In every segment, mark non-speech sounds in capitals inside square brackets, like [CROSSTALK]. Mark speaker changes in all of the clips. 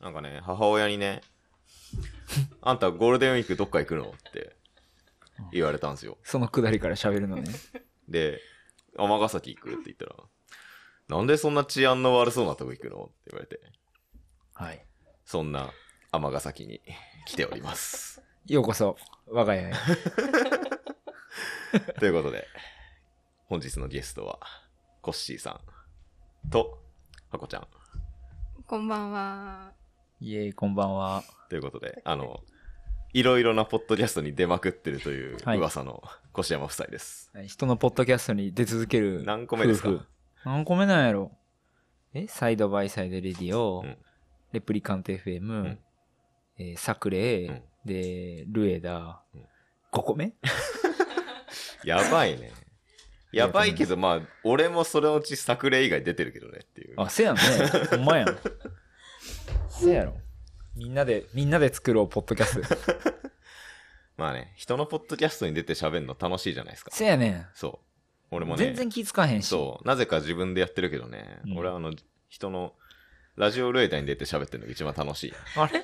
Speaker 1: なんかね、母親にね、あんたゴールデンウィークどっか行くのって言われたんですよ。
Speaker 2: そのくだりから喋るのね。
Speaker 1: で、尼崎行くって言ったら、なんでそんな治安の悪そうなとこ行くのって言われて、
Speaker 2: [LAUGHS] はい。
Speaker 1: そんな尼崎に来ております。
Speaker 2: ようこそ、我が家へ。
Speaker 1: ということで、本日のゲストは、コッシーさんと、ハコちゃん。
Speaker 3: こんばんは。
Speaker 2: [LAUGHS] イエーイ、こんばんは。
Speaker 1: ということで、あの、いろいろなポッドキャストに出まくってるという
Speaker 2: はい
Speaker 1: 噂の越山夫妻です。
Speaker 2: 人のポッドキャストに出続ける。
Speaker 1: 何個目ですか
Speaker 2: 夫婦何個目なんやろえサイドバイサイドレディオ、
Speaker 1: うん
Speaker 2: レプリカント FM、
Speaker 1: ん
Speaker 2: えーサクレ、
Speaker 1: うん
Speaker 2: で、ルエダ、
Speaker 1: うん
Speaker 2: 5個目
Speaker 1: やばいね。やばいけど、まあ、俺もそれのうち作例以外出てるけどねっていう。
Speaker 2: あ、せ
Speaker 1: [LAUGHS]
Speaker 2: やね。ほんまやん。せやろ。みんなで、みんなで作ろう、ポッドキャスト。
Speaker 1: まあね、人のポッドキャストに出て喋るの楽しいじゃないですか。
Speaker 2: せやねん。
Speaker 1: そう。俺もね、
Speaker 2: 全然気ぃつかへんし。
Speaker 1: そう、なぜか自分でやってるけどね、
Speaker 2: うん
Speaker 1: 俺はあの、人の、ラジオルエダに出て喋ってるのが一番楽しい。
Speaker 2: あれ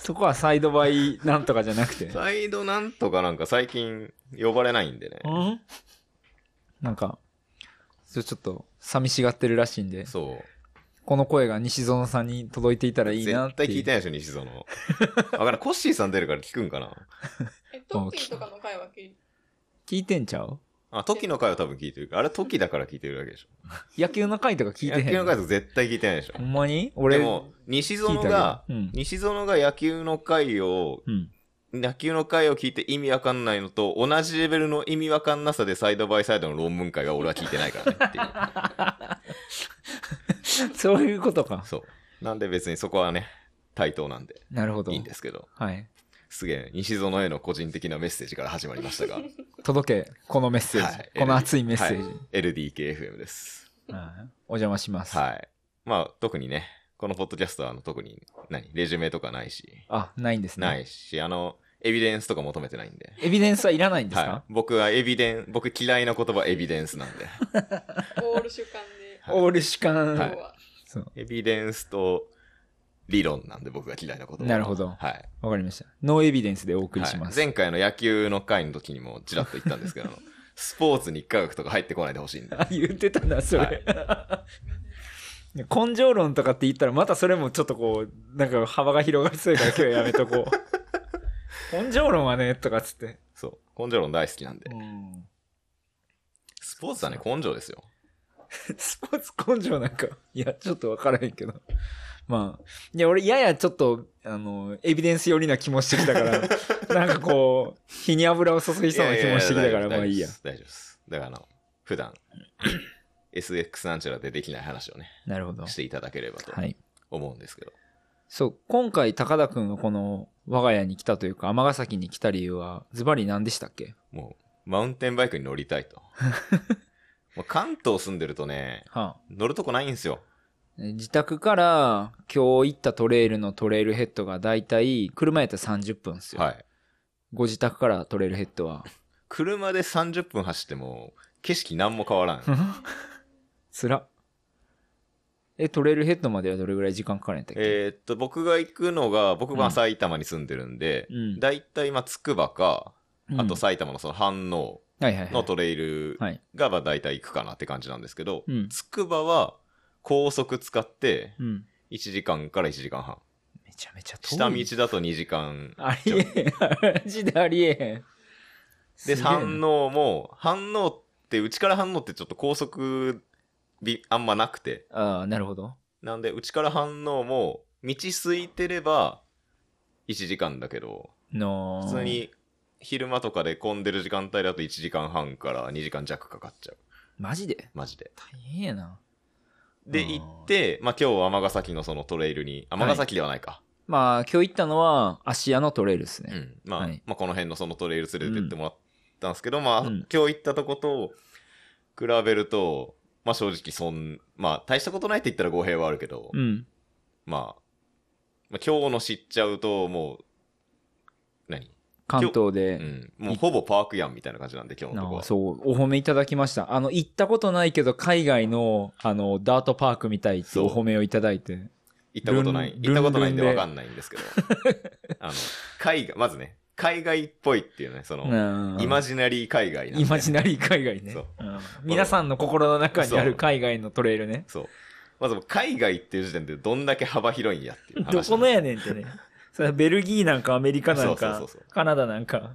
Speaker 2: そこはサイドバイなんとかじゃなくて。
Speaker 1: [LAUGHS]
Speaker 2: う
Speaker 1: サイドなんとかなんか最近呼ばれないんでね。
Speaker 2: んなんか、それちょっと寂しがってるらしいんで、
Speaker 1: そう。
Speaker 2: この声が西園さんに届いていたらいいなっ
Speaker 1: 絶対
Speaker 2: ていう。
Speaker 1: 聞いてないでしょ、西園。だから、コッシーさん出るから聞くんかな。
Speaker 3: え、トッキーとかの会話聞い
Speaker 2: 聞いてんちゃう
Speaker 1: あ、トキの回は多分聞いてる。あれ、トキだから聞いてるだけでしょ。
Speaker 2: 野球の回とか聞いてへん。
Speaker 1: 野球の回とか絶対聞いてないでしょ
Speaker 2: ほ。んまに
Speaker 1: で
Speaker 2: 俺、
Speaker 1: も、西園
Speaker 2: 聞いた
Speaker 1: が、
Speaker 2: けどうん
Speaker 1: 西園が野球の回を、
Speaker 2: うん。 [LAUGHS]
Speaker 1: 野球の回を聞いて意味わかんないのと、同じレベルの意味わかんなさでサイドバイサイドの論文会は俺は聞いてないからねっていう。
Speaker 2: [LAUGHS] そういうことか。
Speaker 1: そう。なんで別にそこはね、対等なんで
Speaker 2: なるほど。
Speaker 1: いいんですけど。
Speaker 2: はい。
Speaker 1: すげえ、西園への個人的なメッセージから始まりました
Speaker 2: [LAUGHS]
Speaker 1: が。
Speaker 2: 届け、このメッセージ。
Speaker 1: はい
Speaker 2: この熱いメッセージ。
Speaker 1: はい LDKFM です。
Speaker 2: はいお邪魔します。
Speaker 1: はい。まあ、特にね、このポッドキャストはあの特に、何、レジュメとかないし、
Speaker 2: あ、ないんですね。
Speaker 1: ないし、あの、エビデンスとか求めてないんで。
Speaker 2: エビデンスはいらないんですか、
Speaker 1: はい。僕はエビデン、僕嫌いな言葉はエビデンスなんで。
Speaker 2: [LAUGHS]
Speaker 3: てる。オール主観で。
Speaker 1: はい
Speaker 2: オール主観、
Speaker 3: 今
Speaker 1: は
Speaker 3: 日
Speaker 1: い
Speaker 3: は。
Speaker 2: そう。
Speaker 1: エビデンスと理論なんで僕が嫌いな言葉。
Speaker 2: なるほど
Speaker 1: はい。
Speaker 2: わかりました。ノーエビデンスでお送りし
Speaker 1: は
Speaker 2: ま
Speaker 1: い
Speaker 2: す。
Speaker 1: 前回の野球の回の時にもちらっと言ったんです
Speaker 2: [LAUGHS]
Speaker 1: けど、あのスポーツに科学とか入ってこないでほしいんで。
Speaker 2: あ [LAUGHS] 言ってたな、それ。根性論とかって言ったら、またそれもちょっとこう、なんか幅が広がりそうやから今日はやめとこう。 [LAUGHS] 根性論はね、とかっつって。
Speaker 1: そう。根性論大好きなんで
Speaker 2: う。ん
Speaker 1: スポーツはね、根性ですよ。
Speaker 2: スポーツ根性なんか、いや、ちょっとわからへんけど。まあ、いや、俺、ややちょっと、あの、エビデンス寄りな気もしてきた [LAUGHS] から、なんかこう、火に油を注ぎそうな気もしてきたから、まあいいや。
Speaker 1: 大丈夫です。だからあの、普
Speaker 2: [LAUGHS]
Speaker 1: 段 SX なんちゃらでできない話をね、
Speaker 2: なるほど
Speaker 1: していただければと
Speaker 2: はい。
Speaker 1: 思うんですけど。
Speaker 2: そう、今回、高田くんがこの、我が家に来たというか、尼崎に来た理由は、ズバリ何でしたっけ
Speaker 1: もう、マウンテンバイクに乗りたい
Speaker 2: [LAUGHS]
Speaker 1: と。もう関東住んでるとね、
Speaker 2: はあ
Speaker 1: 乗るとこないんですよ。
Speaker 2: 自宅から今日行ったトレイルのトレイルヘッドがだいたい車やったら30分ですよ、
Speaker 1: はい。
Speaker 2: ご自宅からトレイルヘッ
Speaker 1: [LAUGHS]
Speaker 2: ドは
Speaker 1: 車で30分走っても、景色何も変わらん。
Speaker 2: つらっえトレイルヘッドまではどれぐらい時間かかるんやったっけ、
Speaker 1: えーっと、僕が行くのが、僕
Speaker 2: う
Speaker 1: は
Speaker 2: ん
Speaker 1: 埼玉に住んでるんで、
Speaker 2: うん
Speaker 1: だいたいまあ、つくばか、
Speaker 2: うん
Speaker 1: あと埼玉のその飯能
Speaker 2: はいはいはい
Speaker 1: のトレイル
Speaker 2: はい
Speaker 1: がまあ大体行くかなって感じなんですけど、
Speaker 2: うん
Speaker 1: つくばは高速使って
Speaker 2: うん
Speaker 1: 1時間から1時間半。
Speaker 2: めちゃめちゃ遠い
Speaker 1: 下道だと2時間。
Speaker 2: ありえへん [LAUGHS] マジでありえへん
Speaker 1: で、
Speaker 2: すげえな
Speaker 1: 反応も、反応って、うちから反応ってちょっと高速びあんまなくて。
Speaker 2: ああなるほど
Speaker 1: なんで、うちから反応も、道空いてれば1時間だけど、
Speaker 2: の
Speaker 1: 普通に昼間とかで混んでる時間帯だと1時間半から2時間弱かかっちゃう。
Speaker 2: マジで
Speaker 1: マジで。
Speaker 2: 大変やな
Speaker 1: で、
Speaker 2: うん
Speaker 1: 行って、まあ今日は尼崎のそのトレイルに、尼崎ではないか。
Speaker 2: まあ今日行ったのは芦屋のトレイルですね、
Speaker 1: うん、まあ、
Speaker 2: はい
Speaker 1: まあこの辺のそのトレイル連れてってもらったんですけど、まあ、
Speaker 2: うん
Speaker 1: 今日行ったとこと比べると、まあ正直そん、まあ大したことないって言ったら語弊はあるけど、
Speaker 2: うん
Speaker 1: まあ、まあ今日の知っちゃうと、もう、何
Speaker 2: 関東
Speaker 1: う
Speaker 2: で
Speaker 1: ん。もうほぼパークやんみたいな感じなんで、今日のとこ
Speaker 2: あ
Speaker 1: は。
Speaker 2: そう、お褒めいただきました。あの、行ったことないけど、海外の、あの、ダートパークみたいって
Speaker 1: そう
Speaker 2: お褒めをいただいて。
Speaker 1: 行ったことない
Speaker 2: ルン。
Speaker 1: 行ったことないんで
Speaker 2: ルンル
Speaker 1: わ
Speaker 2: ンで
Speaker 1: かんないんですけど。あの、海外、まずね、海外っぽいっていうね、その、イマ
Speaker 2: 今
Speaker 1: ジナリー海外なんで
Speaker 2: イマジナリー海外ね
Speaker 1: そう。
Speaker 2: うん皆さんの心の中にある海外のトレイルね。
Speaker 1: そう。まずもう海外っていう時点でどんだけ幅広いんやっていう話。
Speaker 2: どこのやねんってね。それはベルギーなんかアメリカなん
Speaker 1: そ
Speaker 2: か
Speaker 1: うそうそうそう
Speaker 2: カナダなんか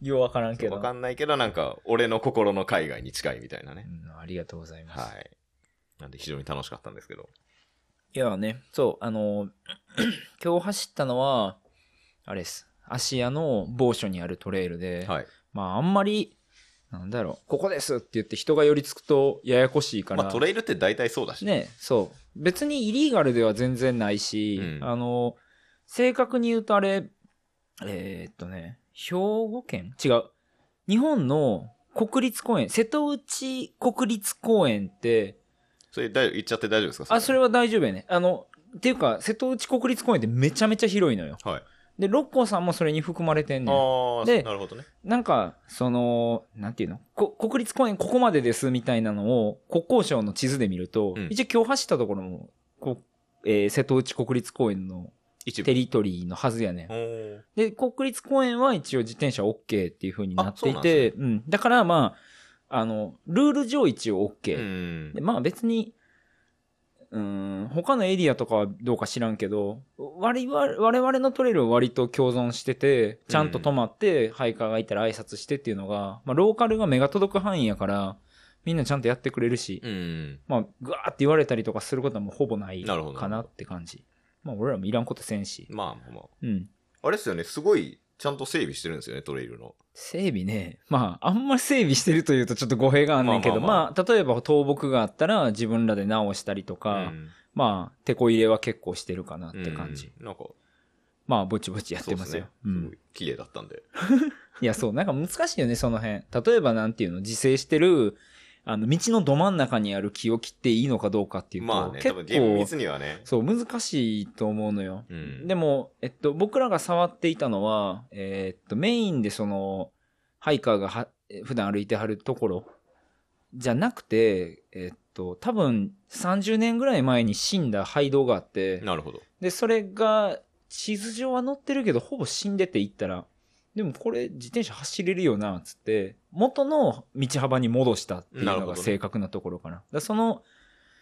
Speaker 2: ようわからんけど。
Speaker 1: わかんないけど、なんか、俺の心の海外に近いみたいなね。
Speaker 2: うんありがとうございます。
Speaker 1: は、い。なんで非常に楽しかったんですけど。
Speaker 2: いやね、そう、あの、 [CLEARS THROAT] 今日走ったのは、あれです。芦屋の某所にあるトレイルで、
Speaker 1: はい。
Speaker 2: まああんまり、なんだろう、ここですって言って人が寄りつくとややこしいから。
Speaker 1: まあトレイルって大体そうだし。
Speaker 2: ねそう別にイリーガルでは全然ないし、
Speaker 1: うん
Speaker 2: あの正確に言うとあれえーっとね兵庫県違う日本の国立公園瀬戸内国立公園って
Speaker 1: それ大丈夫、言っちゃって大丈夫ですか
Speaker 2: あそれ
Speaker 1: は。
Speaker 2: は大丈夫やねあのっていうか瀬戸内国立公園ってめちゃめちゃ広いのよ
Speaker 1: はい。
Speaker 2: で六甲さんもそれに含まれてんねん
Speaker 1: ああ、
Speaker 2: で
Speaker 1: なるほどね。
Speaker 2: なんかそのなんていうのこ国立公園ここまでですみたいなのを国交省の地図で見ると、
Speaker 1: うん
Speaker 2: 一応今日走ったところもこ、えー瀬戸内国立公園の
Speaker 1: 一部
Speaker 2: テ。リトリーのはずやねん
Speaker 1: おー
Speaker 2: で国立公園は一応自転車 OK っていう風になって
Speaker 1: あそ
Speaker 2: い
Speaker 1: うなんで
Speaker 2: てうん、だからまああのルール上一応 OK、
Speaker 1: うん
Speaker 2: で。まあ別にうーん他のエリアとかはどうか知らんけど我々我々のトレイルは割と共存しててちゃんと泊まって、ハイカーがいたら挨拶してっていうのが、まあ、ローカルが目が届く範囲やからみんなちゃんとやってくれるし、
Speaker 1: うん。
Speaker 2: まあグワーって言われたりとかすることはもうほぼない
Speaker 1: なるほど
Speaker 2: かなって感じまあ俺らもいらんことせんし、
Speaker 1: まあまあ。
Speaker 2: うん、
Speaker 1: あれですよね、すごい、ちゃんと整備してるんですよね、トレイルの。
Speaker 2: 整備ねまああんまり整備してるというとちょっと語弊があんねんけど、
Speaker 1: ま
Speaker 2: ま
Speaker 1: あ
Speaker 2: あ
Speaker 1: まあ
Speaker 2: 例えば倒木があったら自分らで直したりと
Speaker 1: う
Speaker 2: か、
Speaker 1: ん。
Speaker 2: まあ、手こ入れは結構してるかなって感じ。
Speaker 1: うん。なんか、
Speaker 2: まあ、ぼちぼちやっ
Speaker 1: そう
Speaker 2: て
Speaker 1: っ
Speaker 2: ますよ。
Speaker 1: す
Speaker 2: う
Speaker 1: ねす
Speaker 2: ん
Speaker 1: ごい綺麗だったんで。
Speaker 2: いや、そう、なんか難しいよね、その辺。例えば、なんていうの、自生してる、あの、道のど真ん中にある木を切っていいのかどうかっていうと、
Speaker 1: まあね、
Speaker 2: 結
Speaker 1: 多分厳
Speaker 2: 構、
Speaker 1: 密にはね。
Speaker 2: そう、難しいと思うのよ。
Speaker 1: うん
Speaker 2: でも、えっと、僕らが触っていたのは、えーっと、メインでその、ハイカーがは普段歩いてはるところじゃなくて、えっと、多分30年ぐらい前に死んだ廃道があって、
Speaker 1: なるほど。
Speaker 2: で、それが、地図上は載ってるけど、ほぼ死んでて行ったら、でもこれ自転車走れるよな、つって、元の道幅に戻したっていう
Speaker 1: なる
Speaker 2: の
Speaker 1: ほど
Speaker 2: が
Speaker 1: ね
Speaker 2: 正確なところかな。だからその、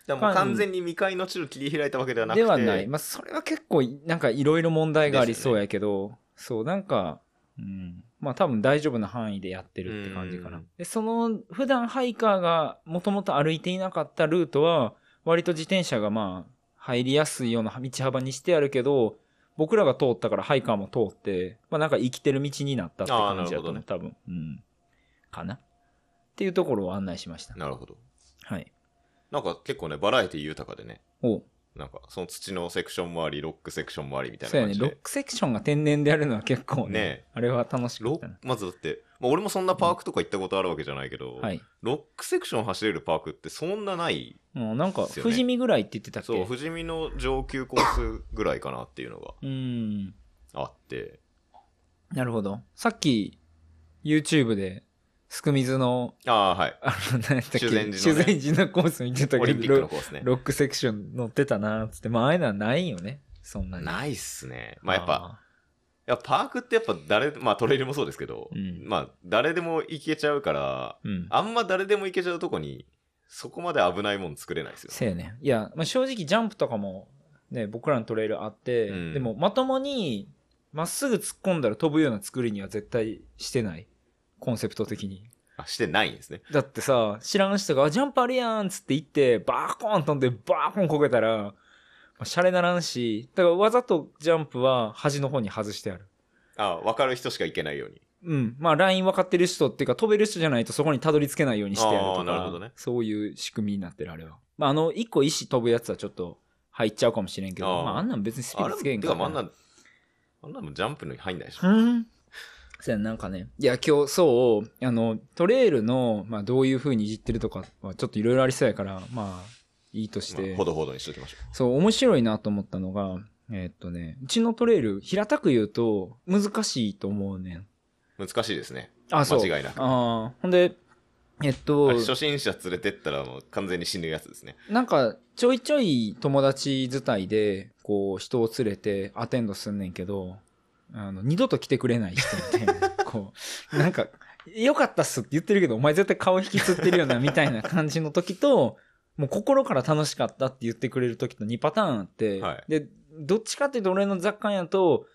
Speaker 1: でもう完全に未開の地を切り開いたわけではなくて。
Speaker 2: ではない。まあ、それは結構、なんかいろいろ問題がありそうやけど、そう、なんか、うん。まあ多分大丈夫な範囲でやってるって感じか
Speaker 1: う。
Speaker 2: なんで、その、普段ハイカーがもともと歩いていなかったルートは、割と自転車がまあ、入りやすいような道幅にしてあるけど、僕らが通ったからハイカーも通って、まあなんか生きてる道になったって感じだと
Speaker 1: あーな
Speaker 2: ね、
Speaker 1: る
Speaker 2: 多分。うん。かな。っていうところを案内しました。
Speaker 1: なるほど。
Speaker 2: はい。
Speaker 1: なんか結構ね、バラエティ豊かでね。
Speaker 2: おう
Speaker 1: なんか、その土のセクションもあり、ロックセクションもありみたい
Speaker 2: そ
Speaker 1: な
Speaker 2: う
Speaker 1: 感
Speaker 2: やね、
Speaker 1: じ
Speaker 2: ロ
Speaker 1: で。
Speaker 2: ックセクションが天然でやるのは結構ね、
Speaker 1: ねえ
Speaker 2: あれは楽しか
Speaker 1: ロ
Speaker 2: っ
Speaker 1: ッ
Speaker 2: たな。
Speaker 1: まずだって、まあ、俺もそんなパークとか行ったことあるわけじゃないけど、
Speaker 2: はい。
Speaker 1: ロックセクション走れるパークってそんなない、
Speaker 2: もうなんか、
Speaker 1: ですよね
Speaker 2: 富士見ぐらいって言ってたっけ
Speaker 1: そう、富士見の上級コースぐらいかなっていうのが
Speaker 2: うーん。
Speaker 1: あって、
Speaker 2: なるほど。さっき、YouTube で、すくみずの、
Speaker 1: ああー、はい。
Speaker 2: あの、何やったっけ、
Speaker 1: 修善寺のね
Speaker 2: 修善寺のコース見てた
Speaker 1: オ
Speaker 2: け
Speaker 1: リンピッ
Speaker 2: ど、
Speaker 1: クの
Speaker 2: ロ
Speaker 1: コースね。
Speaker 2: ロックセクション乗ってたなーっつって、まあ、ああいうのはないよね。そんなに。い。
Speaker 1: ないっすね。まあやっぱ、。いやパークってやっぱ誰、まあトレイルもそうですけど、
Speaker 2: うん
Speaker 1: まあ誰でも行けちゃうから、
Speaker 2: うん。
Speaker 1: あんま誰でも行けちゃうとこに、そこまで危ないもん作れないですよ。
Speaker 2: せやね。いや、まあ、正直ジャンプとかも、ね、僕らのトレイルあって、
Speaker 1: うん
Speaker 2: でもまともに、まっすぐ突っ込んだら飛ぶような作りには絶対してない。コンセプト的に。
Speaker 1: あ、してないんですね。
Speaker 2: だってさ、知らん人が、あジャンプあるやんっつって言って、バーコーン飛んで、バーコーンこけたら、まあ、シャレならんし、だからわざとジャンプは端の方に外してある。
Speaker 1: あ、わかる人しか行けないように。
Speaker 2: うん。まあ、ライン分かってる人っていうか、飛べる人じゃないとそこにたどり着けないようにしてあると
Speaker 1: あ
Speaker 2: か、
Speaker 1: ーなるほどね
Speaker 2: そういう仕組みになってる、あれは。まあ、あの、一個石飛ぶやつはちょっと入っちゃうかもしれんけど、
Speaker 1: あー
Speaker 2: まあ、あんなん別にスピー
Speaker 1: あ
Speaker 2: ド
Speaker 1: れ
Speaker 2: つけへん
Speaker 1: て
Speaker 2: から
Speaker 1: か、あんな、あんなもジャンプのに入んないでしょ。
Speaker 2: うん。そうやなんかね。いや、今日そう、あの、トレイルの、まあ、どういう風にいじってるとかは、ちょっといろいろありそうやから、まあ、いいとして、
Speaker 1: まあほどほどにしときましょ
Speaker 2: そう、面白いなと思ったのが、えーっとね、うちのトレイル、平たく言うと、難しいと思うねん。
Speaker 1: う。難しいですね。
Speaker 2: あ、そう。
Speaker 1: 間違いなく
Speaker 2: ああ、ほんで、えっ
Speaker 1: あ
Speaker 2: と
Speaker 1: れ、初心者連れてったらもう完全に死ぬやつですね。
Speaker 2: なんか、ちょいちょい友達伝いで、こう人を連れてアテンドすんねんけどあの二度と来てくれない人み
Speaker 1: [LAUGHS]
Speaker 2: たいなこうなんか「よかったっす」って言ってるけどお前絶対顔引きつってるよなみたいな感じの時ともう心から楽しかったって言ってくれる時と2パターンあって、
Speaker 1: はい
Speaker 2: でどっちかっていうと俺の雑感やと、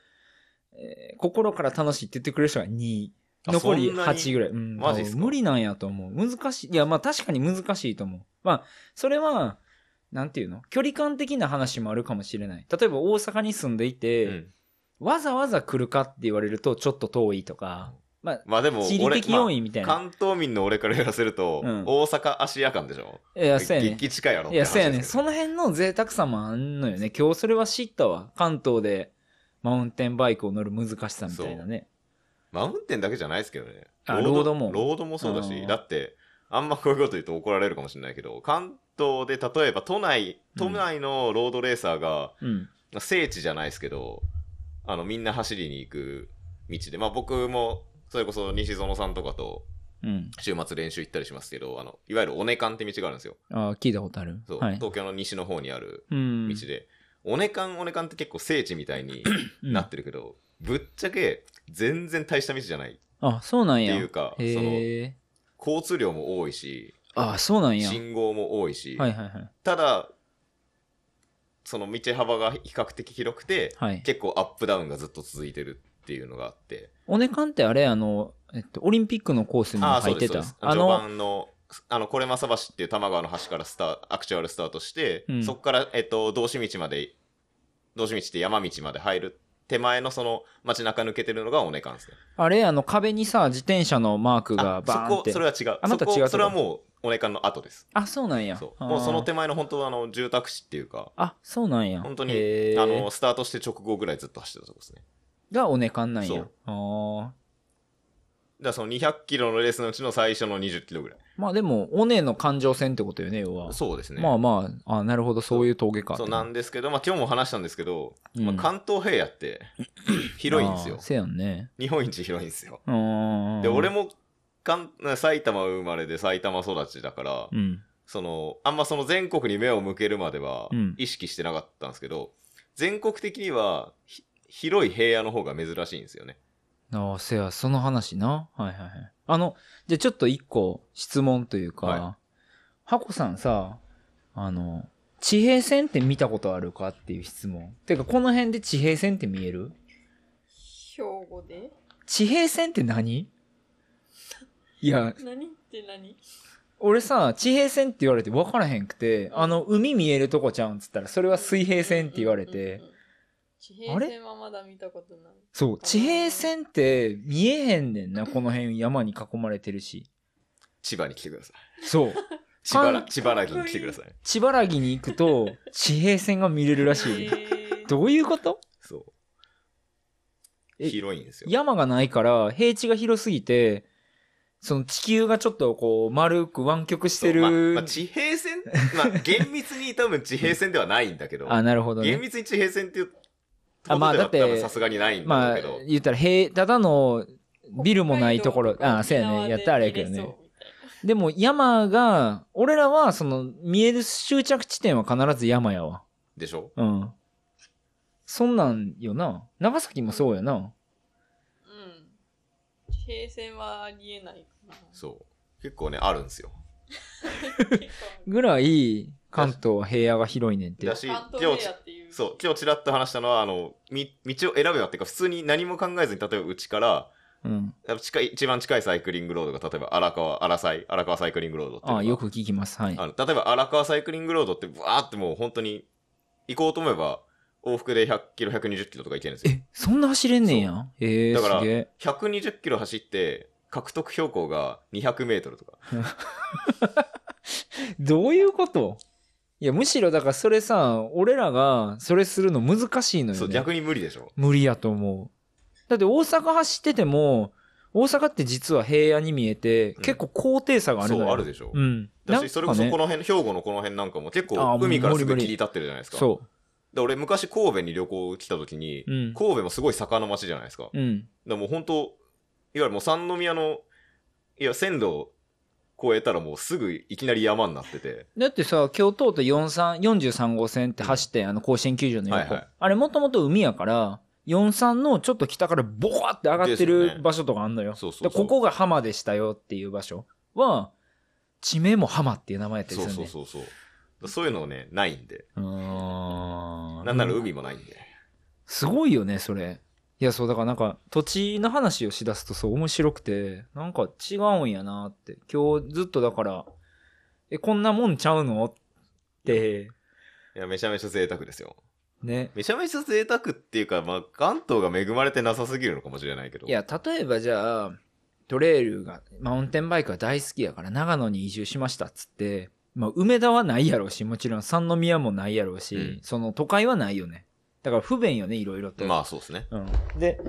Speaker 2: えー心から楽しいって言ってくれる人が2。
Speaker 1: あ
Speaker 2: 残り
Speaker 1: そんなに
Speaker 2: 8ぐらい。うん、
Speaker 1: マジっすか
Speaker 2: 無理なんやと思う。難しい。いや、まあ確かに難しいと思う。まあ、それは、なんていうの距離感的な話もあるかもしれない。例えば大阪に住んでいて、
Speaker 1: うん
Speaker 2: わざわざ来るかって言われるとちょっと遠いとか、まあ、
Speaker 1: まあでも
Speaker 2: 地理
Speaker 1: 俺、
Speaker 2: 的
Speaker 1: ま
Speaker 2: 要因みたい
Speaker 1: あ、
Speaker 2: な。
Speaker 1: 関東民の俺からやらせると、
Speaker 2: うん
Speaker 1: 大阪芦屋間でしょ
Speaker 2: いや、そうやねん。
Speaker 1: 激近いやろっ
Speaker 2: い
Speaker 1: て
Speaker 2: や、
Speaker 1: 話
Speaker 2: そうやねん。
Speaker 1: です
Speaker 2: その辺の贅沢さもあんのよね。今日それは知ったわ。関東でマウンテンバイクを乗る難しさみたいなね。
Speaker 1: マウンテンだけじゃないですけどね。
Speaker 2: あロードも
Speaker 1: ロードもそうだ
Speaker 2: う
Speaker 1: し、
Speaker 2: ん
Speaker 1: だって、あんまこういうこと言うと怒られるかもしれないけど、関東で例えば都内、都内のロードレーサーが、
Speaker 2: うん。
Speaker 1: 聖地じゃないですけど、あの、みんな走りに行く道で、まあ僕も、それこそ西園さんとかと
Speaker 2: うん。
Speaker 1: 週末練習行ったりしますけど、あの、いわゆる尾根館って道があるんですよ。
Speaker 2: ああ、聞いたことある。
Speaker 1: そう、
Speaker 2: はい。
Speaker 1: 東京の西の方にある
Speaker 2: うん。
Speaker 1: 道で。尾根館、尾根館って結構聖地みたいに
Speaker 2: うん
Speaker 1: なってるけど、ぶっちゃけ全然大した道じゃないっ
Speaker 2: あ、そうなん
Speaker 1: て
Speaker 2: や。
Speaker 1: いうか、その、
Speaker 2: へえ。
Speaker 1: 交通量も多いし、
Speaker 2: あ、そうなんや。
Speaker 1: 信号も多いし、
Speaker 2: はいはいはい。
Speaker 1: ただ、その道幅が比較的広くて、
Speaker 2: はい。
Speaker 1: 結構アップダウンがずっと続いてるっていうのがあって、
Speaker 2: おねかんってあれ、あの、えっと、オリンピックのコースにも
Speaker 1: ああ、そ
Speaker 2: 入
Speaker 1: う
Speaker 2: っ
Speaker 1: で
Speaker 2: て
Speaker 1: す、そう
Speaker 2: た
Speaker 1: です。。
Speaker 2: あ
Speaker 1: 序
Speaker 2: の、
Speaker 1: 盤の、あの、これまさ橋っていう多摩川の橋からスタート、アクチュアルスタートして、
Speaker 2: うん
Speaker 1: そこから、えっと、道志道まで、道志道って山道まで入る手前のその街中抜けてるのが尾根間ですね。
Speaker 2: あれ、あの、壁にさ、自転車のマーク
Speaker 1: あ
Speaker 2: が
Speaker 1: そ
Speaker 2: バーンっ
Speaker 1: こ、
Speaker 2: て
Speaker 1: それ。は違う。
Speaker 2: あまた
Speaker 1: そ
Speaker 2: 違う
Speaker 1: こ、
Speaker 2: とこ
Speaker 1: それはもう尾根間の後です。
Speaker 2: あ、そうなんや。
Speaker 1: そう。
Speaker 2: あー
Speaker 1: もうその手前の本当あの、住宅地っていうか、
Speaker 2: あ、そうなんや。
Speaker 1: 本当に
Speaker 2: へー
Speaker 1: あの、スタートして直後ぐらいずっと走ってたとこですね。
Speaker 2: がおねかんなん
Speaker 1: そ
Speaker 2: や
Speaker 1: う。
Speaker 2: ああ。
Speaker 1: だからその200キロのレースのうちの最初の20キロぐらい。
Speaker 2: まあでも、尾根の環状線ってことよね、要は。
Speaker 1: そうですね。
Speaker 2: まあまあ、あなるほど、そういう峠か。
Speaker 1: そうなんですけど、まあ今日も話したんですけど、
Speaker 2: うん
Speaker 1: まあ、関東平野って
Speaker 2: [LAUGHS]
Speaker 1: 広いんです
Speaker 2: あ
Speaker 1: よ
Speaker 2: ー。せやんね。
Speaker 1: 日本一広いんですよ。
Speaker 2: で
Speaker 1: で、俺、も関埼玉生まれで埼玉育ちだから、
Speaker 2: うん。
Speaker 1: その、あんまその全国に目を向けるまでは
Speaker 2: うん
Speaker 1: 意識してなかったんですけど、全国的にはひ広い平野の方が珍しいんですよね。
Speaker 2: ああ、せや、その話な。はいはいはい。あの、じゃあちょっと一個質問というか、
Speaker 1: は
Speaker 2: ハコさんさ、あの、地平線って見たことあるかっていう質問。てか、この辺で地平線って見える
Speaker 3: 兵庫で
Speaker 2: 地平線って何いや、
Speaker 3: 何って何
Speaker 2: 俺さ、地平線って言われて分からへんくて、あの、海見えるとこちゃうんっつったら、それは水平線って言われて、
Speaker 3: うんうんうんうん。地平線はまだ見たことない。
Speaker 2: そう、地平線って見えへんねんな、この辺山に囲まれてるし。
Speaker 1: 千葉に来てください。
Speaker 2: そう。
Speaker 1: 千葉
Speaker 2: かん
Speaker 1: ら、千葉らぎに来てください。
Speaker 2: 千葉らぎに行くと地平線が見れるらしい。
Speaker 3: へー
Speaker 2: どういうこと
Speaker 1: そう。
Speaker 2: え
Speaker 1: 広いんですよ。
Speaker 2: 山がないから平地が広すぎて、その地球がちょっとこう丸く湾曲し
Speaker 1: そう
Speaker 2: てる。
Speaker 1: まあまあ地平線、 [LAUGHS] まあ、厳密に多分地平線ではないんだけど、
Speaker 2: あ、なるほど
Speaker 1: 厳
Speaker 2: ね。
Speaker 1: 密に地平線っていうこと
Speaker 2: あまあ
Speaker 1: では
Speaker 2: だって
Speaker 1: 多分さすがにないんだ
Speaker 2: まあ
Speaker 1: けど、、
Speaker 2: 言ったら平、ただのビルもないところ、
Speaker 3: 北海道
Speaker 2: あ、そうやね。やったらあれやけど。
Speaker 3: 沖
Speaker 2: ね
Speaker 3: 縄で。見れそうみ
Speaker 2: でも山が、俺らはその見える終着地点は必ず山やわ。
Speaker 1: でしょ
Speaker 2: うん。そんなんよな。長崎もそうやな。
Speaker 3: たいなうん。地平線はありえないかな。
Speaker 1: そう。結構ね、あるんですよ。
Speaker 3: 結構
Speaker 2: ぐらい、関東は平野が広いねんって
Speaker 1: だ。し、
Speaker 3: 関
Speaker 1: 今
Speaker 3: 東
Speaker 1: 日
Speaker 3: 平野っていう。
Speaker 1: そう、今日ちらっと話したのは、あの、み道を選ぶなっていうか、普通に何も考えずに、例えばうちから、
Speaker 2: うん。
Speaker 1: やっぱ近い、一番近いサイクリングロードが、例えば荒川、荒サイ、荒川サイクリングロードっていうのが
Speaker 2: ああ、よく聞きます。はい。
Speaker 1: あの例えば荒川サイクリングロードって、わーってもう本当に、行こうと思えば、往復で100キロ、120キロとか行けるんですよ。
Speaker 2: え、そんな走れんねんや。ええ
Speaker 1: だから
Speaker 2: すげえ。
Speaker 1: 120キロ走って、獲得標高が200メートルとか。
Speaker 2: どういうこといや、むしろだからそれさ、俺らがそれするの難しいのよ、ね。
Speaker 1: そう、逆に無理でしょ。
Speaker 2: 無理やと思う。だって大阪走ってても、大阪って実は平野に見えて、
Speaker 1: うん
Speaker 2: 結構高低差がある
Speaker 1: そ
Speaker 2: のよ。
Speaker 1: う、あるでしょ。
Speaker 2: うん。
Speaker 1: だ
Speaker 2: なんかね
Speaker 1: し、それこそこの辺、兵庫のこの辺なんかも結構
Speaker 2: あー
Speaker 1: 海から
Speaker 2: 無理
Speaker 1: すぐ
Speaker 2: 無理
Speaker 1: 切り立ってるじゃないですか。
Speaker 2: そ
Speaker 1: で俺昔神戸に旅行来た時に、
Speaker 2: う。うん。
Speaker 1: 神戸もすごい坂の町じゃないですか。だか
Speaker 2: うん。
Speaker 1: らもう本当いわゆるもう三宮の、いや、線路越えたらもうすぐいきなり山になってて、
Speaker 2: だってさ、今日通った43 43号線って走って、あの、甲子園球場の横。
Speaker 1: はいはい
Speaker 2: あれ、もともと海やから、43のちょっと北からボコって上がって
Speaker 1: ですよ
Speaker 2: る
Speaker 1: ね
Speaker 2: 場所とかあんのよ。
Speaker 1: そうそうそう
Speaker 2: でここが浜でしたよっていう場所は、地名も浜っていう名前やったり
Speaker 1: そ
Speaker 2: す
Speaker 1: う
Speaker 2: るん
Speaker 1: そ
Speaker 2: で。
Speaker 1: うそうそう。だそういうのね、ないんで。
Speaker 2: うーん。
Speaker 1: なんなら海もないんで。
Speaker 2: すごいよね、それ。いや、そう、だからなんか、土地の話をしだすとそう、面白くて、なんか違うんやなって。今日ずっとだから、え、こんなもんちゃうのって、
Speaker 1: いや、めちゃめちゃ贅沢ですよ。
Speaker 2: ね。
Speaker 1: めちゃめちゃ贅沢っていうか、まあ、関東が恵まれてなさすぎるのかもしれないけど。
Speaker 2: いや、例えばじゃあ、トレイルが、マウンテンバイクが大好きやから、長野に移住しましたっつって、まあ、梅田はないやろうし、もちろん三宮もないやろうし、
Speaker 1: うん
Speaker 2: その都会はないよね。だから不便よね、いろいろと。
Speaker 1: まあ、そうですね。
Speaker 2: うん、で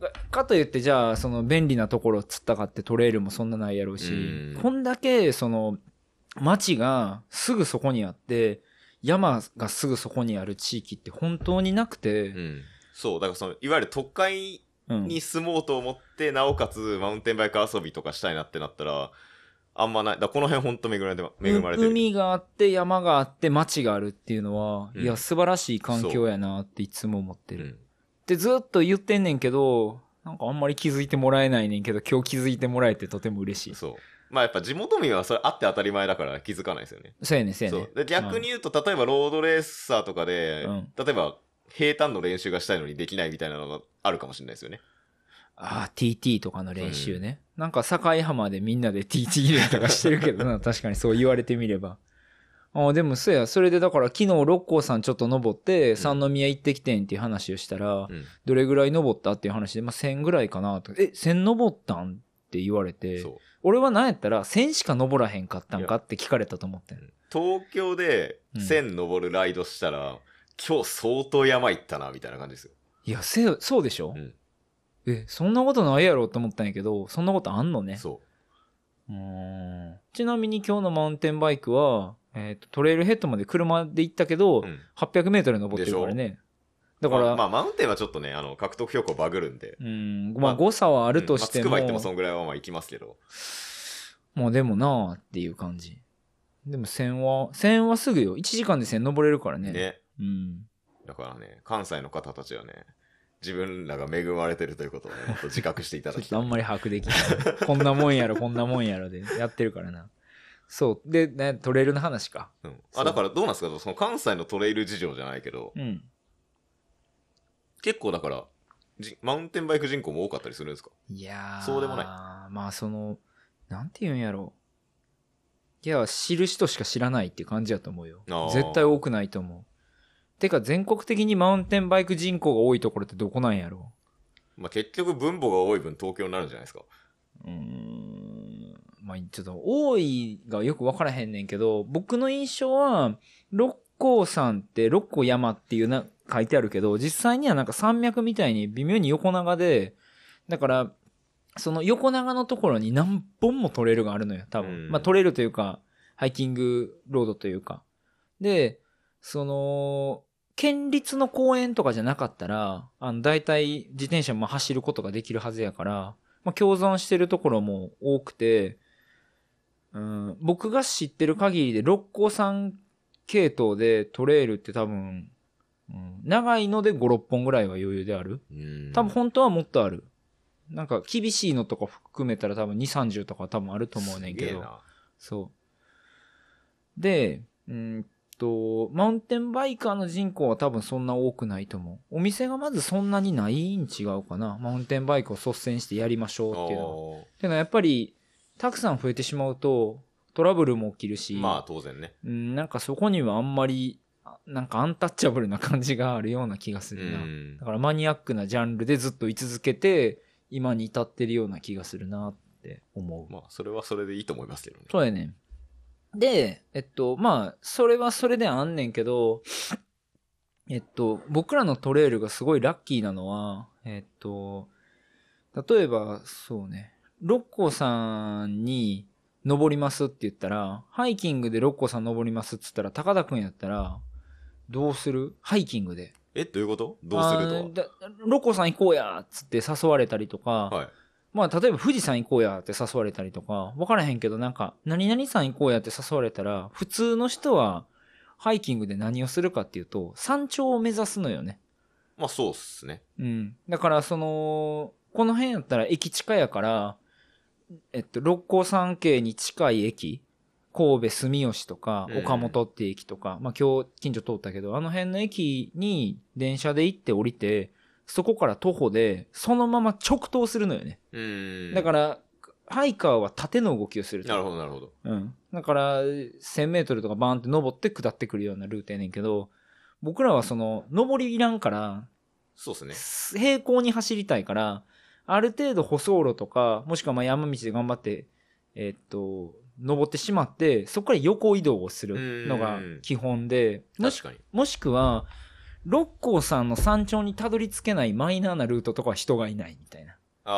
Speaker 2: かかといってじゃあその便利なところっつったかってトレイルもそんなないやろうし
Speaker 1: うん
Speaker 2: こんだけその町がすぐそこにあって山がすぐそこにある地域って本当になく
Speaker 1: う
Speaker 2: て、
Speaker 1: ん。そう、だからその、いわゆる都会
Speaker 2: うん
Speaker 1: に住もうと思って、なおかつマウンテンバイク遊びとかしたいなってなったら、あんまない。だからこの辺ほんと恵まれて、恵まれてる。
Speaker 2: 海があって山があって町があるっていうのは、
Speaker 1: うん
Speaker 2: いや素晴らしい環境やなっていつも思って
Speaker 1: う
Speaker 2: る、
Speaker 1: ん
Speaker 2: でずっと言ってんねんけどなんかあんまり気づいてもらえないねんけど今日気づいてもらえてとても嬉しい
Speaker 1: そう。まあやっぱ地元民はそれあって当たり前だから気づかないですよね。
Speaker 2: そうやねんそうや
Speaker 1: そ
Speaker 2: ねん
Speaker 1: う。で逆に言うと、例えばロードレーサーとかで、
Speaker 2: うん
Speaker 1: 例えば平坦の練習がしたいのにできないみたいなのがあるかもしれないですよね。
Speaker 2: ああ、TT とかの練習ね。なんか、境浜でみんなで TT 入れとかしてるけどな、 [LAUGHS] 確かにそう言われてみれば。ああ、でもそうや、それでだから昨日六甲山ちょっと登って、三宮行ってきてんっていう話をしたら、
Speaker 1: うん
Speaker 2: どれぐらい登ったっていう話で、まあ1000ぐらいかなと。え、1000登ったんって言われて
Speaker 1: そ、う。
Speaker 2: 俺はなんやったら1000しか登らへんかったんかって聞かれたと思ってん
Speaker 1: 東京で
Speaker 2: うん
Speaker 1: 1000登るライドしたら、今日相当山行ったな、みたいな感じですよ。
Speaker 2: いや、せよそうでしょ、
Speaker 1: うん
Speaker 2: え、そんなことないやろと思ったんやけど、そんなことあんのね。
Speaker 1: そう
Speaker 2: ーんちなみに今日のマウンテンバイクは、えーとトレイルヘッドまで車で行ったけ
Speaker 1: う。
Speaker 2: ど、
Speaker 1: うん
Speaker 2: 800メートル登ってるからね。だから、
Speaker 1: まあ、まあマウンテンはちょっとね、あの、獲得標高バグるんで。
Speaker 2: うん、ま
Speaker 1: ま
Speaker 2: あ
Speaker 1: あ
Speaker 2: 誤差はあるとして
Speaker 1: うん
Speaker 2: も、
Speaker 1: まあ、つくば行ってもそんぐらいはまあ行きますけど。
Speaker 2: もうでもなあっていう感じ。でも線は、線はすぐよ。1時間で線登れるからね。
Speaker 1: ね。
Speaker 2: うん。
Speaker 1: だからね、関西の方たちはね、自分らが恵まれてるということをね、もっと自覚していた
Speaker 2: ちょ
Speaker 1: だ
Speaker 2: っ
Speaker 1: き
Speaker 2: と
Speaker 1: た
Speaker 2: あ
Speaker 1: い。
Speaker 2: んまり把握で
Speaker 1: [LAUGHS]
Speaker 2: きない。こんなもんやろ、こんなもんやろでやってるからな。そう。で、ね、トレイルの話か。
Speaker 1: うん、あだからどうなんですかその関西のトレイル事情じゃないけど、
Speaker 2: うん。
Speaker 1: 結構だからじマウンテンバイク人口も多かったりするんですか
Speaker 2: いやー
Speaker 1: そうでもない
Speaker 2: まあその、なんて言うんやろう。いや、知る人しか知らないっていう感じやと思うよ
Speaker 1: あ。ー
Speaker 2: 絶対多くないと思う。てか全国的にマウンテンバイク人口が多いところってどこなんやろ
Speaker 1: まあ結局分母が多い分東京になるんじゃないですか
Speaker 2: う。うーん。まあちょっと多いがよく分からへんねんけど、僕の印象は、六甲山って六甲山っていうな、書いてあるけど、実際にはなんか山脈みたいに微妙に横長で、だから、その横長のところに何本もトレイルがあるのよ、多分。
Speaker 1: うん
Speaker 2: まあトレイルというか、ハイキングロードというか。で、その、県立の公園とかじゃなかったら、あの、大体自転車も走ることができるはずやから、まあ共存してるところも多くて、うん、僕が知ってる限りで六甲山系統でトレイルって多分、うん、長いので5、6本ぐらいは余裕である。
Speaker 1: うん
Speaker 2: 多分本当はもっとある。なんか厳しいのとか含めたら多分2、30とか多分あると思うねんけ
Speaker 1: すげえ
Speaker 2: ど。
Speaker 1: な
Speaker 2: そう。で、うーんと、マウンテンバイカーの人口は多分そんな多くないと思う。お店がまずそんなにないん違うかな。マウンテンバイクを率先してやりましょうっていうのは。
Speaker 1: おー
Speaker 2: てのはやっぱり、たくさん増えてしまうと、トラブルも起きるし、
Speaker 1: まあ当然ね
Speaker 2: うん、なんかそこにはあんまり、あなんかアンタッチャブルな感じがあるような気がす
Speaker 1: う
Speaker 2: るな。
Speaker 1: ん
Speaker 2: だからマニアックなジャンルでずっと居続けて、今に至ってるような気がするなって思う。
Speaker 1: まあそれはそれでいいと思いますけどね
Speaker 2: そうやねん。で、えっと、まあ、それはそれであんねんけど、えっと、僕らのトレイルがすごいラッキーなのは、えっと、例えば、そうね、六甲山に登りますって言ったら、ハイキングで六甲山登りますって言ったら、高田くんやったら、どうするハイキングで。
Speaker 1: えどういうことどうする
Speaker 2: あーだ六甲山行こうやっつって誘われたりとか、
Speaker 1: とははい
Speaker 2: まあ、例えば富士山行こうやって誘われたりとか、わからへんけど、なんか、何々さん行こうやって誘われたら、普通の人は、ハイキングで何をするかっていうと、山頂を目指すのよね。
Speaker 1: まあそうっすね。
Speaker 2: うん。だから、その、この辺やったら駅近やから、えっと、六甲山系に近い駅、神戸住吉とか
Speaker 1: うん、
Speaker 2: 岡本って駅とか、まあ今日近所通ったけど、あの辺の駅に電車で行って降りて、そこから徒歩で、そのまま直投するのよね。
Speaker 1: うーん。、
Speaker 2: だからら、ハイカーは縦の動きをすると。
Speaker 1: なるほど、なるほど。
Speaker 2: うん。だから、1000メートルとかバーンって登って下ってくるようなルートやねんけど、僕らはその、登りいらんから、
Speaker 1: そうっすね。
Speaker 2: 平行に走りたいから、ある程度舗装路とか、もしくはまあ山道で頑張って、えっと、登ってしまって、そこから横移動をするのが基本で、もし
Speaker 1: 確かに。
Speaker 2: もしくは、六甲山の山頂にたどり着けないマイナーなルートとかは人がいないみたいな。
Speaker 1: あ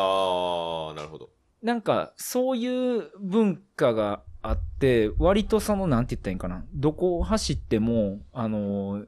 Speaker 1: ー、なるほど。
Speaker 2: なんか、そういう文化があって、割とその、なんて言ったらいいんかな。どこを走っても、あのー、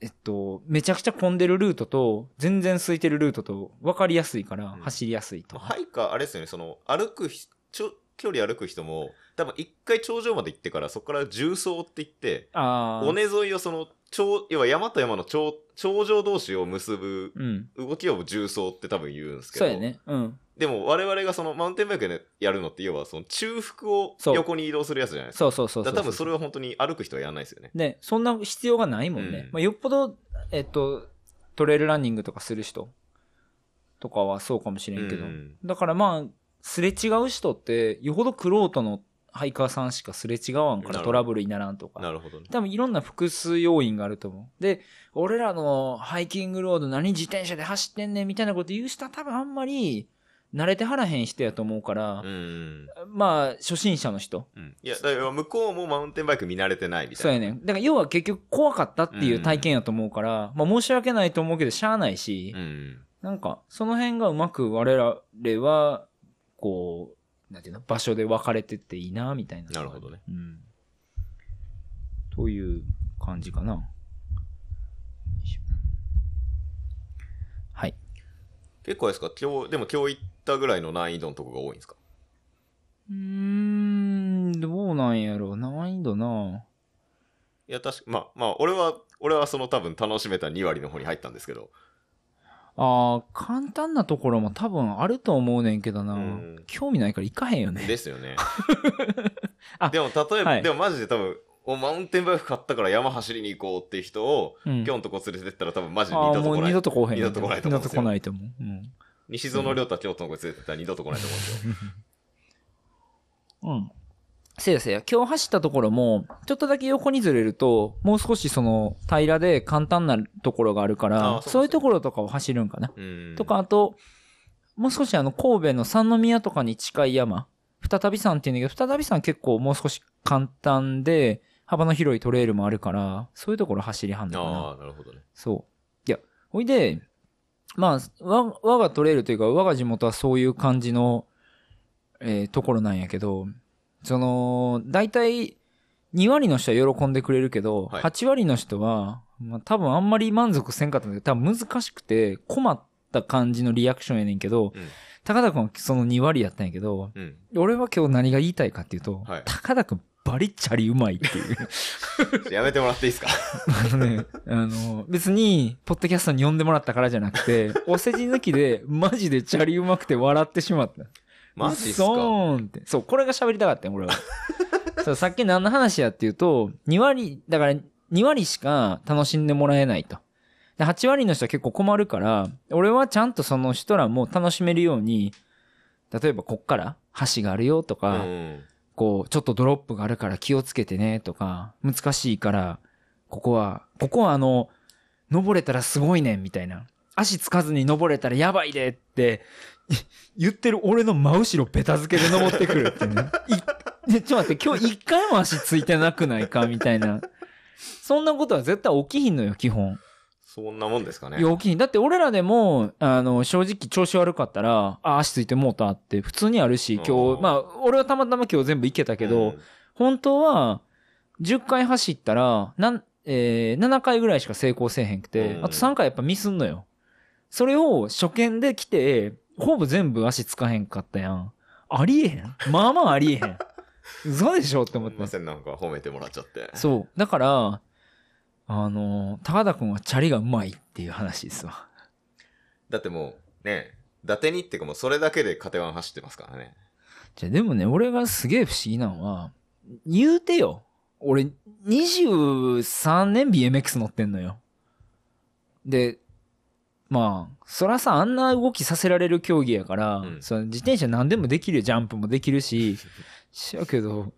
Speaker 2: えっと、めちゃくちゃ混んでるルートと、全然空いてるルートと、分かりやすいから
Speaker 1: うん、
Speaker 2: 走りやすいと。
Speaker 1: まあハイカー、あれですよね、その、歩くひ、ちょ距離歩く人も、多分一回頂上まで行ってから、そこから重層って言って、
Speaker 2: ああ。
Speaker 1: 尾根沿いをその、頂、要は山と山の頂、頂上同士を結ぶ
Speaker 2: うん。
Speaker 1: 動きを重層って多分言うんですけど。
Speaker 2: そうやね。うん。
Speaker 1: でも我々がそのマウンテンバイクでやるのって要はその中腹を
Speaker 2: そう
Speaker 1: 横に移動するやつじゃないですか。
Speaker 2: そうそうそう
Speaker 1: だ
Speaker 2: そう。
Speaker 1: から多分それは本当に歩く人はやらないですよね。
Speaker 2: ね、そんな必要がないもんね。
Speaker 1: うん
Speaker 2: まあ、よっぽど、えっと、トレイルランニングとかする人とかはそうかもしれんけど。
Speaker 1: うん
Speaker 2: だからまあ、すれ違う人って、よほどクロートのハイカーさんしかすれ違わんか
Speaker 1: なるほ
Speaker 2: ら
Speaker 1: ど
Speaker 2: トラブルにならんと
Speaker 1: な
Speaker 2: か。
Speaker 1: るほどね。
Speaker 2: 多分いろんな複数要因があると思う。で、俺らのハイキングロード何自転車で走ってんねんみたいなこと言う人は多分あんまり慣れてはらへん人やと思うから
Speaker 1: う、ん。
Speaker 2: まあ、初心者の人。
Speaker 1: うんいや、だから向こうもマウンテンバイク見慣れてないみたい
Speaker 2: そ
Speaker 1: な。
Speaker 2: うやねん。だから要は結局怖かったっていう体験やと思うから、まあ申し訳ないと思うけどしゃあないし、
Speaker 1: うん。
Speaker 2: なんかその辺がうまく我々は、こう、なんていうの、場所で分かれてっていいな、みたいな。
Speaker 1: なるほどね。
Speaker 2: うん。という感じかな。はい。
Speaker 1: 結構あれですか今日、でも今日行ったぐらいの難易度のとこが多いんですか
Speaker 2: うーん、どうなんやろう。難易度な。
Speaker 1: いや、確か、まあ、まあ、俺は、俺はその多分楽しめた2割の方に入ったんですけ
Speaker 2: [LAUGHS]
Speaker 1: ど。
Speaker 2: ああ、簡単なところも多分あると思うねんけどな。
Speaker 1: うん
Speaker 2: 興味ないから行かへんよね。
Speaker 1: ですよね
Speaker 2: [LAUGHS] あ。
Speaker 1: でも例えば、
Speaker 2: はい
Speaker 1: でもマジで多分、おマウンテンバイク買ったから山走りに行こうっていう人を、
Speaker 2: うん
Speaker 1: 今日のとこ連れてったら多分マジで
Speaker 2: あ
Speaker 1: 二
Speaker 2: あ
Speaker 1: 度と
Speaker 2: も
Speaker 1: 来
Speaker 2: う
Speaker 1: な
Speaker 2: 二
Speaker 1: い
Speaker 2: 度と来へん
Speaker 1: 二度と来ないと思うんで
Speaker 2: 二度
Speaker 1: す
Speaker 2: と
Speaker 1: よ
Speaker 2: 来ないと思う、うん
Speaker 1: 西園亮太京都の子連れてったら二度と来ないと思うんですよ。
Speaker 2: うん、せやせや今日走ったところもちょっとだけ横にずれるともう少しその平らで簡単なところがあるか
Speaker 1: ああ
Speaker 2: ら
Speaker 1: そう
Speaker 2: そう
Speaker 1: そう
Speaker 2: いうところとかを走るんかな、
Speaker 1: うん
Speaker 2: とか、あともう少しあの神戸の三宮とかに近い山再び山っていうんだけど再び山結構もう少し簡単で幅の広いトレイルもあるからそういうところ走りはんのかな
Speaker 1: ああ、なるほどね。
Speaker 2: そう。いや、ほいで、まあ、わ、我がトレイルというか、我が地元はそういう感じの、えーところなんやけど、その、大体、2割の人は喜んでくれるけど、
Speaker 1: はい
Speaker 2: 8割の人は、まあ、多分あんまり満足せんかったんだけど、多分難しくて困った感じのリアクションやねんけど、
Speaker 1: うん
Speaker 2: 高田くんはその2割やったんやけど、
Speaker 1: うん。
Speaker 2: 俺は今日何が言いたいかっていうと、
Speaker 1: はい
Speaker 2: 高田くんバリチャリうまいっていう。
Speaker 1: やめてもらってい
Speaker 2: [LAUGHS]
Speaker 1: いですか
Speaker 2: あのね、あの、別に、ポッドキャストに呼んでもらったからじゃなく [LAUGHS] て、お世辞抜きで、マジでチャリうまくて笑ってしまった。
Speaker 1: マジっす
Speaker 2: うっ
Speaker 1: か
Speaker 2: そーんって。そう、これが喋りたかったよ、俺は。 [LAUGHS] そう、さっき何の話やっていうと、2割、だから2割しか楽しんでもらえないと。で8割の人は結構困るから、俺はちゃんとその人らも楽しめるように、例えばこっから橋があるよと
Speaker 1: う
Speaker 2: か、
Speaker 1: ん。
Speaker 2: こう、ちょっとドロップがあるから気をつけてねとか、難しいから、ここは、ここはあの、登れたらすごいねんみたいな。足つかずに登れたらやばいでって、い言ってる俺の真後ろベタ付けで登ってくるっていうね。い [LAUGHS] ねちょっと待って、今日一回も足ついてなくないかみたいな。そんなことは絶対起きひんのよ、基本。
Speaker 1: そんなもんですかね。
Speaker 2: いや、起きひん。だって俺らでも、あの、正直調子悪かったら、あ、足ついてもうたって普通にあるし、今
Speaker 1: う
Speaker 2: 日、
Speaker 1: ん
Speaker 2: まあ、俺はたまたま今日全部行けたけど、
Speaker 1: うん
Speaker 2: 本当は10回走ったらなん、えー7回ぐらいしか成功せえへんくて、
Speaker 1: うん
Speaker 2: あと3回やっぱミスんのよそれを初見で来てほぼ全部足つかへんかったやん。ありえへんまあまあありえへ [LAUGHS] ん。嘘でしょって思っ
Speaker 1: すいま
Speaker 2: て。
Speaker 1: せん、なんか褒めてもらっちゃって。
Speaker 2: そう。だから、あの、高田くんはチャリがうまいっていう話ですわ。
Speaker 1: だってもう、ね、伊達にってかもうそれだけでカテワン走ってますからね。
Speaker 2: じゃあでもね、俺がすげえ不思議なのは、言うてよ。俺、23年 BMX 乗ってんのよ。で、まあ、そらさ、あんな動きさせられる競技やから、
Speaker 1: うん
Speaker 2: その自転車何でもできるよジャンプもできるし、しやけど、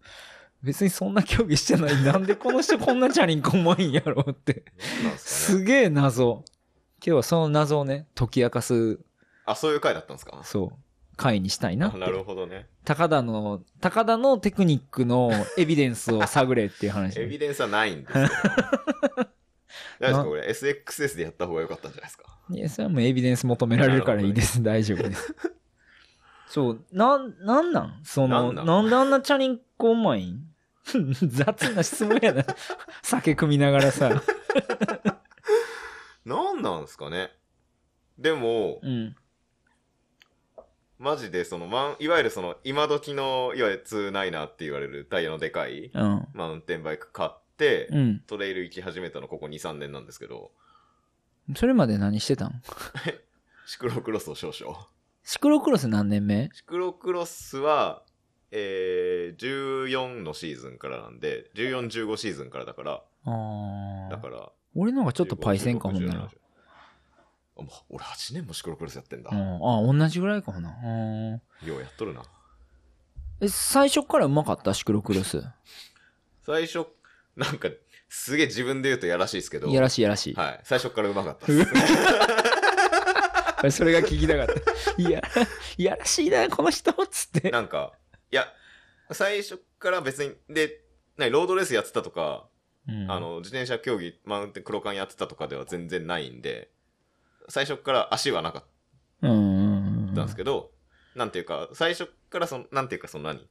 Speaker 2: 別にそんな競技してない。なんでこの人こんなチャリンコうまいんやろうって。
Speaker 1: なんなんですか
Speaker 2: す
Speaker 1: ね。
Speaker 2: げえ謎。今日はその謎をね、解き明かす、
Speaker 1: あ、そういう回だったんですか
Speaker 2: そう、回にしたいなっ
Speaker 1: あ
Speaker 2: て。
Speaker 1: なるほどね。
Speaker 2: 高田の、高田のテクニックのエビデンスを探れっていう
Speaker 1: [LAUGHS]
Speaker 2: 話。
Speaker 1: エビデンスはないんですけ
Speaker 2: [LAUGHS]
Speaker 1: ど。大丈夫ですかこれ SXS でやった方が良かったんじゃないですか
Speaker 2: いや、それはもうエビデンス求められるからいいです。大丈夫
Speaker 1: [LAUGHS]
Speaker 2: です。そう、なん、なんなんその、
Speaker 1: なん
Speaker 2: な
Speaker 1: なんん
Speaker 2: であんなチャリンコうまいん [LAUGHS] 雑な質問
Speaker 1: [LAUGHS]
Speaker 2: やな。酒組みながらさ。
Speaker 1: なんなんですかねでも、
Speaker 2: うん。
Speaker 1: マジでその、まん、いわゆるその、今時の、いわゆる2ないなって言われるタイヤのでかい、
Speaker 2: うん。
Speaker 1: まあ、運転バイク買って、
Speaker 2: うん。
Speaker 1: トレイル行き始めたのここ2、3年なんですけど、
Speaker 2: それまで何してたん
Speaker 1: シクロクロスを少々。
Speaker 2: シクロクロス何年目
Speaker 1: シクロクロスは、えー、14のシーズンからなんで、14、15シーズンからだから、
Speaker 2: あ
Speaker 1: だ
Speaker 2: あ
Speaker 1: か。ら、
Speaker 2: 俺の方がちょっとパイセンか、ほんなら。。
Speaker 1: あもう俺8年もシクロクロスやってんだ。
Speaker 2: うん、ああ、同じぐらいかもな。うん
Speaker 1: ようやっとるな。
Speaker 2: え、最初からうまかったシクロクロス。
Speaker 1: 最初、なんか、すげえ自分で言うとやらしいですけど、
Speaker 2: いやらしいいやらしい。
Speaker 1: はい。最初からうまかったです。
Speaker 2: [LAUGHS] それが聞きたかった。いや、いやらしいな、この人っつって。
Speaker 1: なんか、いや、最初から別に、で、なにロードレースやってたとか、
Speaker 2: うん
Speaker 1: あ、の、自転車競技、マウンテン、黒缶やってたとかでは全然ないんで、最初から足はなかっ
Speaker 2: うんうんうん。
Speaker 1: たんですけど、なんていうか、最初からその、なんていうかその何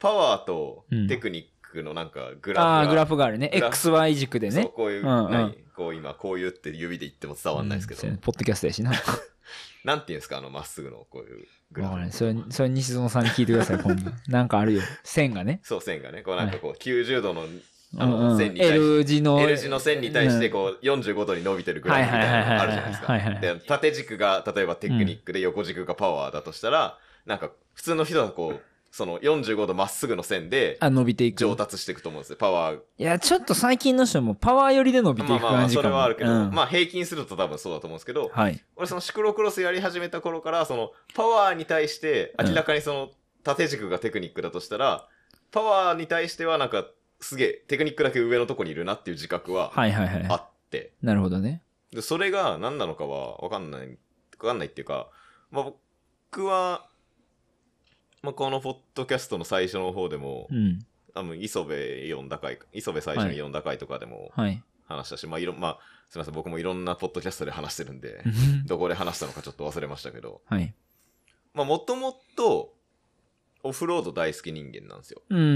Speaker 1: パワーと
Speaker 2: うん
Speaker 1: テクニックのなんかグラフが、
Speaker 2: ああー、グラフがあるね。
Speaker 1: グラフ
Speaker 2: XY 軸で
Speaker 1: そう
Speaker 2: ね。
Speaker 1: こういう、
Speaker 2: うんうん
Speaker 1: 何こう今、こういうって指で言っても伝わんないですけど、
Speaker 2: うポッドキャストやしな。わ
Speaker 1: なんていうんですか、あの、まっすぐのこういうグラ
Speaker 2: かんない。
Speaker 1: フ。
Speaker 2: それ、それ西園さんに聞いてください、
Speaker 1: [LAUGHS]
Speaker 2: 今度。なんかあるよ。線がね。
Speaker 1: そう、線がね、こうなんかこう、90度の
Speaker 2: う
Speaker 1: あ
Speaker 2: ん
Speaker 1: の
Speaker 2: うん
Speaker 1: 線に対して
Speaker 2: L 字の。
Speaker 1: L 字の線に対してこう45度に伸びてるグラフみたいなのがあるじゃないです
Speaker 2: はいはいはいはいはい
Speaker 1: か。で、縦軸が例えばテクニックで横軸がパワーだとしたら、なんか普通の人はこう、その45度まっすぐの線で
Speaker 2: あ、伸びていく。
Speaker 1: 上達していくと思うんですよ、パワー。
Speaker 2: いや、ちょっと最近の人もパワー寄りで伸びて
Speaker 1: ま
Speaker 2: い
Speaker 1: あ
Speaker 2: く
Speaker 1: まあま
Speaker 2: 感
Speaker 1: あ、
Speaker 2: じ
Speaker 1: そ
Speaker 2: かも。
Speaker 1: れはあるけど、
Speaker 2: うん
Speaker 1: まあ平均すると多分そうだと思うんですけど、
Speaker 2: はい。
Speaker 1: 俺そのシクロクロスやり始めた頃から、そのパワーに対して明らかにその縦軸がテクニックだとしたら、パワーに対してはなんかすげえテクニックだけ上のとこにいるなっていう自覚は
Speaker 2: はいはい
Speaker 1: あ
Speaker 2: は
Speaker 1: って、
Speaker 2: い。なるほどね。
Speaker 1: で、それが何なのかは分かんない、分かんないっていうか、まあ、僕は、まあ、このポッドキャストの最初の方でも
Speaker 2: う、ん。
Speaker 1: 多分磯部読んだ回、磯部最初
Speaker 2: はい
Speaker 1: に読んだ回とかでも
Speaker 2: はい。
Speaker 1: [LAUGHS] 話したし、まあ、いろん、まあ、すみません、僕もいろんなポッドキャストで話してるんで、どこで話したのかちょっと忘れましたけど、
Speaker 2: はい。
Speaker 1: まあ、もともと、オフロード大好き人間なんですよ。
Speaker 2: うんうんう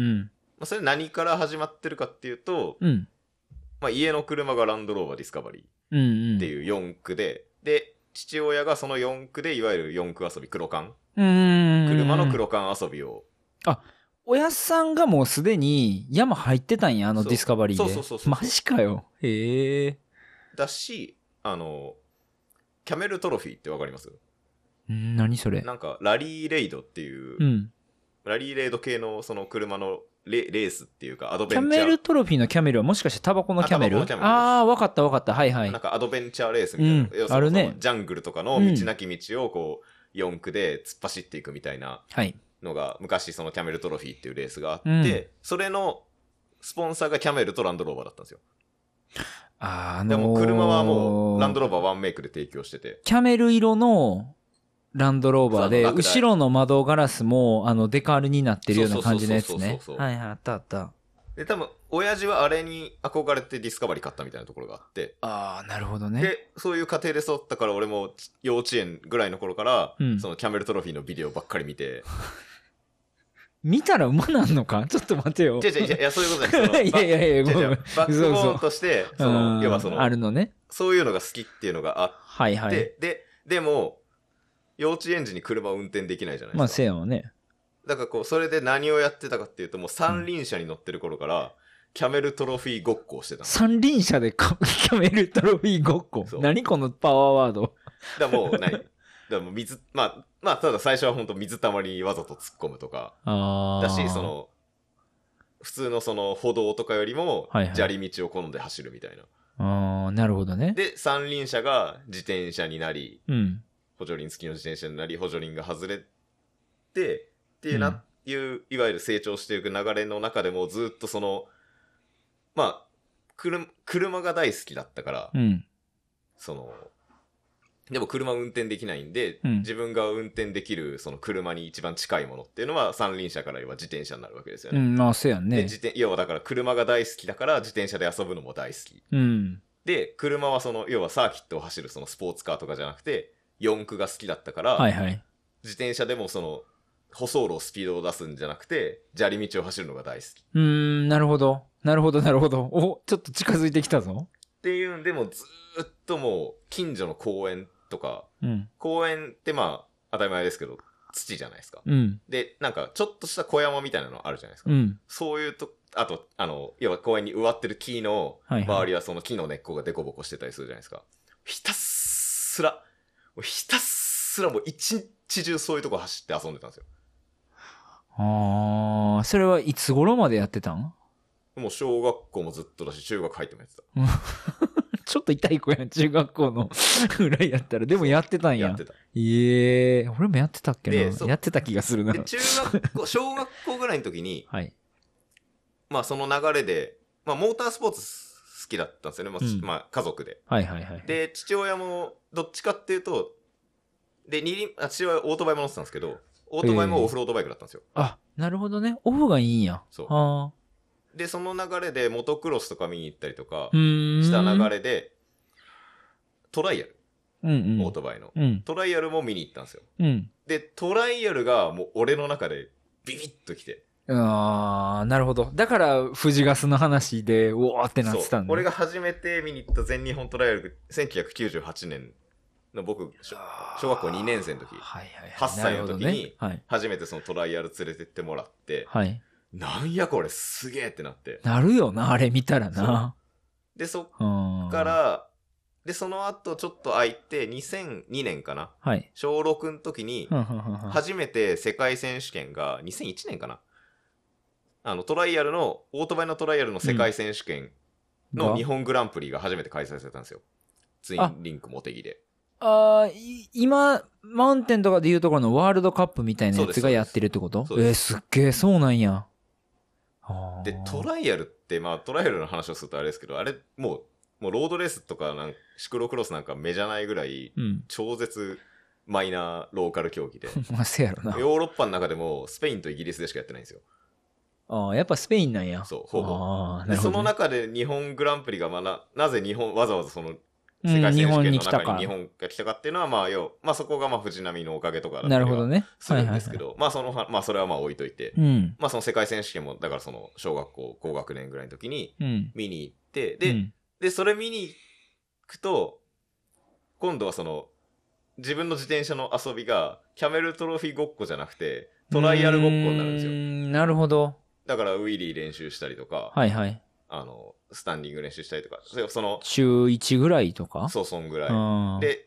Speaker 2: ん。
Speaker 1: まあ、それ何から始まってるかっていうと、
Speaker 2: うん。
Speaker 1: まあ、家の車がランドローバーディスカバリー。
Speaker 2: うんうん。
Speaker 1: っていう四駆で、で、父親がその四駆で、いわゆる四駆遊び、黒缶。
Speaker 2: うん。
Speaker 1: 車の黒缶遊びを。
Speaker 2: おやっさんがもうすでに山入ってたんや、あの
Speaker 1: そう
Speaker 2: ディスカバリーで。
Speaker 1: そうそうそうそう
Speaker 2: マジかよ。へえ。
Speaker 1: だし、あの、キャメルトロフィーってわかります
Speaker 2: ん何それ。
Speaker 1: なんか、ラリーレイドっていう、
Speaker 2: うん。
Speaker 1: ラリーレイド系のその車のレレースっていうか、アド
Speaker 2: キ
Speaker 1: ベ
Speaker 2: ャ
Speaker 1: ンチャ
Speaker 2: メ
Speaker 1: ー。
Speaker 2: ルトロフィーのキャメルはもしかしてタバコのキャメル
Speaker 1: あタバコのキャメルです
Speaker 2: ああ、わかったわかった。はいはい
Speaker 1: なん。かアドベンチャーレースみたいな。
Speaker 2: うん
Speaker 1: 要するに
Speaker 2: あるね
Speaker 1: そのジャングルとかの
Speaker 2: うん
Speaker 1: 道なき道をこう、四駆で突っ走っていくみたいな
Speaker 2: はい。
Speaker 1: のが、昔そのキャメルトロフィーっていうレースがあって、
Speaker 2: うん
Speaker 1: それのスポンサーがキャメルとランドローバーだったんですよ。
Speaker 2: あーあの
Speaker 1: で
Speaker 2: ー
Speaker 1: も車はもうランドローバーワンメイクで提供してて。
Speaker 2: キャメル色のランドローバーで、
Speaker 1: そうあの落
Speaker 2: 後
Speaker 1: 第
Speaker 2: ろの窓ガラスも、あの、デカールになってるような感じのやつ
Speaker 1: そうそうそ
Speaker 2: ね
Speaker 1: うそう。そう
Speaker 2: はいはい、あったあった。
Speaker 1: で、多分、親父はあれに憧れてディスカバリー買ったみたいなところがあって。
Speaker 2: ああ、なるほどね。
Speaker 1: で、そういう家庭で育ったから、俺も幼稚園ぐらいの頃から、
Speaker 2: うん
Speaker 1: そのキャメルトロフィーのビデオばっかり見て。
Speaker 2: 見たら馬なんのかちょ [LAUGHS] っと待てよ。
Speaker 1: 違う違う違ういや、そういうことじゃ
Speaker 2: [LAUGHS]
Speaker 1: ない
Speaker 2: いやいやいや、
Speaker 1: そ
Speaker 2: ご
Speaker 1: の違う違
Speaker 2: めん
Speaker 1: う。バックボーンとして、そ
Speaker 2: うん
Speaker 1: の、要はそ
Speaker 2: あ
Speaker 1: の、
Speaker 2: るのね。
Speaker 1: そういうのが好きっていうのがあ
Speaker 2: はい
Speaker 1: っ
Speaker 2: はい。
Speaker 1: て、で、でも、幼稚園児に車を運転できないじゃないで
Speaker 2: まあ、
Speaker 1: すか。
Speaker 2: せやわね。
Speaker 1: だからこう、それで何をやってたかっていうと、もう三輪車に乗ってる頃から、キャメルトロフィーごっこをしてたの。
Speaker 2: 三輪車でかキャメルトロフィーごっこ
Speaker 1: そ。う
Speaker 2: 何このパワーワード。
Speaker 1: だからもう、ない。だからもう水、まあ、まあ、ただ最初は本当水たまりにわざと突っ込むとか、
Speaker 2: ああ。
Speaker 1: だし、そ。の、普通のその歩道とかよりも
Speaker 2: はいはい、
Speaker 1: 砂利道を好んで走るみたいな。
Speaker 2: ああ、なるほどね。
Speaker 1: で、三輪車が自転車になり、
Speaker 2: うん。
Speaker 1: 補助輪付きの自転車になり補助輪が外れてっていうな、いういわゆる成長していく流れの中でもずっとそのまあ車車が大好きだったから、
Speaker 2: うん。
Speaker 1: そのでも車運転できないんで、
Speaker 2: うん
Speaker 1: 自分が運転できるその車に一番近いものっていうのは三輪車から言えば自転車になるわけですよ
Speaker 2: う
Speaker 1: ね。
Speaker 2: ん、まあ、せやん
Speaker 1: で
Speaker 2: ね
Speaker 1: 自。転要はだから車が大好きだから自転車で遊ぶのも大好き。
Speaker 2: うん。
Speaker 1: で車はその要はサーキットを走るそのスポーツカーとかじゃなくて四駆が好きだったから、
Speaker 2: はいはい。
Speaker 1: 自転車でもその舗装路をスピードを出すんじゃなくて砂利道を走るのが大好きっ
Speaker 2: うーん、なるほど。なるほど、なるほど。お、ちょっと近づいてきたぞ。
Speaker 1: ていうんでもうずーっともう近所の公園とか
Speaker 2: うん。
Speaker 1: 公園ってまあ当たり前ですけど土じゃないですか
Speaker 2: うん。
Speaker 1: でなんかちょっとした小山みたいなのあるじゃないですか、
Speaker 2: うん。
Speaker 1: そういうとあとあの要は公園に植わってる木の
Speaker 2: はいはい
Speaker 1: 周りはその木の根っこがデコボコしてたりするじゃないですかひたすらもうひたすらもう一日中そういうとこ走って遊んでたんですよ
Speaker 2: ああ、それはいつ頃までやってたん
Speaker 1: もう小学校もずっとだし中学入ってもやってた
Speaker 2: ちょっと痛い子やん、中学
Speaker 1: [LAUGHS]
Speaker 2: 校のぐらいやったら。でもやってたん
Speaker 1: や
Speaker 2: や
Speaker 1: って。た
Speaker 2: いえー、俺もやってたっけ
Speaker 1: で
Speaker 2: な。
Speaker 1: そ
Speaker 2: やってた気がするな
Speaker 1: で。中学校小学校ぐらいの時に、
Speaker 2: はい。
Speaker 1: まあ、その流れで、まあ、モータースポーツ好きだったんですよね、まあ
Speaker 2: うん
Speaker 1: まあ、家族で。
Speaker 2: はいはいはい。
Speaker 1: で父親もどっちかっていうとで二輪あ父親はオートバイも乗ってたんですけどオートバイ
Speaker 2: ええ
Speaker 1: もオフロードバイクだったんですよ。
Speaker 2: あ、なるほどね。オフがいいんや。
Speaker 1: そう
Speaker 2: あ
Speaker 1: でその流れでモトクロスとか見に行ったりとか
Speaker 2: ーうーん。
Speaker 1: した流。れでトライアル
Speaker 2: うんうん。
Speaker 1: オートバイの、
Speaker 2: うん。
Speaker 1: トライアルも見に行ったんですよ。
Speaker 2: うん。
Speaker 1: でトライアルがもう俺の中でビビッときて。
Speaker 2: ああ、なるほど。だから、フジガスの話で、うおーってなっ
Speaker 1: そう
Speaker 2: てたんだ。
Speaker 1: 俺が初めて見に行った全日本トライアル1998年の僕しょ小学校2年生の時
Speaker 2: はいはいは
Speaker 1: 8
Speaker 2: い、
Speaker 1: 歳の時に
Speaker 2: なるほどねはい。
Speaker 1: 初めてそのトライアル連れてってもらって
Speaker 2: はい。
Speaker 1: なんやこれすげえってなって
Speaker 2: なるよな、あれ見たらな。
Speaker 1: でそ
Speaker 2: うん。
Speaker 1: っか、らでその後ちょっと空いて2002年かな
Speaker 2: はい。
Speaker 1: 小6の時に
Speaker 2: うんうんうんうん
Speaker 1: 初めて世界選手権が2001年かなあのトライアルのオートバイのトライアルの世界選手権の日本グランプリが初めて開催されたんですよツインリンクモテギで
Speaker 2: あーい今、マウンテンとかでいうところのワールドカップみたいなやつがやってるってこと
Speaker 1: そう
Speaker 2: えー、
Speaker 1: です
Speaker 2: すっげえ、そうなんや。あー
Speaker 1: でトライアルってまあトライアルの話をするとあれですけどあれもうもうロードレースとかなんシクロクロスなんか目じゃないぐらい
Speaker 2: うん。 [LAUGHS]
Speaker 1: 超絶マイナーローカル競技で
Speaker 2: まあ、せやろ [LAUGHS] な。
Speaker 1: ヨーロッパの中でもスペインとイギリスでしかやってないんですよ
Speaker 2: ああ、やっぱスペインなんや。
Speaker 1: そうほぼ
Speaker 2: ああ、な
Speaker 1: で
Speaker 2: る
Speaker 1: そ
Speaker 2: ほど
Speaker 1: の
Speaker 2: ね。
Speaker 1: 中で日本グランプリがまあななぜ日本わざわざその
Speaker 2: う
Speaker 1: 世
Speaker 2: ん
Speaker 1: 界
Speaker 2: 日
Speaker 1: 選手
Speaker 2: 本
Speaker 1: 権
Speaker 2: に
Speaker 1: の
Speaker 2: 来た
Speaker 1: 中
Speaker 2: か
Speaker 1: に日。本が来たかっていうのはまあ要まあそこがまあ藤波のおかげとかだった
Speaker 2: な
Speaker 1: り
Speaker 2: るほど
Speaker 1: は
Speaker 2: ね。
Speaker 1: するんです
Speaker 2: は
Speaker 1: け
Speaker 2: いはいは
Speaker 1: ど
Speaker 2: い。
Speaker 1: まあそのはまあそれはまあ置いといて
Speaker 2: うん。
Speaker 1: まあその世界選手権もだからその小学校高学年ぐらいの時に
Speaker 2: うん。
Speaker 1: 見に行ってで、
Speaker 2: うん
Speaker 1: で、それ見に行くと、今度はその、自分の自転車の遊びが、キャメルトロフィーごっこじゃなくて、トライアルごっこになるんです
Speaker 2: うー
Speaker 1: よ。
Speaker 2: なるほど。
Speaker 1: だから、ウィリー練習したりとか、
Speaker 2: はいはい。
Speaker 1: あの、スタンディング練習したりとか、そその、
Speaker 2: 中1ぐらいとか
Speaker 1: そう、そんぐ
Speaker 2: う
Speaker 1: ら
Speaker 2: ん。
Speaker 1: い。で、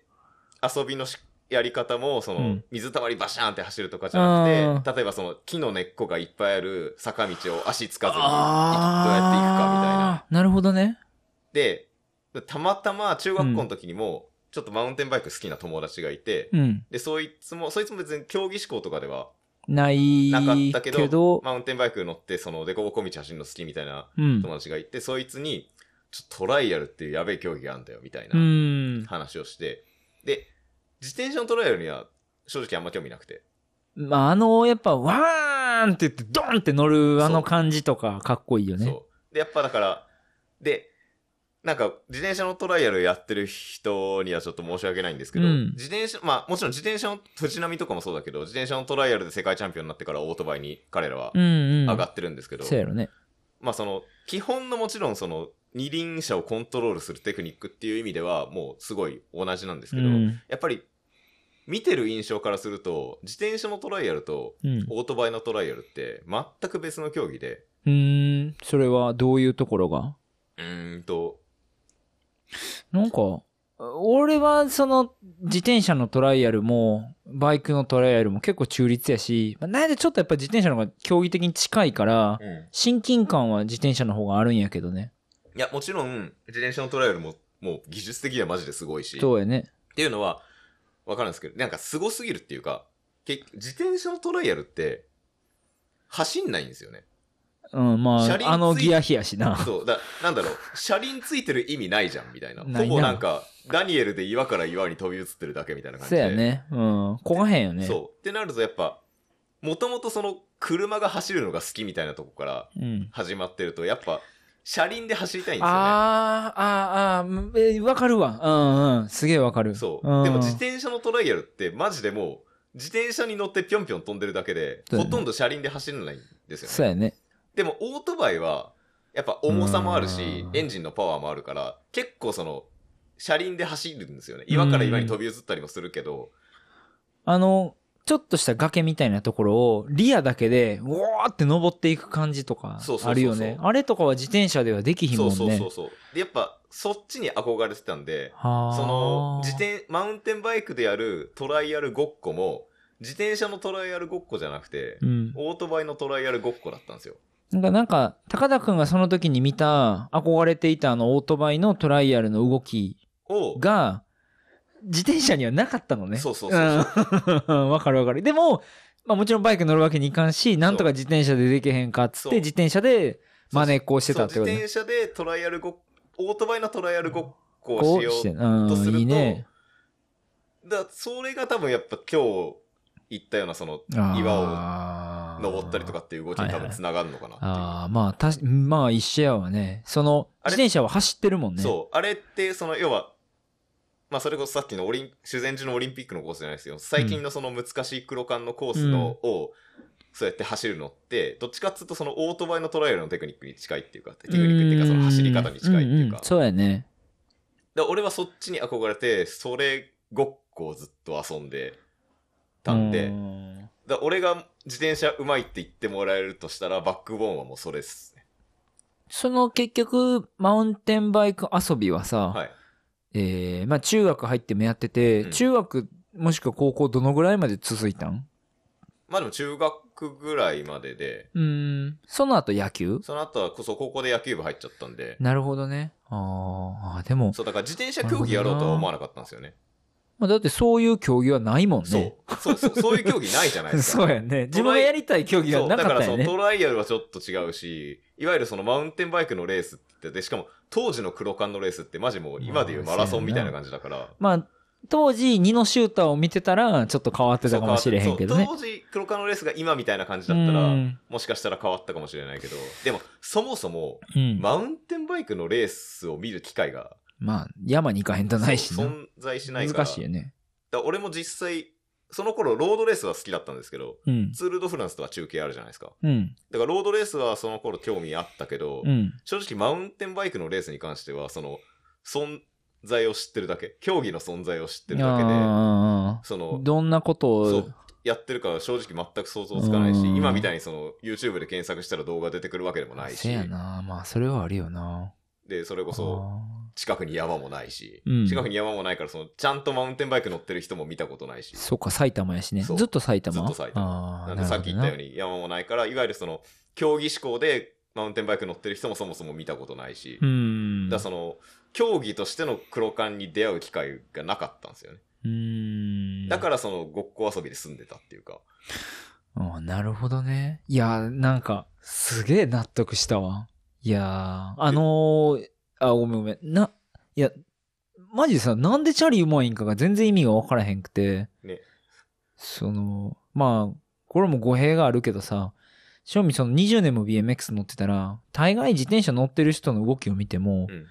Speaker 1: 遊びのしやり方も、その、
Speaker 2: うん
Speaker 1: 水たまりバシャーンって走るとかじゃなく
Speaker 2: あ
Speaker 1: て、例えばその、木の根っこがいっぱいある坂道を足つかずに、どうやって行くかみたいな。
Speaker 2: ああ、なるほどね。
Speaker 1: で、たまたま中学校の時にも、ちょっとマウンテンバイク好きな友達がいて、
Speaker 2: うん。
Speaker 1: で、そいつも、そいつも別に競技志向とかでは
Speaker 2: ない
Speaker 1: なかったけど、
Speaker 2: けど、
Speaker 1: マウンテンバイク乗って、その、デコボコ道走るの好きみたいな
Speaker 2: うん。。
Speaker 1: 友達がいて、そいつに、ちょっとトライアルっていうやべえ競技があるんだよ、みたいうなん話をして、で、自転車のトライアルには正直あんま興味なくて、
Speaker 2: まあ、あの、やっぱ、ワーンって言って、ドンって乗るあの感じとか、かっこいいよね。
Speaker 1: そう。で、やっぱだから、で、なんか、自転車のトライアルやってる人にはちょっと申し訳ないんですけど、
Speaker 2: うん
Speaker 1: 自転車、まあ、もちろん自転車の藤波とかもそうだけど、自転車のトライアルで世界チャンピオンになってからオートバイに彼らは
Speaker 2: うんうん。
Speaker 1: 上がってるんですけど、
Speaker 2: そうやろね。
Speaker 1: まあ、その、基本のもちろんその、二輪車をコントロールするテクニックっていう意味では、もうすごい同じなんです
Speaker 2: う
Speaker 1: けど、
Speaker 2: ん。
Speaker 1: やっぱり、見てる印象からすると、自転車のトライアルと、
Speaker 2: うん。
Speaker 1: オートバイのトライアルって、全く別の競技で、
Speaker 2: うーん、それはどういうところが
Speaker 1: うーんと、
Speaker 2: なんか、俺はその自転車のトライアルも、バイクのトライアルも結構中立やし、まあなんでちょっとやっぱ自転車の方が競技的に近いから、
Speaker 1: うん
Speaker 2: 親近感は自転車の方があるんやけどね。
Speaker 1: いや、もちろん、自転車のトライアルも、もう技術的にはマジですごいし、
Speaker 2: そうやね。
Speaker 1: っていうのは、わかるんですけど、なんかすごすぎるっていうか、結自転車のトライアルって、走んないんですよね。
Speaker 2: うん、ま
Speaker 1: 車
Speaker 2: あ
Speaker 1: 輪つ、い
Speaker 2: あのギア比やしな。
Speaker 1: そう、だ、なんだろう、車輪ついてる意味ないじゃん、みたいな。
Speaker 2: ないな
Speaker 1: ほぼなんか、ダニエルで岩から岩に飛び移ってるだけみたいな感じ
Speaker 2: [LAUGHS] そう
Speaker 1: で。
Speaker 2: やね。うん。こがへんよね。
Speaker 1: そう。ってなると、やっぱ、もともとその、車が走るのが好きみたいなとこから
Speaker 2: う。うん。
Speaker 1: 始まってると、やっぱ、車輪で走りたいんですよね。
Speaker 2: あーあー、あーうんえわかるわ。うんうん。すげえわかる。
Speaker 1: そう。でも
Speaker 2: ん
Speaker 1: 自転車のトライアルって、マジでもう、自転車に乗ってぴょんぴょん飛んでるだけで、
Speaker 2: そ
Speaker 1: ほ
Speaker 2: うやね
Speaker 1: とんど車輪で走らないんですよね。
Speaker 2: そうやね。
Speaker 1: でもオートバイはやっぱ重さもあるし
Speaker 2: うん
Speaker 1: エンジンのパワーもあるから結構その車輪で走るんですよね岩から岩に飛び移ったりもするけど
Speaker 2: あの、ちょっとした崖みたいなところを、リアだけで、うおーって登っていく感じと
Speaker 1: そうそ
Speaker 2: か
Speaker 1: うそう、そう
Speaker 2: あるよね。あれとかは自転車ではできひんも
Speaker 1: そ
Speaker 2: ん
Speaker 1: う
Speaker 2: ね。
Speaker 1: そうそうそうでやっぱそっちに憧れてたんで
Speaker 2: はー
Speaker 1: その自転マウンテンバイクでやるトライアルごっこも自転車のトライアルごっこじゃなくて
Speaker 2: うん。
Speaker 1: オートバイのトライアルごっこだったんですよ
Speaker 2: なんか、なんか、高田くんがその時に見た、憧れていたあの、オートバイのトライアルの動き
Speaker 1: を
Speaker 2: が、自転車にはなかったのね。
Speaker 1: そうそうそう
Speaker 2: うん。 [LAUGHS] わかるわかる。でも、まあもちろんバイク乗るわけにいかんし、なんとか自転車でできへんかっつ
Speaker 1: そう
Speaker 2: って、自転車で真似っこをしてたって
Speaker 1: そう
Speaker 2: こと
Speaker 1: 自
Speaker 2: ね。
Speaker 1: 転車でトライアルごっオートバイのトライアルごっこ
Speaker 2: こ
Speaker 1: を
Speaker 2: う
Speaker 1: しよう
Speaker 2: して、
Speaker 1: と
Speaker 2: う
Speaker 1: する
Speaker 2: ん、
Speaker 1: と
Speaker 2: いいね。
Speaker 1: だそれが多分やっぱ今日言ったようなその岩を
Speaker 2: 岩
Speaker 1: 登ったりとかっていう動きに多分つながるのかなっていう、
Speaker 2: ああ、まあ、たし、まあ、一緒やわね。その、
Speaker 1: あれ
Speaker 2: 自転車は走ってるもんね。
Speaker 1: そうあれってその要はまあそれこそさっきのオリン修善寺のオリンピックのコースじゃないですよ最近のその難しい黒缶のコースの、をそうやって走るのってどっちかっつうとそのオートバイのトライアルのテクニックに近いっていうかテクニックっていうかその走り方に近いっていうか
Speaker 2: んんそうやね。
Speaker 1: で俺はそっちに憧れてそれごっこをずっと遊んでたんで、
Speaker 2: うーん
Speaker 1: だ俺が自転車うまいって言ってもらえるとしたらバックボーンはもうそれっすね
Speaker 2: その結局、マウンテンバイク遊びはさ、
Speaker 1: はい
Speaker 2: えーまあ、中学入ってもやってて、
Speaker 1: うん
Speaker 2: 中学もしくは高校どのぐらいまで続いたん
Speaker 1: まあでも中学ぐらいまでで
Speaker 2: うーん。その後野球
Speaker 1: その後はこそ高校で野球部入っちゃったんで
Speaker 2: なるほどね。あーあー、でも、
Speaker 1: そうだから自転車競技やろうとは思わなかったんですよね
Speaker 2: まあ、だってそういう競技はないもんね。
Speaker 1: そうそうそうそういう競技ないじゃないですか
Speaker 2: [LAUGHS] そうやね。自分がやりたい競技
Speaker 1: そ
Speaker 2: が
Speaker 1: う
Speaker 2: な
Speaker 1: だ
Speaker 2: か
Speaker 1: から
Speaker 2: った
Speaker 1: そ
Speaker 2: よ
Speaker 1: の
Speaker 2: ね。
Speaker 1: トライアルはちょっと違うしいわゆるそのマウンテンバイクのレースって言ってでしかも当時の黒缶のレースってマジもう今でいうマラソンみたいな感じだから、
Speaker 2: まあ、当時、ニノシューターを見てたら、ちょっと変わってたかもしれへんけどね
Speaker 1: そう。当時黒缶のレースが今みたいな感じだったら、
Speaker 2: うん
Speaker 1: もしかしたら変わったかもしれないけど、でも、そもそも、
Speaker 2: うんま
Speaker 1: マウンテンバイクのレースを見る機会が
Speaker 2: あ、山に行かへんとないし
Speaker 1: そ
Speaker 2: な。
Speaker 1: う存在しないから、
Speaker 2: 難しいよね。
Speaker 1: だ俺も実際、その頃、ロードレースは好きだったんですけど、
Speaker 2: うん。
Speaker 1: ツール・ド・フランスとは中継あるじゃないですか。
Speaker 2: うん。
Speaker 1: だから、ロードレースはその頃興味あったけど、
Speaker 2: うん。
Speaker 1: 正直、マウンテンバイクのレースに関しては、その、存在を知ってるだけ、競技の存在を知ってるだけで、
Speaker 2: あ
Speaker 1: そ
Speaker 2: あ
Speaker 1: の、
Speaker 2: どんなこと
Speaker 1: そ
Speaker 2: を
Speaker 1: う、やってるから正直全く想像つかないし、
Speaker 2: うん
Speaker 1: 今みたいにその YouTube で検索したら動画出てくるわけでもない
Speaker 2: せ
Speaker 1: し
Speaker 2: や、な。まあ、それはあるよな。
Speaker 1: で、それこそ
Speaker 2: あ
Speaker 1: 近くに山もないし、
Speaker 2: うん
Speaker 1: 近くに山もないからそのちゃんとマウンテンバイク乗ってる人も見たことないし
Speaker 2: ー、そうか、埼玉やしね。
Speaker 1: そう
Speaker 2: ずっと埼玉
Speaker 1: ずっと埼
Speaker 2: 玉
Speaker 1: なんでさっき言ったように山もないから、いわゆるその競技志向でマウンテンバイク乗ってる人もそもそも見たことないし、
Speaker 2: うん。
Speaker 1: だからその競技としての黒缶に出会う機会がなかったんですよね。
Speaker 2: うん。
Speaker 1: だからそのごっこ遊びで住んでたっていうか、
Speaker 2: あなるほどね。いや、なんか、すげえ納得したわ。いやー、あのー、あ、ごめんごめん。な、いや、マジでさ、なんでチャリうまいんかが全然意味が分からへんくて。
Speaker 1: ね
Speaker 2: その、まあ、これも語弊があるけどさ、正味その20年も BMX 乗ってたら、大概自転車乗ってる人の動きを見ても、
Speaker 1: うん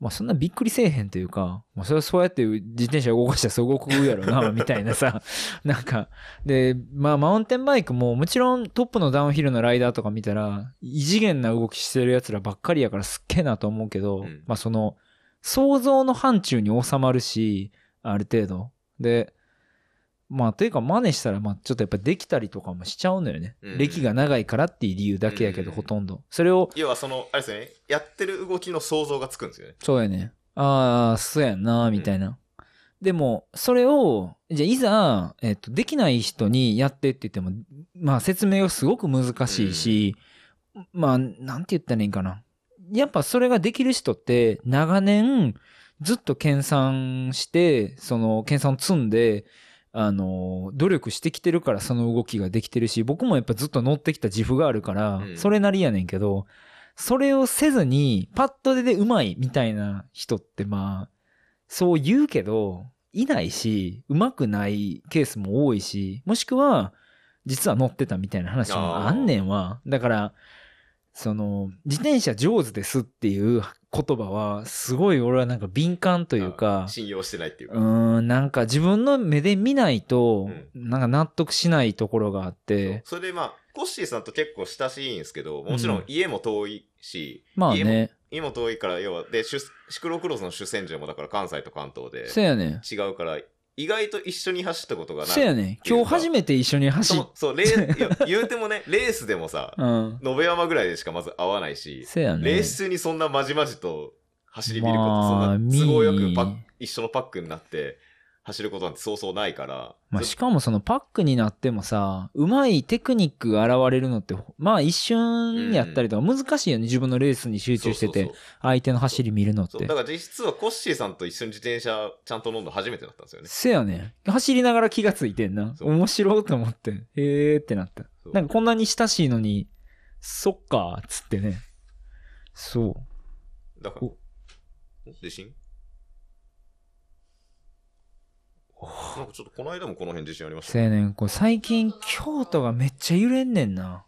Speaker 2: まあそんなびっくりせえへんというか、まあそれはそうやって自転車動かしたらそう動くやろ
Speaker 1: [LAUGHS]
Speaker 2: な、みたいなさ、 [LAUGHS] なんか、で、まあマウンテンバイクももちろんトップのダウンヒルのライダーとか見たら、異次元な動きしてる奴らばっかりやからすっげえなと思うけど、
Speaker 1: うん
Speaker 2: まあその、想像の範疇に収まるし、ある程度。で、まあ、というか、真似したら、まあ、ちょっとやっぱできたりとかもしちゃうのよね。
Speaker 1: うん
Speaker 2: 歴が長いからっていう理由だけやけど、
Speaker 1: うん
Speaker 2: ほとんど。それを、
Speaker 1: 要はその、あれですよね、やってる動きの想像がつくんですよね。
Speaker 2: そうやね。ああ、そうやんな、みたいな。でも、それを、じゃあいざ、えっと、できない人にやってって言っても、まあ、説明がすごく難しいし、まあ、なんて言ったらいいんかな。やっぱそれができる人って、長年、ずっと研鑽して、その、研鑽を積んで、あの、努力してきてるからその動きができてるし、僕もやっぱずっと乗ってきた自負があるから
Speaker 1: う、ん
Speaker 2: それなりやねんけど、それをせずに、パッと出でうまいみたいな人って、まあ、そう言うけど、いないし、うまくないケースも多いし、もしくは、実は乗ってたみたいな話もあんねんわ。だから、その、自転車上手ですっていう言葉は、すごい俺はなんか敏感というか、
Speaker 1: 信用してないっていう
Speaker 2: う
Speaker 1: か。
Speaker 2: ーん、なんか自分の目で見ないと、
Speaker 1: う
Speaker 2: なんか納得しないところがあって、
Speaker 1: そうそれでまあ、コッシーさんと結構親しいんですけど、もちろ
Speaker 2: うん
Speaker 1: ん家も遠いし、
Speaker 2: まあ
Speaker 1: 家も
Speaker 2: ね、
Speaker 1: 家も遠いから、要は、で、出シクロクロスの主戦場もだから関西と関東で
Speaker 2: そうやねん。
Speaker 1: 違うから、意外と一緒に走ったことがない。
Speaker 2: そうやねん。今日初めて一緒に
Speaker 1: そ
Speaker 2: 走っ
Speaker 1: のそう、レーいや言うても
Speaker 2: [LAUGHS]
Speaker 1: ね、レースでもさ、
Speaker 2: うん。
Speaker 1: 延山ぐらいでしかまず会わないし、
Speaker 2: そうやねん。
Speaker 1: レース中にそんなまじまじと走り見ること、そんな
Speaker 2: まあ
Speaker 1: 都合よくパッ
Speaker 2: 見
Speaker 1: 一緒のパックになって走ることなんてそうそうないから、
Speaker 2: まあ、
Speaker 1: そ
Speaker 2: しかもそのパックになってもさ、うまいテクニックが現れるのって、まあ一瞬やったりとか難しいよね。自分のレースに集中して
Speaker 1: そう
Speaker 2: て
Speaker 1: そう、そ
Speaker 2: 相手の走り見るのっ
Speaker 1: うそう
Speaker 2: て
Speaker 1: だ。から実質はコッシーさんと一緒に自転車ちゃんと飲んだの初めてだったんですよね。
Speaker 2: せやねん。走りながら気がついてんな。
Speaker 1: そう
Speaker 2: 面白いと思って。へーってなった。
Speaker 1: そう
Speaker 2: なんかこんなに親しいのに、そっかーっつってね。そう。
Speaker 1: だから
Speaker 2: お、
Speaker 1: 地震なんかちょっとこの間もこの辺地震ありました
Speaker 2: せ
Speaker 1: ね。
Speaker 2: やねん。これ最近京都がめっちゃ揺れんねんな。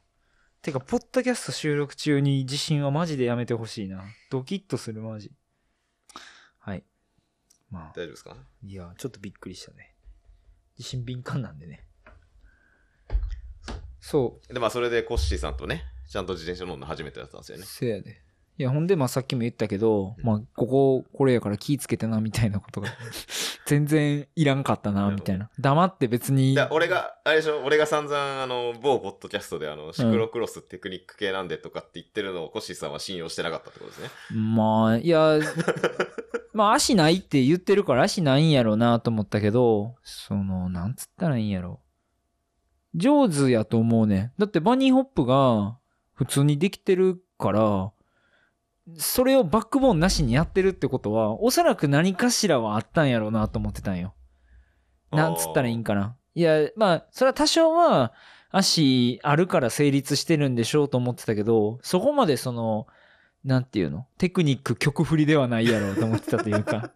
Speaker 2: てか、ポッドキャスト収録中に地震はマジでやめてほしいな。ドキッとするマジ。はい。まあ、
Speaker 1: 大丈夫ですか
Speaker 2: いや、ちょっとびっくりしたね。地震敏感なんでね。そう。
Speaker 1: で、まあそれでコッシーさんとね、ちゃんと自転車飲んだの初めてだったんですよね。
Speaker 2: せやで。いや、ほんで、まあ、さっきも言ったけど、
Speaker 1: うん
Speaker 2: まあ、ここ、これやから気ぃつけてな、みたい
Speaker 1: [LAUGHS]
Speaker 2: なことが、全然いらんかったな、みたいな。黙って別に。
Speaker 1: だ俺が、あれでしょ、俺が散々、あの、某ポッドキャストで、あの、シクロクロステクニック系なんでとかって言ってるのを、コッシーさんは信用してなかったってことですね。
Speaker 2: まあ、
Speaker 1: [LAUGHS]
Speaker 2: いや、まあ、足ないって言ってるから、足ないんやろうな、と思ったけど、その、なんつったらいいんやろう。上手やと思うね。だって、バニーホップが、普通にできてるから、それをバックボーンなしにやってるってことは、おそらく何かしらはあったんやろうなと思ってたんよ。なんつったらいいんかな。いや、まあ、それは多少は足あるから成立してるんでしょうと思ってたけど、そこまでその、なんていうのテクニック曲振りではないやろうと思ってたというか。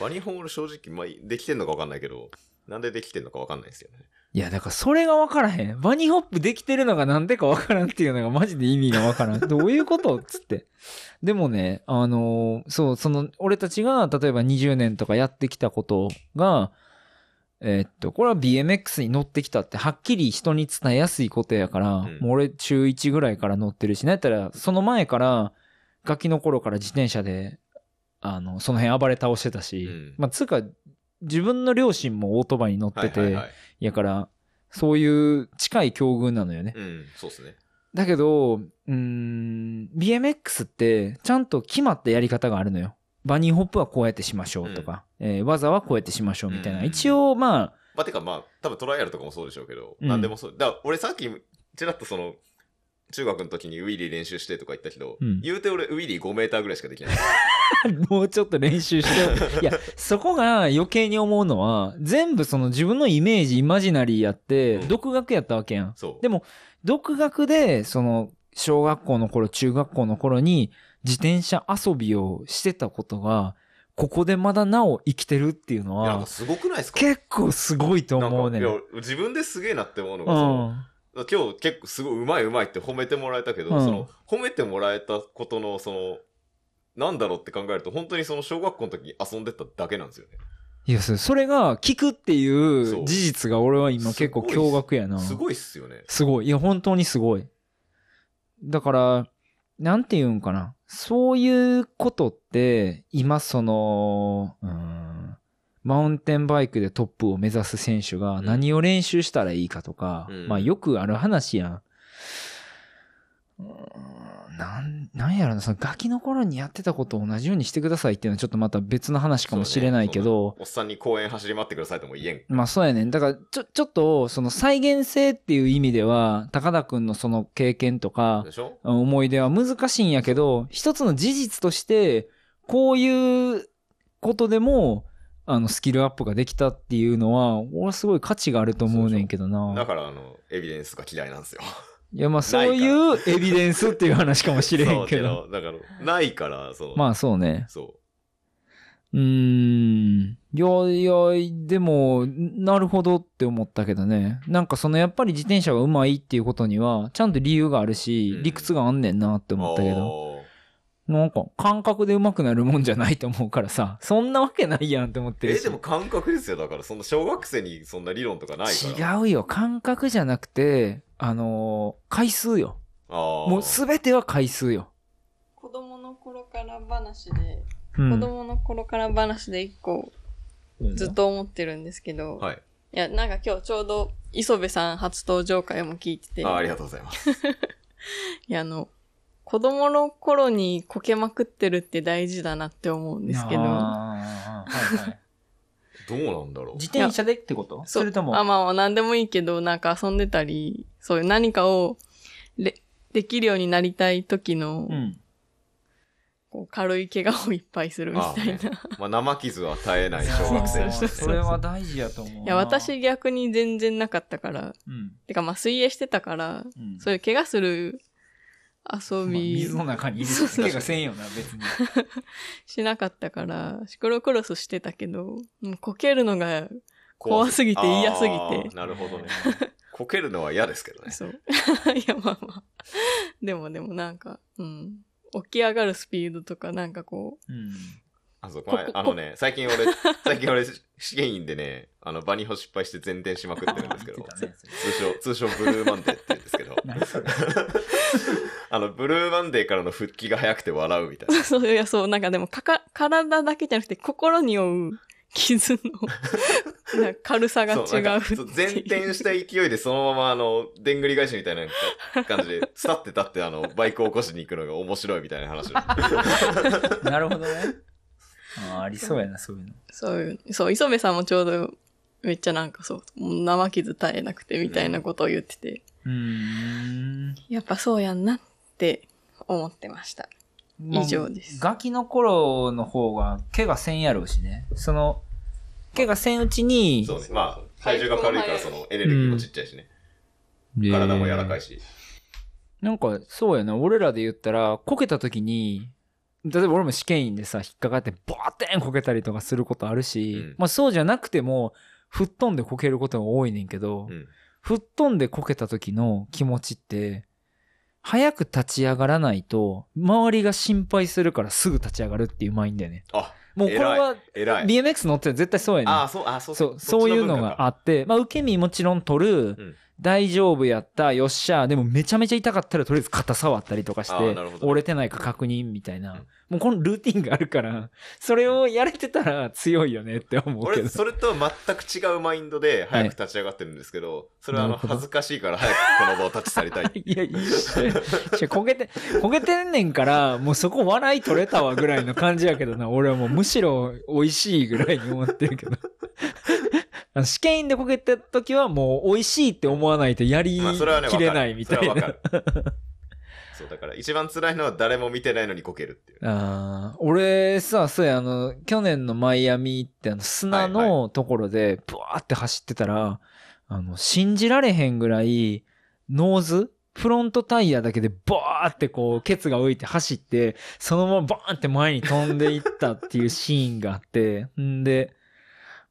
Speaker 1: バニーホール正直、まあ、できてんのか分かんないけど、なんでできてんのか分かんないですよね。
Speaker 2: いや、だからそれがわからへん。バニーホップできてるのがなんでかわからんっていうのがマジで意味が
Speaker 1: [LAUGHS]
Speaker 2: わからん。どういうことっつって。でもね、あのーそう、その、俺たちが例えば20年とかやってきたことが、えーっと、これは BMX に乗ってきたってはっきり人に伝えやすいことやから、
Speaker 1: ん
Speaker 2: もう俺中1ぐらいから乗ってるし、なんやったらその前から、ガキの頃から自転車で、あの、その辺暴れ倒してたし、
Speaker 1: うん
Speaker 2: まあ、つうか、自分の両親もオートバイに乗っ
Speaker 1: は
Speaker 2: て
Speaker 1: い
Speaker 2: て、
Speaker 1: はいはい。
Speaker 2: やから、そういう近い境遇なのよね。
Speaker 1: うん、そうですね。
Speaker 2: だけど、うーん、BMX ってちゃんと決まったやり方があるのよ。バニーホップはこうやってしましょうとか、えー技はこうやってしましょうみたいな。
Speaker 1: うん
Speaker 2: 一応、まあ、
Speaker 1: まあ、てかまあ、多分トライアルとかもそうでしょうけど、
Speaker 2: うん
Speaker 1: なんでもそう。だから俺さっき、ちらっとその、中学の時にウィリー練習してとか言ったけど、
Speaker 2: うん
Speaker 1: 言うて俺ウィリー5メーターぐらいしかできない。
Speaker 2: もうちょっと練
Speaker 1: [LAUGHS]
Speaker 2: 習して。いや、そこが余計に思うのは、全部その自分のイメージ、イマジナリーやって、
Speaker 1: うん
Speaker 2: 独学やったわけやん。
Speaker 1: そう。
Speaker 2: でも、独学で、その、小学校の頃、中学校の頃に、自転車遊びをしてたことが、ここでまだなお生きてるっていうの
Speaker 1: いやなんか
Speaker 2: は、
Speaker 1: すごくないですか
Speaker 2: 結構すごいと
Speaker 1: なん
Speaker 2: 思う
Speaker 1: かいう
Speaker 2: ね。
Speaker 1: や
Speaker 2: ん。
Speaker 1: 自分ですげえなって思うのが、その今日結構すごいうまいうまいって褒めてもらえたけど、
Speaker 2: うん
Speaker 1: その褒めてもらえたことのそのなんだろうって考えると本当にその小学校の時に遊んでただけなんですよね、
Speaker 2: いや、それそれが、聞くっていう
Speaker 1: そう
Speaker 2: 事実が俺は今結構
Speaker 1: すごいっす
Speaker 2: 驚愕やな。
Speaker 1: すごいっすよね
Speaker 2: すごい。いや、本当にすごい。だから、なんて言うんかな。そういうことって、今その、うーん、マウンテンバイクでトップを目指す選手が
Speaker 1: ん
Speaker 2: 何を練習したらいいかとか、
Speaker 1: うん
Speaker 2: まあよくある話やん。うーんなんなんやろなそのガキの頃にやってたことを同じようにしてくださいっていうのはちょっとまた別の話かもしれないけど、
Speaker 1: おっさんに公園走り回ってくださいとも言えん。
Speaker 2: まあそうやねん。だから、ちょ、ちょっと、その再現性っていう意味では、高田くんのその経験とか
Speaker 1: で、しょ
Speaker 2: 思い出は難しいんやけど、一つの事実として、こういうことでも、あの、スキルアップができたっていうのは、俺はすごい価値があると思うねんけど
Speaker 1: だ
Speaker 2: な。
Speaker 1: から、あの、エビデンスが嫌いなんですよ。
Speaker 2: いや、まあそういうエビデンスっていう話かも [LAUGHS] しれへ
Speaker 1: [LAUGHS] そ
Speaker 2: ん
Speaker 1: う
Speaker 2: けど。
Speaker 1: だから、ないから、その、
Speaker 2: まあそうね。
Speaker 1: そう
Speaker 2: ーん。いやいや、でも、なるほどって思ったけどね。なんかそのやっぱり自転車がうまいっていうことには、ちゃんと理由があるし
Speaker 1: う、ん
Speaker 2: 理屈があんねんなって
Speaker 1: う。
Speaker 2: 思ったけど、
Speaker 1: おー
Speaker 2: なんか感覚でうまくなるもんじゃないと思うからさ、そんなわけないやんって思って
Speaker 1: え
Speaker 2: るし。
Speaker 1: でも感覚ですよ。だから、そんな小学生にそんな理論とかないから。
Speaker 2: 違うよ。感覚じゃなくて、あのー回数よ。
Speaker 1: ああ。
Speaker 2: もうすべては回数よ。
Speaker 3: 子供の頃から話で、
Speaker 2: う
Speaker 3: 子
Speaker 2: ん。
Speaker 3: 供の頃から話で一個ずっと思ってるんですけど、
Speaker 1: はい。
Speaker 3: いや、なんか今日ちょうど磯部さん初登場会も聞いてて、
Speaker 1: あーありがとうございます。
Speaker 3: いや、あの、子供の頃にこけまくってるって大事だなって思うんですけど、
Speaker 2: あーはいはい
Speaker 1: どうなんだろう。
Speaker 2: 自転車でってこと
Speaker 3: そう
Speaker 2: それとも。
Speaker 3: あ、まあまあ何でもいいけど、なんか遊んでたり、そういう何かをれできるようになりたい時の、
Speaker 2: うん。
Speaker 3: こう軽い怪我をいっぱいするみたいな。
Speaker 1: あまあ、生傷は耐えない小学生
Speaker 2: あ
Speaker 1: で
Speaker 2: ー
Speaker 1: したね。
Speaker 2: それは大事やと思うな。
Speaker 3: いや、私逆に全然なかったから、
Speaker 2: うん、
Speaker 3: てかまあ水泳してたから、
Speaker 2: うん。
Speaker 3: そういう怪我する遊
Speaker 2: まあ
Speaker 3: び
Speaker 2: 水の中にいる
Speaker 3: そうそう
Speaker 2: 手がせんよな、別に。
Speaker 3: しなかったから、シクロクロスしてたけど、もうこけるのが怖すぎて嫌すぎて
Speaker 1: あーなるほどね。こけるのは嫌ですけどね。
Speaker 3: そう。 [LAUGHS] いや、まあまあ。でもでもなんか、うん。起き上がるスピードとか、なんかこ
Speaker 2: うん。
Speaker 1: [LAUGHS] あ、そう、
Speaker 3: こ、
Speaker 1: この間あのね、最近俺、 [LAUGHS] 最近俺、試験員でね、あの、バニホ失敗して前転しまくってるんですけど
Speaker 2: 言っ、てたねそれ
Speaker 1: 通称、通称ブルーマンデーって言うんですけど、
Speaker 2: 何それ
Speaker 1: あの、ブルーマンデーからの復帰が早くて笑うみたいうな。
Speaker 3: そう [LAUGHS] いや、そう、なんかでもかか、体だけじゃなくて、心に負う傷の [LAUGHS] なんか軽さが違う
Speaker 1: そうなんかそう
Speaker 3: って
Speaker 1: 前
Speaker 3: いう
Speaker 1: 転した勢いでそのままあのでんぐり返しみたいな感じで
Speaker 3: [LAUGHS]
Speaker 1: スタって立ってあのバイクを起こしに行くのが面白いみたいな
Speaker 3: [LAUGHS]
Speaker 1: 話を
Speaker 2: なるほどね。あーありそうやな、そういうの。
Speaker 3: そういう、そう、磯部さんもちょうど、めっちゃなんかそう、もう生傷絶えなくてみたいなことを言ってて、
Speaker 2: うーん。
Speaker 3: やっぱそうやんなって思ってました。
Speaker 2: まあ
Speaker 3: 以上です
Speaker 2: ガキの頃の方が、怪我せんやろうしね。その、怪我せんうちに、
Speaker 1: そうねまあ体重が軽いからそのエネルギーもちっちゃいしね、
Speaker 2: で
Speaker 1: 体も柔らかいし、
Speaker 2: なんか、そうやな。俺らで言ったら、こけた時に、例えば俺も試験員でさ、引っかかって、ボーテンこけたりとかすることあるし、
Speaker 1: うん
Speaker 2: まあそうじゃなくても、吹っ飛んでこけることが多いねんけど、
Speaker 1: うん
Speaker 2: 吹っ飛んでこけた時の気持ちって、早く立ち上がらないと、周りが心配するからすぐ立ち上がるっていうマインだよね。
Speaker 1: あ
Speaker 2: もうこれは、
Speaker 1: 偉い
Speaker 2: BMX 乗ってたら絶対そうやねん。
Speaker 1: ああそうあそう
Speaker 2: そう、そういうのがあ
Speaker 1: っ
Speaker 2: って、まあ、受け身もちろん取る、
Speaker 1: ん
Speaker 2: 大丈夫やった、よっしゃ、でもめちゃめちゃ痛かったらとりあえず肩触ったりとかし
Speaker 1: あ
Speaker 2: て
Speaker 1: ーなるほ、ど
Speaker 2: 折れてないか確認みたいな、
Speaker 1: うん
Speaker 2: もうこのルーティンがあるから、それをやれてたら強いよねって思うけ
Speaker 1: 俺
Speaker 2: ど。
Speaker 1: それとは全く違うマインドで早く立ち上がってるんですけど、それはあの
Speaker 2: なるほど
Speaker 1: 恥ずかしいから早くこの場を立ち去りたい
Speaker 2: [LAUGHS] いや、一緒や一緒焦げて、焦げてんねんから、もうそこ笑い取れたわぐらいの感じやけどな、俺はもうむしろ美味しいぐらいに思ってる
Speaker 1: [LAUGHS]
Speaker 2: けど。あの試験員で焦げた時はもう美味しいって思わないとやり
Speaker 1: まあそれはね
Speaker 2: きれないみたいな
Speaker 1: わ。かるそれはわかるそうだから一番辛いのは誰も見てないのにこけるっていう
Speaker 2: ああ、俺さ、そうや、あの、去年のマイアミってあの砂
Speaker 1: はい
Speaker 2: のところで、ブワーって走ってたら、あの、信じられへんぐらい、ノーズフロントタイヤだけでバーってこう、ケツが浮いて走って、そのままバーンって前に飛んでいったって
Speaker 1: [LAUGHS]
Speaker 2: いうシーンがあって、んで、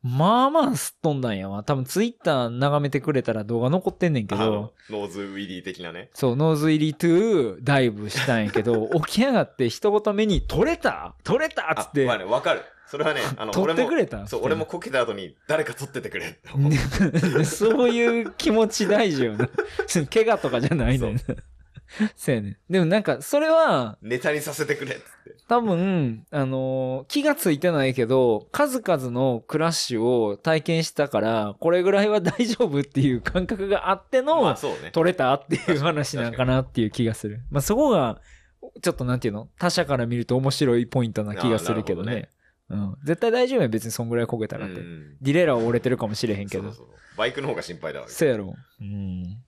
Speaker 2: まあまあすっ飛んだんやわ。多分ツイッター眺めてくれたら動画残ってんねんけ
Speaker 1: あ
Speaker 2: ど
Speaker 1: の、ノーズウィリー的なね
Speaker 2: そう、ノーズ入りトゥーダイブしたんやけ
Speaker 1: [LAUGHS]
Speaker 2: ど、起き上がって一言目に、取れた取れたっつ
Speaker 1: あ
Speaker 2: っ、て
Speaker 1: まあ、ね、わかる。それはね、あの、
Speaker 2: 取ってくれた
Speaker 1: 俺も、そう、俺もこけた後に、誰か取っててくれって思
Speaker 2: [LAUGHS]
Speaker 1: う。
Speaker 2: ねそういう気持ち大事よな。怪我とかじゃないのよな [LAUGHS] そうやね。でもなんか、それは、
Speaker 1: ネタにさせてくれっつって。
Speaker 2: 多分、あのー気がついてないけど、数々のクラッシュを体験したから、これぐらいは大丈夫っていう感覚があっての、
Speaker 1: まあそうね。
Speaker 2: 取れたっていう話なんかなっていう気が
Speaker 1: [LAUGHS]
Speaker 2: する。まあそこが、ちょっとなんていうの他者から見ると面白いポイントな気がするけどね。うん。絶対大丈夫や別にそんぐらい焦げたらって。
Speaker 1: うん
Speaker 2: ディレイラーは折れてるかもしれへんけど。
Speaker 1: そうそうそうバイクの方が心配だわ。
Speaker 2: そうやろ。うん。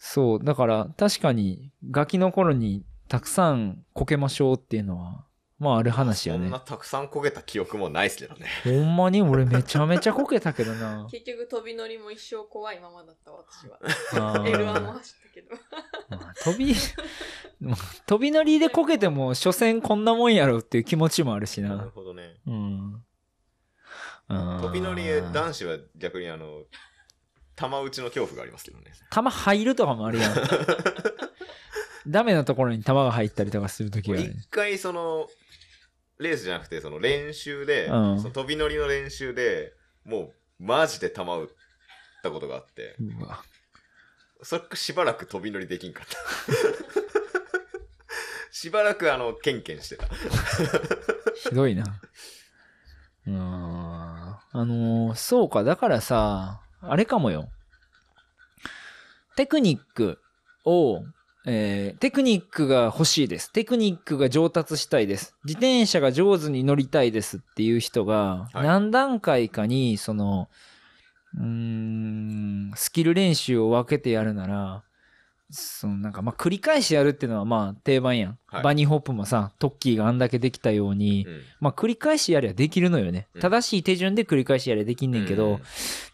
Speaker 2: そう、だから確かにガキの頃にたくさんこけましょうっていうのは、まあある話や
Speaker 1: そん
Speaker 2: ね
Speaker 1: な。たくさん焦げた記憶もないっすけどね。
Speaker 2: ほんまに俺めちゃめちゃこけたけど
Speaker 3: [LAUGHS]。
Speaker 2: な
Speaker 3: 結局飛び乗りも一生怖いままだった私は。
Speaker 2: あー
Speaker 3: L1 も走ったけど。
Speaker 2: まあ、飛び、 [LAUGHS] まあ飛び乗りでこけても、所詮こんなもんやろっていう気持ちもあるし
Speaker 1: なる
Speaker 2: な。
Speaker 1: ほどね。
Speaker 2: うん。
Speaker 1: 飛
Speaker 2: 飛
Speaker 1: び乗り男子は逆にあの、玉打ちの恐怖がありますけどね。
Speaker 2: 弾入るとかもあるやん。ダメなところに弾が入ったりとかするときはね。
Speaker 1: 一回その、レースじゃなくて、その練習で、
Speaker 2: うん
Speaker 1: その飛び乗りの練習でもうマジで玉打ったことがあって、
Speaker 2: うわ。
Speaker 1: それしばらく飛び乗りできん
Speaker 2: [LAUGHS]
Speaker 1: かった。しばらくあの、ケンケンしてた。
Speaker 2: ひどいな。うーん。あのーそうか、だからさ、あれかもよ。テクニックを、えーテクニックが欲しいです。テクニックが上達したいです。自転車が上手に乗りたいですっていう人が、
Speaker 1: はい
Speaker 2: 何段階かに、その、うーん、スキル練習を分けてやるなら、そのなんか、まあ、繰り返しやるっていうのは、まあ、定番やん。
Speaker 1: はい
Speaker 2: バニーホップもさ、トッキーがあんだけできたように、
Speaker 1: うん
Speaker 2: まあ、繰り返しやりゃできるのよね
Speaker 1: う。ん
Speaker 2: 正しい手順で繰り返しやりゃできんねんけど、
Speaker 1: うん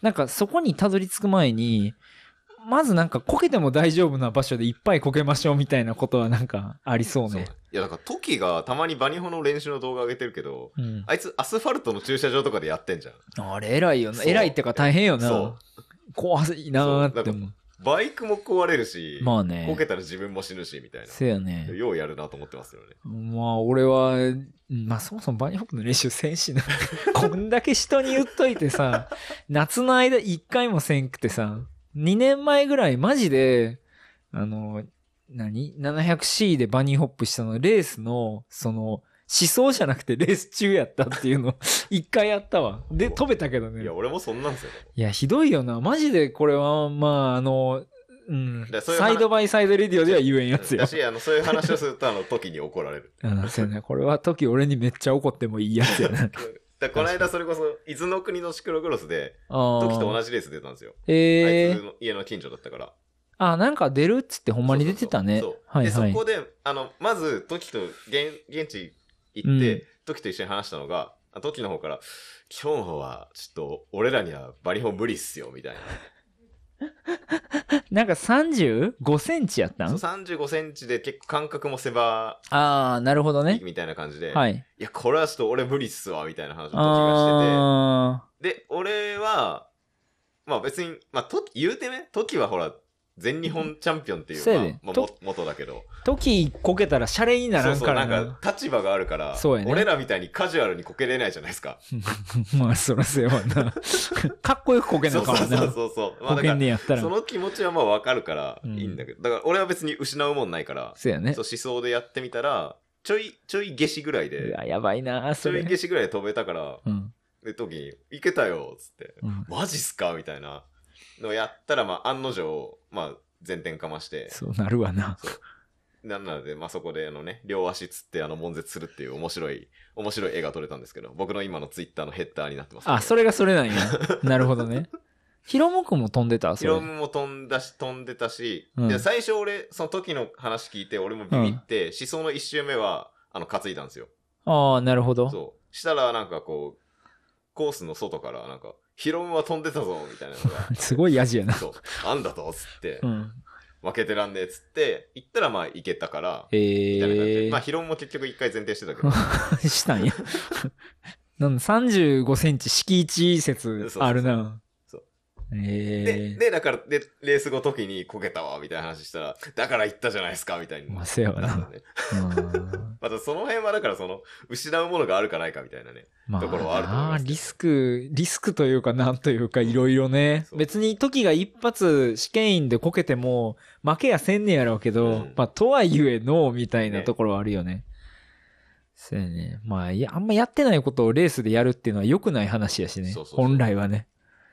Speaker 2: なんかそこにたどり着く前に、まずなんかこけても大丈夫な場所でいっぱいこけましょうみたいなことはなんかありそう
Speaker 1: そう
Speaker 2: ね。
Speaker 1: いや、だから、トキがたまにバニホの練習の動画上げてるけど、
Speaker 2: うん、
Speaker 1: あいつアスファルトの駐車場とかでやってんじゃん。
Speaker 2: あれ偉いよな。
Speaker 1: そう
Speaker 2: 偉いってか大変よ
Speaker 1: そ
Speaker 2: な。怖いなーって
Speaker 1: そう
Speaker 2: 思
Speaker 1: バイクも壊れるし、
Speaker 2: う。まあね
Speaker 1: こ。けたら自分も死ぬし、みたい
Speaker 2: せやね
Speaker 1: な。。ようやるなと思ってますよね。
Speaker 2: まあ俺は、まあそもそもバニーホップの練習せ
Speaker 1: [LAUGHS]
Speaker 2: んしな。こんだけ人に言っといてさ、夏の間一回もせんくてさ、2年前ぐらいマジで、あの、何 ?700C でバニーホップしたの、レースの、その、思想じゃなくてレース中やったっていうの、 [LAUGHS] 一回やったわ。で、飛べたけどね
Speaker 1: いや、。俺もそんなんですよ。
Speaker 2: いや、ひどいよな。マジでこれは、まああの、うん
Speaker 1: だから、そういう話
Speaker 2: サイドバイサイドレディオでは言えんやつよ
Speaker 1: だ。し、あの、そういう話をすると、あの、時に怒られる。
Speaker 2: [LAUGHS] うん、そうやね。これは時俺にめっちゃ怒ってもいいやつやな。
Speaker 1: だからこの間、それこそ、伊豆の国のシクロクロスで、
Speaker 2: [LAUGHS] あ
Speaker 1: 時と同
Speaker 2: じ。
Speaker 1: じレース出たんですよ。
Speaker 2: え
Speaker 1: あいつ
Speaker 2: ー、
Speaker 1: の家の近所だったから。
Speaker 2: あ、なんか出るっつってほんまに出てたね
Speaker 1: そうそう。そう
Speaker 2: はいは
Speaker 1: で、
Speaker 2: い
Speaker 1: そ。こで、あの、まず、時と現、現地行って、
Speaker 2: うん
Speaker 1: 時と一緒に話したのが、あ時の方から、今日は、ちょっと、俺らにはバリホン無理っすよ、みたいな。
Speaker 2: なんか35センチやった
Speaker 1: そうん35センチで結構間隔も狭
Speaker 2: ああ、なるほど
Speaker 1: い
Speaker 2: ね。
Speaker 1: みたいな感じで、い、
Speaker 2: はい。
Speaker 1: や、これはちょっと俺無理っすわ、みたいな話を時が
Speaker 2: あ
Speaker 1: してて、で、俺は、まあ別に、まあ、時、言うてね、時はほら、全日本チャンピオンっていう、
Speaker 2: そうや
Speaker 1: まあ
Speaker 2: ね
Speaker 1: まあ、
Speaker 2: と
Speaker 1: も元だけど、
Speaker 2: ー時こけたらシャレにな
Speaker 1: そ
Speaker 2: ら
Speaker 1: うんそう、
Speaker 2: か
Speaker 1: な
Speaker 2: ら
Speaker 1: ん
Speaker 2: な。
Speaker 1: か立場があるから、
Speaker 2: そうやね
Speaker 1: 俺らみたいにカジュアルにこけれないじゃないですか。
Speaker 2: [LAUGHS] まあ、そらせやわ
Speaker 1: [LAUGHS]
Speaker 2: な。かっこよくこけな
Speaker 1: そ
Speaker 2: あ
Speaker 1: う
Speaker 2: か
Speaker 1: そう
Speaker 2: も
Speaker 1: そ
Speaker 2: な
Speaker 1: う。そうそう。まあ
Speaker 2: こ
Speaker 1: だ
Speaker 2: け
Speaker 1: か
Speaker 2: んねやった
Speaker 1: ら、
Speaker 2: ら
Speaker 1: そ。の気持ちはまあわかるから、
Speaker 2: うん
Speaker 1: いいんだけど、だから俺は別に失うもんないから、
Speaker 2: そうやね
Speaker 1: そう。思想でやってみたら、ちょい、ちょい下死ぐらいうで、
Speaker 2: わ、やばいな、
Speaker 1: ち
Speaker 2: そ
Speaker 1: ょ
Speaker 2: れ
Speaker 1: い。下死ぐらいで飛べたから、
Speaker 2: うん。
Speaker 1: で、時に、いけたよ、つって、
Speaker 2: うん。
Speaker 1: マジっすかみたいなのやったら、まあ案の定、まあ前転かまして、
Speaker 2: そうなるわな。
Speaker 1: なので、まあ、そこで、あのね、両足つって、あの、悶絶するっていう面白い、面白い絵が撮れたんですけど、僕の今のツイッターのヘッダーになってます、
Speaker 2: あ、それがそ
Speaker 1: [LAUGHS]
Speaker 2: れなんや。なるほどね。ヒロモくんも飛んでたそ
Speaker 1: ヒ
Speaker 2: れ
Speaker 1: ロ。ムも飛んだし、飛んでたし、
Speaker 2: うん
Speaker 1: で最初俺、その時の話聞いて、俺もビビって、思想の一周目は、あの、担いだんですよ。
Speaker 2: ああ、なるほど。。
Speaker 1: そう。したら、なんかこう、コースの外から、なんか、ヒロムは飛んでたぞ、みたいなのが
Speaker 2: すごいヤジやな。
Speaker 1: そう。あんだと、つって
Speaker 2: う、ん。
Speaker 1: 負けてらんねえ、つって、行ったら、まあ、行けたから、
Speaker 2: え
Speaker 1: みたいな感じで
Speaker 2: ー
Speaker 1: まあ、ヒロムも結局一回前提してたけど、
Speaker 2: したんや。なんだ35センチ敷地説あるな。
Speaker 1: そうで、
Speaker 2: え
Speaker 1: で、だから、で、レース後時にこけたわ、みたいな話したら、だから言ったじゃないですか、みたい
Speaker 2: ー。ま
Speaker 1: な
Speaker 2: あ、。せやわ
Speaker 1: なん
Speaker 2: な
Speaker 1: か。ね
Speaker 2: うん
Speaker 1: またその辺はだからその、失うものがあるかないかみたいなね。
Speaker 2: ま
Speaker 1: ところはあると思いますけど
Speaker 2: リスク、リスクというかなんというかいろいろね。
Speaker 1: そう
Speaker 2: 別に時が一発試験員でこけても負けやせんねやろうけど、
Speaker 1: うん
Speaker 2: まあとはいえノーみたいなところはあるよね。そうやね。まあいや、あんまやってないことをレースでやるっていうのは良くない話やしね。
Speaker 1: そうそうそう
Speaker 2: 本来はね。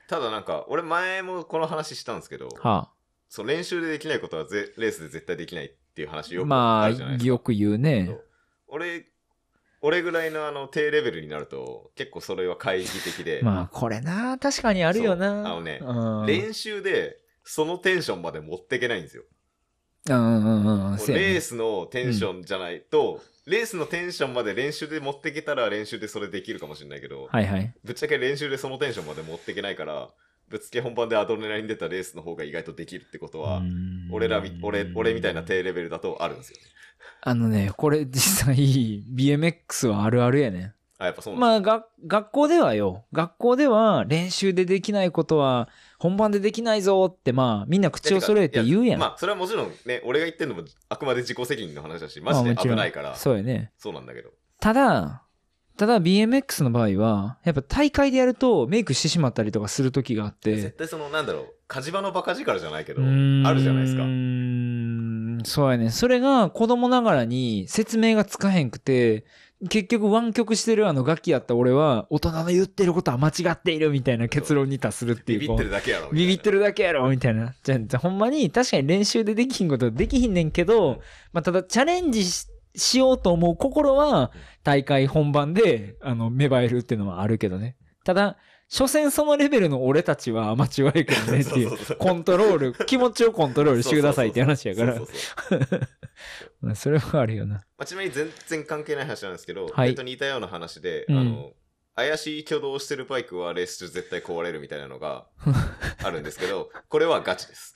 Speaker 1: ただなんか、俺前もこの話したんですけど、
Speaker 2: は
Speaker 1: そう練習でできないことはぜレースで絶対できないっていう話
Speaker 2: あ、
Speaker 1: よく
Speaker 2: ま
Speaker 1: あ
Speaker 2: あ、
Speaker 1: るじゃないですか。
Speaker 2: よく言うね。
Speaker 1: 俺、俺ぐらいのあの低レベルになると結構それは懐疑的で、
Speaker 2: まあこれな、確かにあるよ
Speaker 1: そうあ
Speaker 2: な。
Speaker 1: のね
Speaker 2: うん
Speaker 1: 練習でそのテンションまで持っていけないんですよ。
Speaker 2: うんうんうんうん。
Speaker 1: もう
Speaker 2: そうやね
Speaker 1: レースのテンションじゃないと、レースのテンションまで練習で持っていけたら練習でそれできるかもしれないけど、
Speaker 2: はいはい。
Speaker 1: ぶっちゃけ練習でそのテンションまで持っていけないから、ぶっつけ本番でアドレナリン出たレースの方が意外とできるってことは
Speaker 2: う、ん
Speaker 1: 俺らみ、俺、俺みたいな低レベルだとあるんですよ。
Speaker 2: あのね、これ実際 BMX はあるあるやね。
Speaker 1: あ、やっぱそうなん
Speaker 2: まあが学校ではよ、学校では練習でできないことは本番でできないぞってまあみんな口を揃えて言うやん。
Speaker 1: まあ、それはもちろんね、俺が言ってるのもあくまで自己責任の話だし、マジ
Speaker 2: まあ
Speaker 1: で
Speaker 2: もち
Speaker 1: 危
Speaker 2: ろん
Speaker 1: ないから、
Speaker 2: そうやね。
Speaker 1: そうなんだけど。
Speaker 2: ただ、ただ BMX の場合は、やっぱ大会でやるとメイクしてしまったりとかする時があって
Speaker 1: 絶、対その、なんだろう、火事場のバカ力じゃないけ
Speaker 2: う
Speaker 1: ど、
Speaker 2: ーん
Speaker 1: あるじゃないですか
Speaker 2: う。ーんそうやね。それが子供ながらに説明がつかへんくて、結局湾曲してるあのガキやった俺は、大人の言ってることは間違っているみたいな結論に達するってい
Speaker 1: ビ
Speaker 2: う。
Speaker 1: ビってる
Speaker 2: こ
Speaker 1: だけやろ。
Speaker 2: うビビって
Speaker 1: る。
Speaker 2: るだけやろみたいな。じゃあ、ほんまに確かに練習でできひんことはできひんねんけど、まあ、ただチャレンジししようと思う心は大会本番で、あの、芽生えるっていうのはあるけどね。ただ、所詮そのレベルの俺たちはアマチュアやけどねっていう
Speaker 1: そうそうそう
Speaker 2: コントロ
Speaker 1: [LAUGHS]
Speaker 2: ール、気持ちをコントロールしてくださいっていう話やか
Speaker 1: そうそうそうそう
Speaker 2: ら。それはあるよな。
Speaker 1: まあちなみに全然関係ない話なんですけど、
Speaker 2: はい
Speaker 1: えっと似たような話で、
Speaker 2: うん
Speaker 1: あの、怪しい挙動をしてるバイクはレース中絶対壊れるみたいなのがあるんですけど、これはガチです。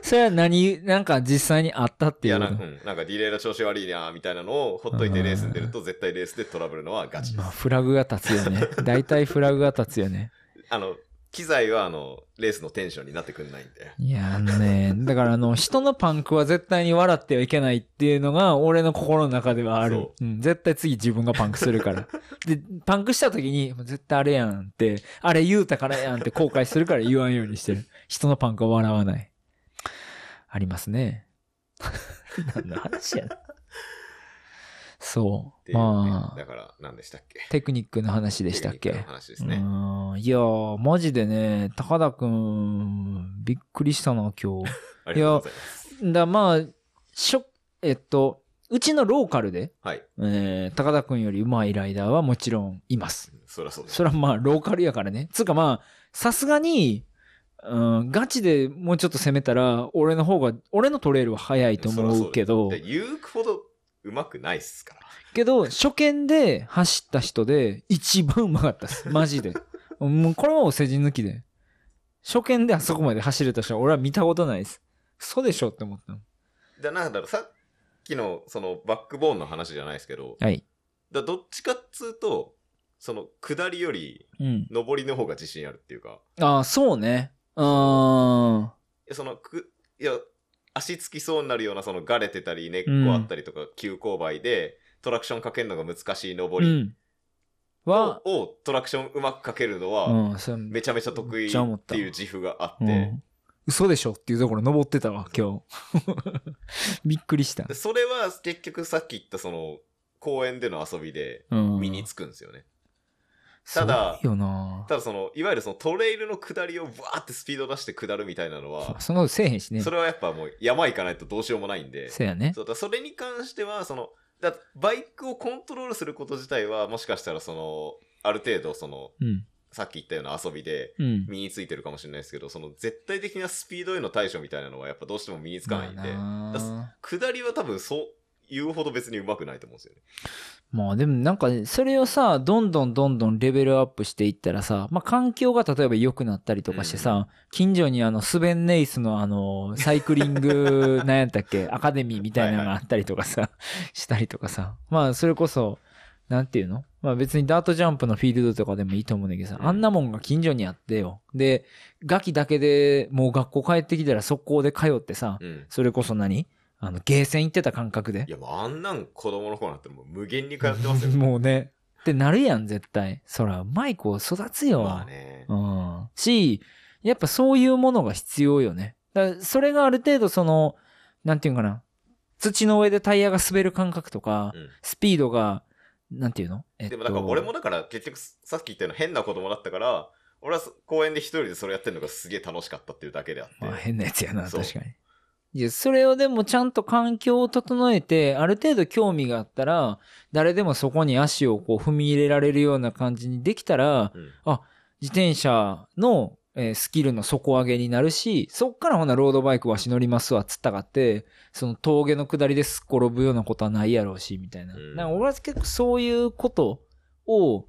Speaker 2: それは何、なんか実際にあったっ
Speaker 1: い
Speaker 2: てい
Speaker 1: や
Speaker 2: う
Speaker 1: な
Speaker 2: こ
Speaker 1: んか、うんなんかディレイの調子悪いなみたいなのをほっといてレースに出ると絶対レースでトラブルのはガチ
Speaker 2: と。
Speaker 1: で
Speaker 2: ますあ、。フラグが立つ
Speaker 1: [LAUGHS]
Speaker 2: よね。大体フラグが立つよね。
Speaker 1: あの、機材はあの、レースのテンションになってくんないんで。
Speaker 2: いや、あのね、だからあの、 [LAUGHS] 人のパンクは絶対に笑ってはいけないっていうのが、俺の心の中ではある
Speaker 1: そ。
Speaker 2: うん、絶対次自分がパンクするから。で、パンクした時に、もう絶対あれやんって、あれ言うたからやんって後悔するから言わんようにしてる。人のパンクは笑わない。ありますね。何の話やな。そ
Speaker 1: って
Speaker 2: う。
Speaker 1: いうね
Speaker 2: ま
Speaker 1: だ
Speaker 2: あ、
Speaker 1: から、何でしたっけ
Speaker 2: テクニックの話でしたっ
Speaker 1: テクニッ
Speaker 2: け
Speaker 1: クの話ですね。
Speaker 2: うんいやー、マジでね、高田くん、びっくりしたな、今日。
Speaker 1: ありがとうございます。 [LAUGHS]
Speaker 2: だまあしょえっとうちのローカルで、
Speaker 1: はい。
Speaker 2: えー高田君より上手いライダーはもちろんいます
Speaker 1: そりゃそうです。
Speaker 2: それはまあローカルやからねつうかまあさすがに、うん、ガチでもうちょっと攻めたら俺の方が俺のトレイルは速いと思うけど
Speaker 1: で言うほど上手くないっすから。
Speaker 2: けど初見で走った人で一番うまかったですマジでもうこれはお世辞抜きで初見であそこまで走れた人は俺は見たことないです嘘でしょって思ったの
Speaker 1: だなんだろう、さっきのそのバックボーンの話じゃないですけど、
Speaker 2: はい
Speaker 1: だどっちかっつうと、その下りより
Speaker 2: うん
Speaker 1: 上りの方が自信あるっていうか、
Speaker 2: ああ、そうね。うーん。
Speaker 1: いやそのく、いや、足つきそうになるようなそのがれてたり、根っこあったりとか、急勾配で、トラクションかけるのが難しい上
Speaker 2: う
Speaker 1: り
Speaker 2: ん。
Speaker 1: を,、
Speaker 2: は、
Speaker 1: トラクションうまくかけるのは、
Speaker 2: うん、それめ
Speaker 1: めちゃめちゃ得意
Speaker 2: めっ
Speaker 1: っ
Speaker 2: ちゃ思った
Speaker 1: ていう自負があって、
Speaker 2: うん、嘘でしょっていうところ登ってたわ、今日。 [LAUGHS] びっくりした
Speaker 1: で。それは結局さっき言ったその、公園での遊びで
Speaker 2: うん。
Speaker 1: 身につくんですよね。ただ
Speaker 2: すごいよな
Speaker 1: ただその、いわゆるそのトレイルの下りをわーってスピード出して下るみたいなのは、
Speaker 2: そんなことせえへんしね。
Speaker 1: それはやっぱもう山行かないとどうしようもないんで、
Speaker 2: せやね。
Speaker 1: そうだそれに関しては、その、だバイクをコントロールすること自体は、もしかしたらその、ある程度その、
Speaker 2: うん。
Speaker 1: さっき言ったような遊びで
Speaker 2: うん。
Speaker 1: 身についてるかもしれないですけど、その絶対的なスピードへの対処みたいなのはやっぱどうしても身につかないんで、
Speaker 2: まあな
Speaker 1: 下りは多分そう、言うほど別に上手くないと思うんですよね。
Speaker 2: まあでもなんか、それをさ、どんどんどんどんレベルアップしていったらさ、まあ環境が例えば良くなったりとかしてさ、近所にあの、スベンネイスのあの、サイクリン
Speaker 1: [LAUGHS]
Speaker 2: グ、なんやったっけ、アカデミーみたいなのがあったりとかさ、したりとかさ、まあそれこそ、なんていうのまあ別にダートジャンプのフィールドとかでもいいと思うんだけどさ、
Speaker 1: うん
Speaker 2: あんなもんが近所にあってよ。で、ガキだけでもう学校帰ってきたら速攻で通ってさ、
Speaker 1: うん。
Speaker 2: それこそ何あの、ゲーセン行ってた感覚で
Speaker 1: い。や、もうあんなん子供の頃なったらもう無限に通ってますよ。
Speaker 2: [LAUGHS] もうね。ってなるやん、絶対。そら、うまい子育つよ。
Speaker 1: まあね。
Speaker 2: うん。し、やっぱそういうものが必要よね。だからそれがある程度その、なんていうんかな、土の上でタイヤが滑る感覚とか、
Speaker 1: うん
Speaker 2: スピードが、なんていうのえっ
Speaker 1: でもなんか俺もだから結局さっき言ったような変な子供だったから、俺はそ公園で一人でそれやってるのがすげえ楽しかったっていうだけであって。
Speaker 2: まあ変なやつやな、
Speaker 1: そう
Speaker 2: 確かに。いや、それをでもちゃんと環境を整えて、ある程度興味があったら、誰でもそこに足をこう踏み入れられるような感じにできたら、
Speaker 1: うん
Speaker 2: 自転車の、えースキルの底上げになるし、そっからほなロードバイクわし乗りますわっつったかって、その峠の下りですっ転ぶようなことはないやろうし、みたいな。
Speaker 1: うん
Speaker 2: なんか俺は結構そういうことを、う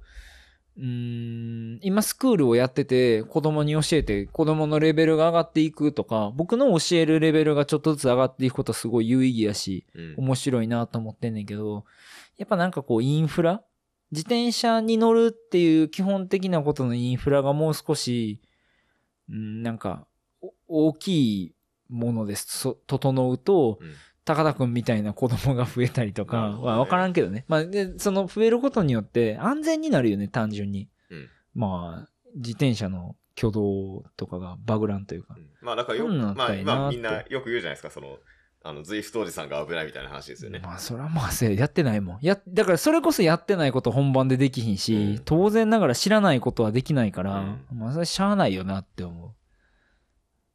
Speaker 2: ーん、今スクールをやってて、子供に教えて、子供のレベルが上がっていくとか、僕の教えるレベルがちょっとずつ上がっていくことはすごい有意義やし、
Speaker 1: うん
Speaker 2: 面白いなと思ってんねんけど、やっぱなんかこうインフラ自転車に乗るっていう基本的なことのインフラがもう少し、うんなんか、お大きいものです。そ整うと、
Speaker 1: うん
Speaker 2: 高田くんみたいな子供が増えたり
Speaker 1: な
Speaker 2: と
Speaker 1: る
Speaker 2: か
Speaker 1: ほどね
Speaker 2: は分からんけどね。まあ、で、その増えることによって安全になるよね、単純に。
Speaker 1: うん
Speaker 2: まあ、自転車の挙動とかがバグらんというか
Speaker 1: う。んまあなんかよ
Speaker 2: そ
Speaker 1: く、
Speaker 2: んなんあった
Speaker 1: まあ
Speaker 2: らいいな
Speaker 1: 今
Speaker 2: って
Speaker 1: みんなよく言うじゃないですか、その、あの、ズイフトおじさんが危ないみたいな話ですよね。
Speaker 2: まあ、それはまあせ、やってないもん。や、だからそれこそやってないこと本番でできひんし、
Speaker 1: うん
Speaker 2: 当然ながら知らないことはできないから、まあ、それしゃあないよなって思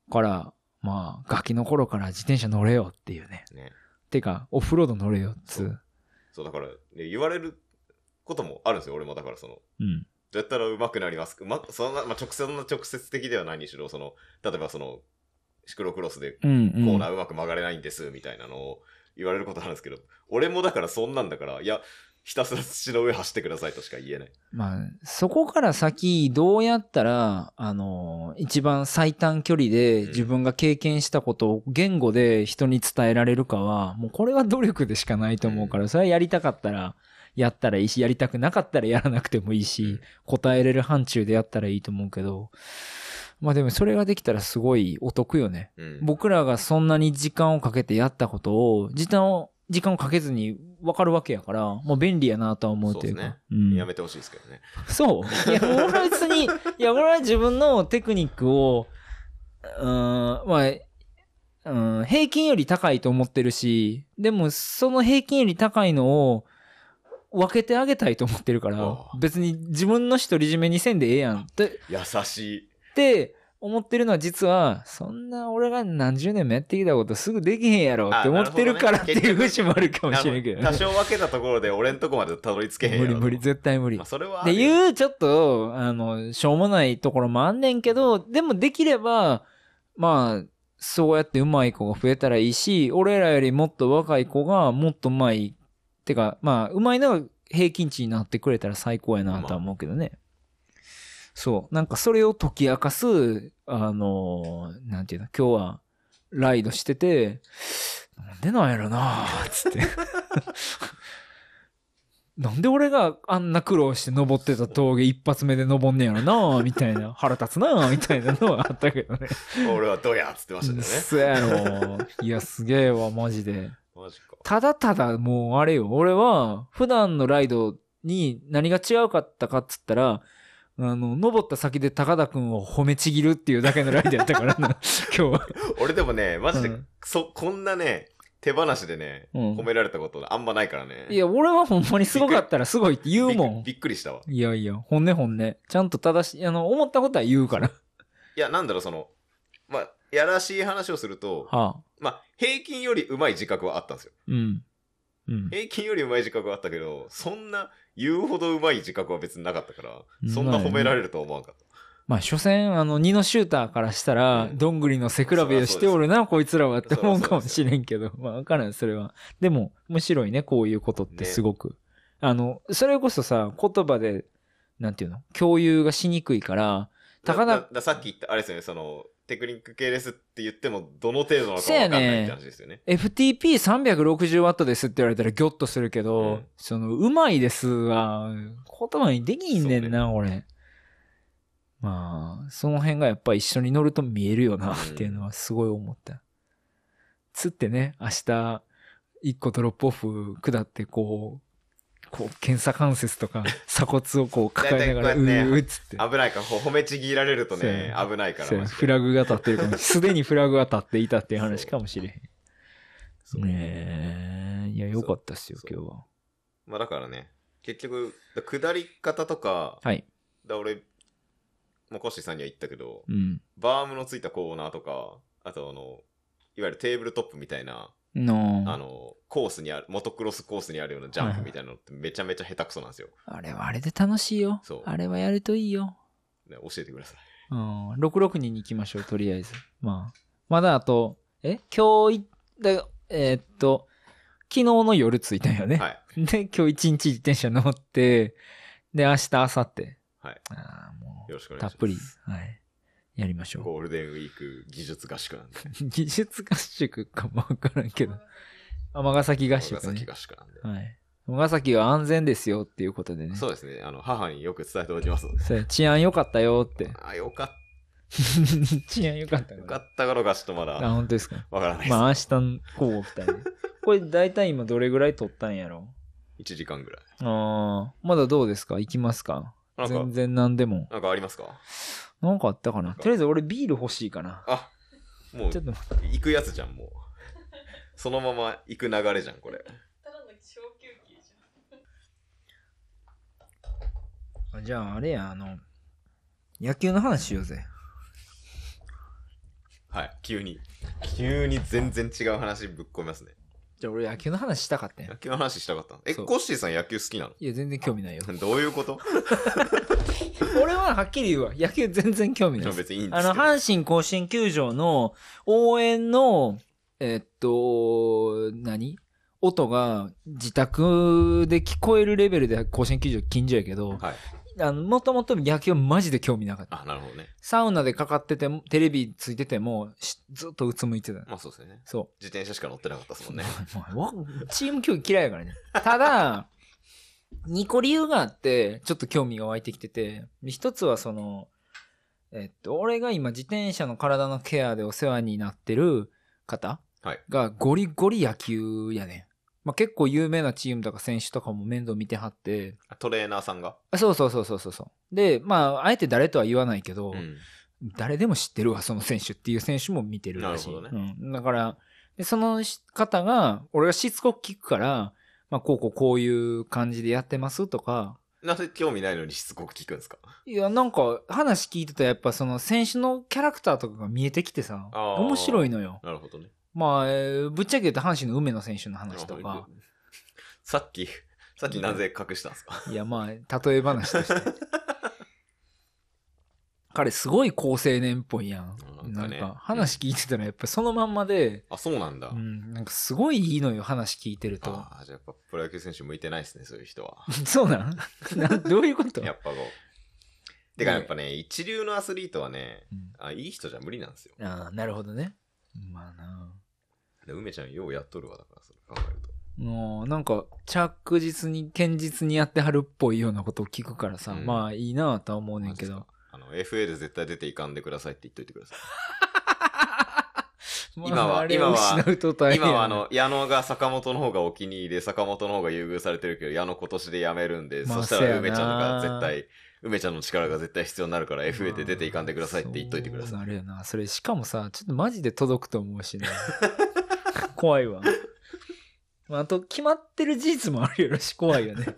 Speaker 2: う。から、まあ、ガキの頃から自転車乗れよっていうね。
Speaker 1: ね
Speaker 2: てか、オフロード乗れよっつう。
Speaker 1: そうだから、ね、言われることもあるんですよ、俺もだからその、
Speaker 2: うん。
Speaker 1: どうやったら上手くなりますか、ま、そんな、まあ、直接、そんな直接的ではないにしろ、その、例えばその、シクロクロスで
Speaker 2: うん、うん。
Speaker 1: コーナーうまく曲がれないんです、みたいなのを言われることなんですけど、俺もだからそんなんだから、いや、ひたすら土の上走ってくださいとしか言えない。
Speaker 2: まあ、そこから先、どうやったら、あの、一番最短距離で
Speaker 1: ん
Speaker 2: 自分が経験したことを言語で人に伝えられるかは、もうこれは努力でしかないと思うから、それはやりたかったら、やったらいいし、やりたくなかったらやらなくてもいいし、答えれる範疇でやったらいいと思うけど、まあでもそれができたらすごいお得よね。
Speaker 1: うん。
Speaker 2: 僕らがそんなに時間をかけてやったことを、時間を、時間をかけずに分かるわけやから、もう便利やなとは思うというか。
Speaker 1: そうですね
Speaker 2: うん
Speaker 1: やめてほしいですけどね。
Speaker 2: そういや、俺は別に、いや、俺は自分のテクニックを、うーん、まあ、うん、平均より高いと思ってるし、でもその平均より高いのを分けてあげたいと思ってるから
Speaker 1: ああ、
Speaker 2: 別に自分の独り占めにせんでええやんって
Speaker 1: 優しい。
Speaker 2: [LAUGHS] って思ってるのは実は、そんな俺が何十年もやってきたことすぐできへんやろって思ってるからっていう節もあるかもしれんけどね
Speaker 1: 多。少分けたところで俺んとこまでたどり着けへんや
Speaker 2: 無
Speaker 1: ろ
Speaker 2: 理無理、絶対無理
Speaker 1: まあ、。それはあ
Speaker 2: で
Speaker 1: るよ。
Speaker 2: いうちょっとあのしょうもないところもあんねんけどでもできればまあそうやって上手い子が増えたらいいし俺らよりもっと若い子がもっと上手いてかまあ上手いのが平均値になってくれたら最高やなとは思うけどね、そうなんかそれを解き明かすあのなんていうの今日はライドしててなんでなんやろなつって [LAUGHS] なんで俺があんな苦労して登ってた峠一発目で登んねやろなみたいな腹立つなみたいなのはあったけどね
Speaker 1: 俺はドヤっつってましたけどね。
Speaker 2: そうやろいやすげえわマジで
Speaker 1: マジか。
Speaker 2: ただただもうあれよ俺は普段のライドに何が違うかったかっつったらあの登った先で高田君を褒めちぎるっていうだけのライドやったからな今日は
Speaker 1: 俺でもね、マジで、
Speaker 2: うん
Speaker 1: そ、こんなね、手放しでね、
Speaker 2: うん
Speaker 1: 褒められたことあんまないからね。
Speaker 2: いや俺はほんまにすごかったらすごいって言うも
Speaker 1: びっ
Speaker 2: ん
Speaker 1: くりびっくりしたわ。
Speaker 2: いやいや、本音本音。ちゃんと正しい、あの、思ったことは言うから。
Speaker 1: いや、なんだろう、その、まあ、やらしい話をすると、
Speaker 2: はあ、
Speaker 1: まあ、平均よりうまい自覚はあったんですよ。
Speaker 2: うん。うん。
Speaker 1: 平均よりうまい自覚はあったけど、そんな言うほどうまい自覚は別になかったから、そんな褒められるとは思わんかった。
Speaker 2: まあ、所詮、あの、二のシューターからしたら、
Speaker 1: うん
Speaker 2: どんぐりの背比べをしておるな、こいつらはって思うかもしれんけど、まあ、わからん、それは。でも、面白いね、こういうことって
Speaker 1: ね
Speaker 2: すごく。あの、それこそさ、言葉で、なんていうの共有がしにくいから、高
Speaker 1: だ
Speaker 2: 田
Speaker 1: だださっき言った、あれですよね、その、テクニック系ですって言っても、どの程度なのか
Speaker 2: せや
Speaker 1: わかん
Speaker 2: ね
Speaker 1: ないって話ですよね。
Speaker 2: FTP360W ですって言われたらギョッとするけど、
Speaker 1: うん
Speaker 2: その、うまいですは、言葉にできんねんな、俺。まあ、その辺がやっぱ一緒に乗ると見えるよな、
Speaker 1: うん
Speaker 2: っていうのはすごい思った。つってね、明日、一個ドロップオフ下って、こう、こう、検査関節と
Speaker 1: [LAUGHS]
Speaker 2: か、鎖骨をこう抱えながら、
Speaker 1: 大体
Speaker 2: う
Speaker 1: こうやって
Speaker 2: ーうっつっ
Speaker 1: 危
Speaker 2: て。
Speaker 1: ないから、ほ褒めちぎられるとね、
Speaker 2: そ
Speaker 1: 危ないから。
Speaker 2: そう
Speaker 1: マジで
Speaker 2: フラグが立ってるかもしれない。すでにフラグが立っていたっていう話かもしれへ。
Speaker 1: そうん
Speaker 2: ねえ。いや、よかったっすよ、
Speaker 1: そう
Speaker 2: 今日は。
Speaker 1: まあだからね、結局、だ下り方とか、
Speaker 2: はい。
Speaker 1: だ俺、もうコッシーさんには言ったけど、
Speaker 2: うん。
Speaker 1: バームのついたコーナーとか、あとあの、いわゆるテーブルトップみたいな、
Speaker 2: の
Speaker 1: あの、コースにある、モトクロスコースにあるようなジャンプみたいなのってめちゃめちゃ下手くそなんですよ。
Speaker 2: あれはあれで楽しいよ
Speaker 1: そう。
Speaker 2: あれはやるといいよ。
Speaker 1: ね、教えてください。
Speaker 2: うん。662に行きましょう、とりあえず。まあ。まだあと、え今日い、だえーっと、昨日の夜着いたんよね。
Speaker 1: はい。
Speaker 2: で、今日一日自転車乗って、で、明日、明後日。
Speaker 1: はい。
Speaker 2: ああ、も
Speaker 1: よろしくお
Speaker 2: う、
Speaker 1: 願
Speaker 2: た
Speaker 1: いします。
Speaker 2: っぷり、はい。やりましょう。
Speaker 1: ゴールデンウィーク技術合宿なんで。
Speaker 2: 技術合宿かもわからんけど。尼崎合宿
Speaker 1: 長
Speaker 2: ね
Speaker 1: 崎。合宿なんで。
Speaker 2: はい。尼崎は安全ですよっていうことでね。
Speaker 1: そうですね。あの、母によく伝えておきますので。
Speaker 2: そうや治安良かったよって。
Speaker 1: あ、よかっ
Speaker 2: [LAUGHS] 治安良かった
Speaker 1: た。
Speaker 2: よ
Speaker 1: よかったからがちょっとまだ、
Speaker 2: あ、
Speaker 1: わ
Speaker 2: 本当です [LAUGHS] か。
Speaker 1: からないです。
Speaker 2: まあ明日の午後2人で。 [LAUGHS] これ大体今どれぐらい撮ったんやろ
Speaker 1: 1時間ぐらい。
Speaker 2: ああ、まだどうですか行きますか
Speaker 1: なんか
Speaker 2: 全、然何でも。
Speaker 1: なんかありますか
Speaker 2: なんかあったかなとりあえず俺ビール欲しいかな。
Speaker 1: あ、もう
Speaker 2: ちょっと待って
Speaker 1: 行くやつじゃん、もう。そのまま行く流れじゃん、これ。
Speaker 3: ただの小休憩じゃ
Speaker 2: あじゃああれや、あの、野球の話しようぜ。
Speaker 1: はい、急に。急に全然違う話ぶっ込みますね。
Speaker 2: じゃあ俺野球の話したかったんや
Speaker 1: 野球の話したかったのえ、
Speaker 2: そう
Speaker 1: コッシーさん野球好きない
Speaker 2: や、全然興味 [LAUGHS] ないよ。
Speaker 1: の [LAUGHS] どういうこと
Speaker 2: 俺ははっきり言うわ。野球全然興味な
Speaker 1: で
Speaker 2: いで
Speaker 1: も
Speaker 2: す。
Speaker 1: 別にいいんで
Speaker 2: あ
Speaker 1: す
Speaker 2: の、
Speaker 1: けど。
Speaker 2: 阪神甲子園球場の応援の、えっと、何音が自宅で聞こえるレベルで甲子園球場近所やけど、
Speaker 1: はい。
Speaker 2: あの、もともと野球はマジで興味なかった。
Speaker 1: あ、なるほどね。
Speaker 2: サウナでかかってても、テレビついてても、しずっとうつむいてた。
Speaker 1: まあそうですよね。
Speaker 2: そう。
Speaker 1: 自転車しか乗ってなかったです
Speaker 2: [LAUGHS]
Speaker 1: もんね。
Speaker 2: お前わチーム競技嫌いやからね。ただ、2個理由があって、ちょっと興味が湧いてきてて、一つはその、えっと、俺が今自転車の体のケアでお世話になってる方
Speaker 1: はい
Speaker 2: がゴリゴリ野球やねん。まあ、結構有名なチームとか選手とかも面倒見てはって、
Speaker 1: あトレーナーさんが。
Speaker 2: あそうそうそうそうそうそう。で、まあ、あえて誰とは言わないけど、
Speaker 1: うん。
Speaker 2: 誰でも知ってるわ、その選手っていう選手も見てるらしい。
Speaker 1: なるほど
Speaker 2: うん、だから、でその方が、俺がしつこく聞くから、まあ、こうこうこういう感じでやってますとか、
Speaker 1: なぜ興味ないのにしつこく聞くんですか
Speaker 2: いや、なんか話聞いてたらやっぱその選手のキャラクターとかが見えてきてさ、
Speaker 1: あー
Speaker 2: 面白いのよ。
Speaker 1: なるほどね。
Speaker 2: まあ、えーぶっちゃけ言うと阪神の梅野選手の話と
Speaker 1: なる
Speaker 2: か
Speaker 1: ほ、どさっき、さっきなぜ隠したんですか
Speaker 2: いや、まあ、例え
Speaker 1: [LAUGHS]
Speaker 2: 話として。彼すごい高青年っぽいやん。
Speaker 1: な
Speaker 2: な
Speaker 1: か
Speaker 2: んん
Speaker 1: ね
Speaker 2: か話聞いてたらやっぱそのまんまで、
Speaker 1: あ、そうなんだ。
Speaker 2: うん、なんかすごいいいのよ、話聞いてると。
Speaker 1: ああ、じゃあやっぱプロ野球選手向いてないですね、そういう人は。
Speaker 2: [LAUGHS] そうなん [LAUGHS] などういうこと
Speaker 1: やっぱこう。てかやっぱね、一流のアスリートはね、
Speaker 2: うん
Speaker 1: あいい人じゃ無理なんですよ。
Speaker 2: ああ、なるほどね。まあな。
Speaker 1: で梅ちゃんようやっとるわ、だからそれ考えると。
Speaker 2: もうなんか着実に堅実にやってはるっぽいようなことを聞くからさ、
Speaker 1: うん
Speaker 2: まあいいなとは思うね
Speaker 1: マ
Speaker 2: ん
Speaker 1: ジ
Speaker 2: け
Speaker 1: っすか
Speaker 2: ど、
Speaker 1: あの、FL 絶対出ていかんでくださいって言っといてくださ
Speaker 2: [LAUGHS] まあ
Speaker 1: 今は
Speaker 2: あれ
Speaker 1: 今は
Speaker 2: 失うと大
Speaker 1: い。
Speaker 2: 変や
Speaker 1: 今
Speaker 2: な
Speaker 1: はあの、矢野が坂本の方がお気に入りで、坂本の方が優遇されてるけど、矢野今年で辞めるんで、
Speaker 2: まあ
Speaker 1: そした
Speaker 2: そうや
Speaker 1: ら
Speaker 2: な
Speaker 1: 梅ちゃんが絶対、梅ちゃんの力が絶対必要になるから FA で出ていかんでくださいって言っといてくだ
Speaker 2: まあ
Speaker 1: さ
Speaker 2: そう
Speaker 1: い。
Speaker 2: なるよな。それしかもさ、ちょっとマジで届くと思
Speaker 1: [LAUGHS]
Speaker 2: うしね。怖いわ。まあ、あと、決まってる事実もあるよろし、怖いよ
Speaker 1: [LAUGHS]
Speaker 2: ね。い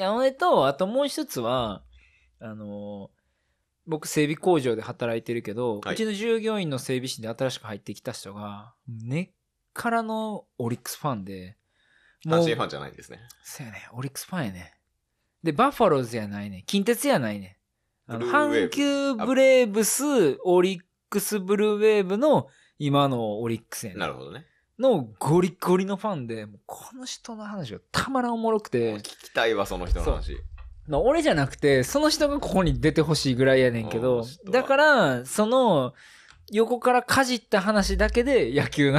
Speaker 2: や、俺と、あともう一つは、あのー僕整備工場で働いてるけど、
Speaker 1: はいう
Speaker 2: ちの従業員の整備士で新しく入ってきた人が根っからのオリックスファンで
Speaker 1: 阪
Speaker 2: う
Speaker 1: 神ファンじゃないんですね。
Speaker 2: そうやね。オリックスファンやね。で、バファローズやないね。近鉄やないね。あの、
Speaker 1: ブルーウェーブ
Speaker 2: 阪急ブレーブス、オリックスブルーウェーブの今のオリックスや
Speaker 1: な
Speaker 2: ね。
Speaker 1: るほどね。
Speaker 2: のゴリゴリのファンで、もうこの人の話がたまらんおもろくて
Speaker 1: 聞、きたいわ、その人の話。
Speaker 2: まあ、俺じゃなくて、その人がここに出てほしいぐらいやねんけ
Speaker 1: あ
Speaker 2: ど
Speaker 1: ー知っ、とる
Speaker 2: だから、その、横からかじった話だけで野球の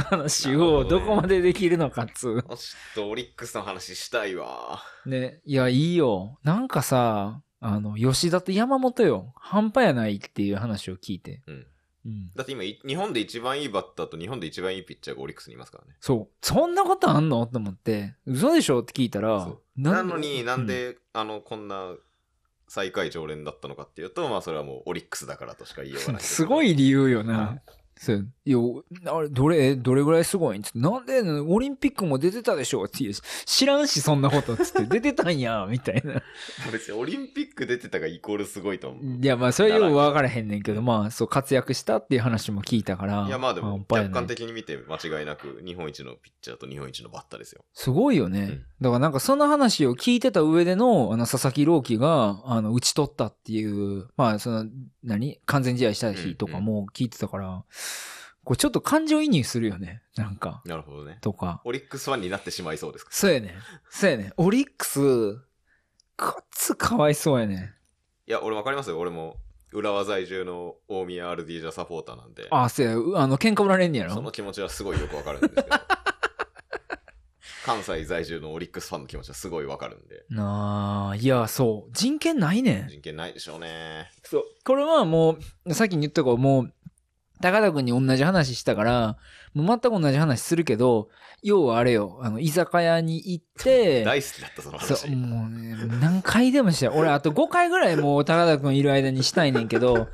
Speaker 1: な
Speaker 2: 話を
Speaker 1: る
Speaker 2: ど
Speaker 1: ほどね
Speaker 2: こまでできるのかっつう。
Speaker 1: ちょっとオリックスの話したいわ。
Speaker 2: ね、いや、いいよ。なんかさ、あの、吉田と山本よ。半端やないっていう話を聞いて。
Speaker 1: うん
Speaker 2: うん。
Speaker 1: だって今、い日本で一番いいバッターと日本で一番いいピッチャーがオリックスにいますからね。
Speaker 2: そう。そんなことあんのと思って、嘘でしょって聞いたら
Speaker 1: そう、な
Speaker 2: で
Speaker 1: のになん、で、あの、こんな最下位常連だったのかっていうと、まあそれはもうオリックスだからとしか言いようが
Speaker 2: うん
Speaker 1: [LAUGHS] ない。
Speaker 2: すごい理由よ
Speaker 1: は
Speaker 2: な。そういやあれどれどれぐらいすごいんつってなんでオリンピックも出てたでしょっていう知らんしそんなことつって出てたんや [LAUGHS] みたいな
Speaker 1: 別にオリンピック出てたがイコールすごいと思う。
Speaker 2: いやまあそれよく分からへんねんけどまあそう活躍したっていう話も聞いたから
Speaker 1: いやまあでも
Speaker 2: 半端や
Speaker 1: 客
Speaker 2: ない
Speaker 1: 観的に見て間違いなく日本一のピッチャーと日本一のバッターですよ。
Speaker 2: すごいよね、
Speaker 1: うん
Speaker 2: だからなんかその話を聞いてた上でのあの佐々木朗希があの打ち取ったっていうまあその何完全試合した日とかも聞いてたから、こうちょっと感情移入するよねなんか
Speaker 1: なるほどね。
Speaker 2: とか
Speaker 1: オリックスファンになってしまいそうですか。
Speaker 2: そうやねそうやねオリックスこっつかわいそうやね
Speaker 1: いや、俺わかりますよ。俺も浦和在住の大宮 RD ジャサポーターなんで、
Speaker 2: あそうやうあの喧嘩売られんねや
Speaker 1: その
Speaker 2: ろ
Speaker 1: 気持ちはすごいよくわかるんですけ [LAUGHS] ど。関西在住のオリックスファンの気持ちはすごいわかるんで。
Speaker 2: なあいやそう人権ないねん
Speaker 1: 人権ないでしょうね。
Speaker 2: そう。これはもう、さっきに言った子もう、高田くんに同じ話したから、もう全く同じ話するけど、要はあれよ、あの、居酒屋に行っ
Speaker 1: [LAUGHS]
Speaker 2: て、
Speaker 1: 大好きだったその
Speaker 2: そう、
Speaker 1: 話。
Speaker 2: もうね、何回でもしたよ。俺、あと5回ぐらいもう高田くんいる間にしたいねんけど、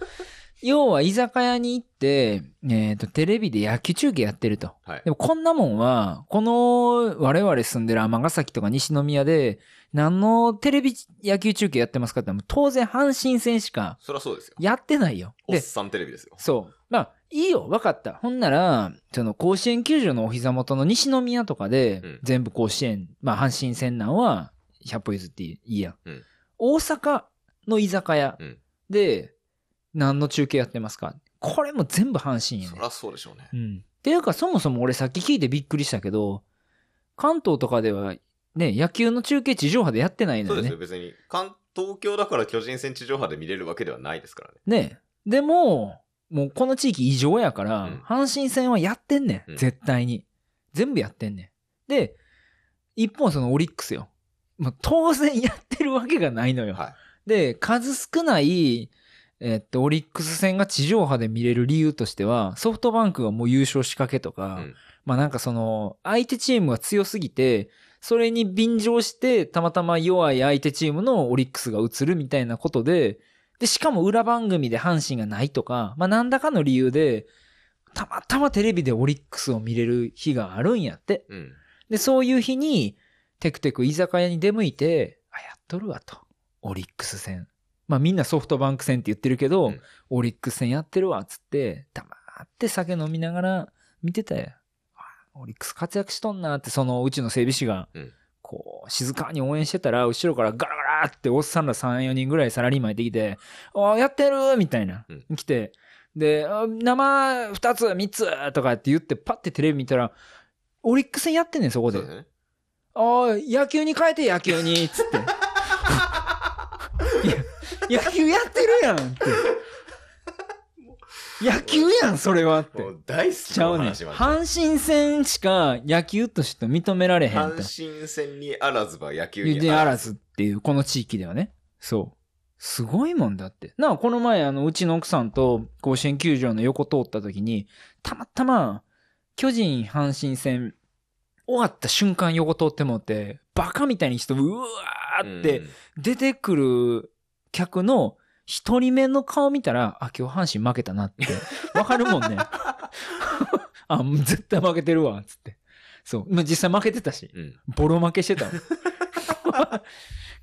Speaker 2: 要は居酒屋に行って、えっ、と、テレビで野球中継やってると。
Speaker 1: はい
Speaker 2: で。もこんなもんは、この我々住んでる尼崎とか西宮で、何のテレビ野球中継やってますかって言ったら、もう当然阪神戦しか
Speaker 1: そりゃそうですよ。
Speaker 2: やってないよ。
Speaker 1: おっ
Speaker 2: で、
Speaker 1: さんテレビですよ。
Speaker 2: そう。まあ、いいよ、わかった。ほんなら、その甲子園球場のお膝元の西宮とかで、
Speaker 1: うん
Speaker 2: 全部甲子園、まあ、阪神戦なんは、100歩譲っていいやん。
Speaker 1: うん
Speaker 2: 大阪の居酒屋
Speaker 1: うん
Speaker 2: で、何の中継やってますかこれも全部阪神や
Speaker 1: そ
Speaker 2: ね
Speaker 1: りゃそうでしょうね。
Speaker 2: うん。っていうか、そもそも俺さっき聞いてびっくりしたけど、関東とかでは、ね、野球の中継地上波でやってないの
Speaker 1: そう
Speaker 2: よ
Speaker 1: です
Speaker 2: ね
Speaker 1: よ。。別に、関東京だから巨人戦地上波で見れるわけではないですからね。
Speaker 2: ねでも、もうこの地域異常やから、
Speaker 1: うん
Speaker 2: 阪神戦はやってんねん。
Speaker 1: うん
Speaker 2: 絶対に。全部やってんねん。で、一方そのオリックスよ。もう当然やってるわけがないのよ。
Speaker 1: はい。
Speaker 2: で、数少ない、えっと、オリックス戦が地上波で見れる理由としては、ソフトバンクがもう優勝仕掛けとか、
Speaker 1: うん
Speaker 2: まあなんかその、相手チームが強すぎて、それに便乗して、たまたま弱い相手チームのオリックスが映るみたいなことで、で、しかも裏番組で阪神がないとか、まあ何らかの理由で、たまたまテレビでオリックスを見れる日があるんやって。
Speaker 1: うん。
Speaker 2: で、そういう日に、テクテク居酒屋に出向いて、あ、やっとるわと。オリックス戦。まあみんなソフトバンク戦って言ってるけど、
Speaker 1: うん
Speaker 2: オリックス戦やってるわっつって、黙って酒飲みながら見てたよ。あオリックス活躍しとんなって、そのうちの整備士が、
Speaker 1: うん
Speaker 2: こう、静かに応援してたら、後ろからガラガラっておっさんら3、4人ぐらいサラリーマンやってきて、あやってるみたいな、
Speaker 1: う
Speaker 2: 来て、で、あ生2つ、3つとかって言って、パッてテレビ見たら、オリックス戦やってんねん、そこ
Speaker 1: そう
Speaker 2: で。
Speaker 1: ですね。
Speaker 2: ああ、野球に変えて野球に、つって。いや野球やってるやんって。野球やん、それはって
Speaker 1: も。う大好き
Speaker 2: ちゃ
Speaker 1: な
Speaker 2: うねん。
Speaker 1: 話ま
Speaker 2: 阪神戦しか野球として認められへ
Speaker 1: で。
Speaker 2: んと。
Speaker 1: 阪神戦にあらずば野球に
Speaker 2: であら。ずっていう、この地域ではね。そう。すごいもんだって。なあ、この前、あの、うちの奥さんと甲子園球場の横通った時に、たまたま、巨人阪神戦、終わった瞬間横通ってもって、バカみたいに人、うわーっ
Speaker 1: う
Speaker 2: て
Speaker 1: ん、
Speaker 2: 出てくる客の一人目の顔見たら、あ、今日阪神負けた
Speaker 1: [LAUGHS]
Speaker 2: なって、わかるもんね。 [LAUGHS] あ、もう絶対負けてるわ、つって。そう。まあ実際負けてたし。
Speaker 1: うん。
Speaker 2: ボロ負けしてたわ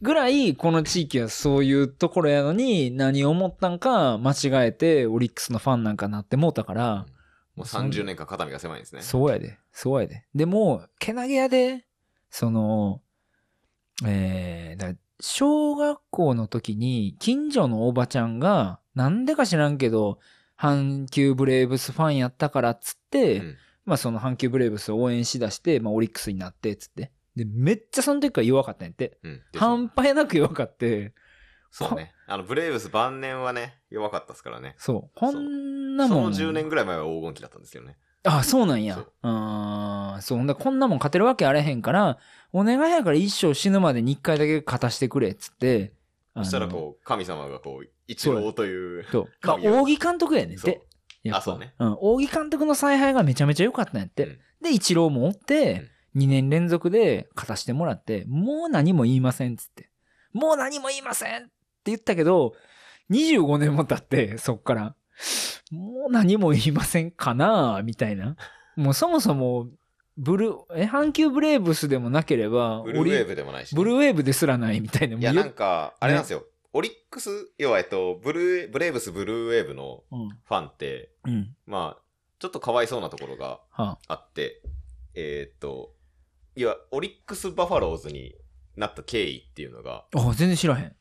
Speaker 2: ぐらい、この地域はそういうところやのに、何を思ったんか間違えて、オリックスのファンなんかなってもうたから、
Speaker 1: もう30年間肩身が狭いんですね。
Speaker 2: そうやで、そうやで。でも、けなげやで、その、えー、だ小学校の時に、近所のおばちゃんが、なんでか知らんけど、阪急ブレーブスファンやったからっつって、
Speaker 1: うん
Speaker 2: まあその阪急ブレーブスを応援しだして、まあオリックスになってっつって。で、めっちゃその時から弱かったんやって。
Speaker 1: うん。ですね
Speaker 2: 半端なく弱かって、
Speaker 1: そうね。あの、ブレイブス晩年はね、弱かったですからね。
Speaker 2: そう、こんな
Speaker 1: そ
Speaker 2: も
Speaker 1: の
Speaker 2: ん。
Speaker 1: 10年ぐらい前は黄金期だったんですよね。
Speaker 2: あ、そうなんや。
Speaker 1: そう
Speaker 2: うあーそう。ほんで、こんなもん勝てるわけあれへんから、お願いやから一生死ぬまでに一回だけ勝たしてくれ、っつって。
Speaker 1: そしたら
Speaker 2: あの
Speaker 1: こう、神様がこう、一郎という。
Speaker 2: そう。まあ、
Speaker 1: 神谷
Speaker 2: 扇監督やねん
Speaker 1: そう
Speaker 2: て。やっぱ
Speaker 1: あそうね。
Speaker 2: ん。大木監督の采配がめちゃめちゃ良かったんやって。
Speaker 1: うん
Speaker 2: で、一郎もおって、2年連続で勝たしてもらって、もう何も言いませんっつって。もう何も言いませんって言ったけど、25年も経って、そっから、もう何も言いませんかなみたいな。もうそもそも、ブル、え、阪急ブレーブスでもなければ、
Speaker 1: ブルーウェー
Speaker 2: オ
Speaker 1: ブでもないし
Speaker 2: リ
Speaker 1: ね、
Speaker 2: ブルーウェーブですらないみたいな。もう
Speaker 1: いや、
Speaker 2: よ
Speaker 1: なんか、あれなんですよ。オリックス、要は、えっと、ブルー、ブレーブス、ブルーウェーブの
Speaker 2: うん。
Speaker 1: ファンって、
Speaker 2: うん。
Speaker 1: まあ、ちょっとかわいそうなところが
Speaker 2: は
Speaker 1: あって、えーっと、いや、オリックス・バファローズになった経緯っていうのが、
Speaker 2: あ。あ、全然知らへん。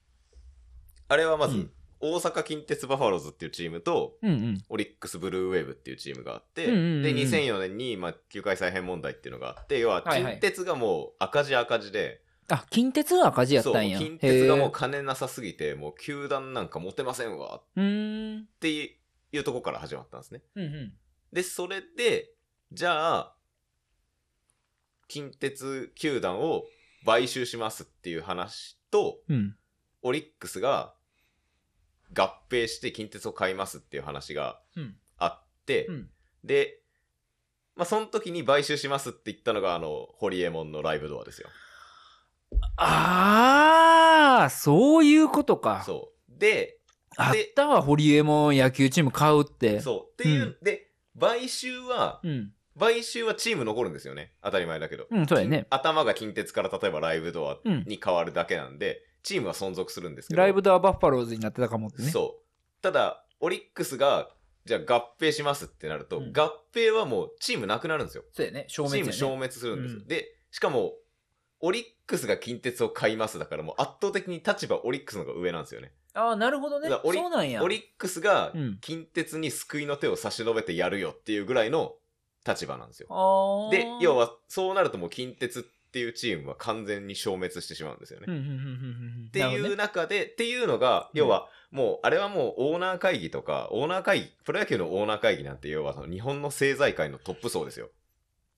Speaker 1: あれはまず、
Speaker 2: うん
Speaker 1: 大阪近鉄バファローズっていうチームと、
Speaker 2: うんうん。
Speaker 1: オリックス・ブルーウェーブっていうチームがあって、
Speaker 2: うんうんうんうん
Speaker 1: で、2004年に、まあ、球界再編問題っていうのがあって、要は、
Speaker 2: はいはい
Speaker 1: 近鉄がもう赤字赤字で、
Speaker 2: あ、近鉄が赤字やっ
Speaker 1: そう
Speaker 2: たんや。
Speaker 1: 近鉄がも
Speaker 2: へ
Speaker 1: う金なさすぎて、もう球団なんか持てませんわっ
Speaker 2: えうーん。
Speaker 1: ていうとこから始まったんですね。
Speaker 2: うんうん。
Speaker 1: で、それで、じゃあ、近鉄球団を買収しますっていう話と、
Speaker 2: うん。
Speaker 1: オリックスが合併して近鉄を買いますっていう話が
Speaker 2: うん。
Speaker 1: あって、
Speaker 2: うん
Speaker 1: で、まあ、その時に買収しますって言ったのが、あの、ホリエモンのライブドアですよ。
Speaker 2: ああ、そういうことか。
Speaker 1: そう。で、
Speaker 2: あったわ、ホリエモン野球チーム買うって。
Speaker 1: そう。っていう、
Speaker 2: う
Speaker 1: で、買収は、
Speaker 2: う。ん。
Speaker 1: 買収はチーム残るんですよね。当たり前だけど。
Speaker 2: うん、そうやね。
Speaker 1: 頭が近鉄から例えばライブドア
Speaker 2: うん。
Speaker 1: に変わるだけなんで、チームは存続するんですけど。
Speaker 2: ライブドアバッファローズになってたかもってね。
Speaker 1: そう。ただ、オリックスが、じゃあ合併しますってなると、
Speaker 2: うん
Speaker 1: 合併はもうチームなくなるんですよ。
Speaker 2: そうやね。正
Speaker 1: チーム消滅するんですよ。
Speaker 2: うん
Speaker 1: で、しかも、オリックスが近鉄を買いますだから、もう圧倒的に立場オリックスの方が上なんですよね。
Speaker 2: ああ、なるほどね。
Speaker 1: だからオリ
Speaker 2: そうなんや。
Speaker 1: オリックスが
Speaker 2: うん
Speaker 1: 近鉄に救いの手を差し伸べてやるよっていうぐらいの立場なんですよ。
Speaker 2: ああ。
Speaker 1: で、要
Speaker 2: は。
Speaker 1: は、そうなるともう近鉄っていうチームは完全に消滅してしまうんですよね。
Speaker 2: うん、うん、うん、うん。っ
Speaker 1: っていう中で、っていうのが、要は、もう、あれはもうオーナー会議とか、オーナー会議、プロ野球のオーナー会議なんて、要はその日本の政財界のトップ層ですよ。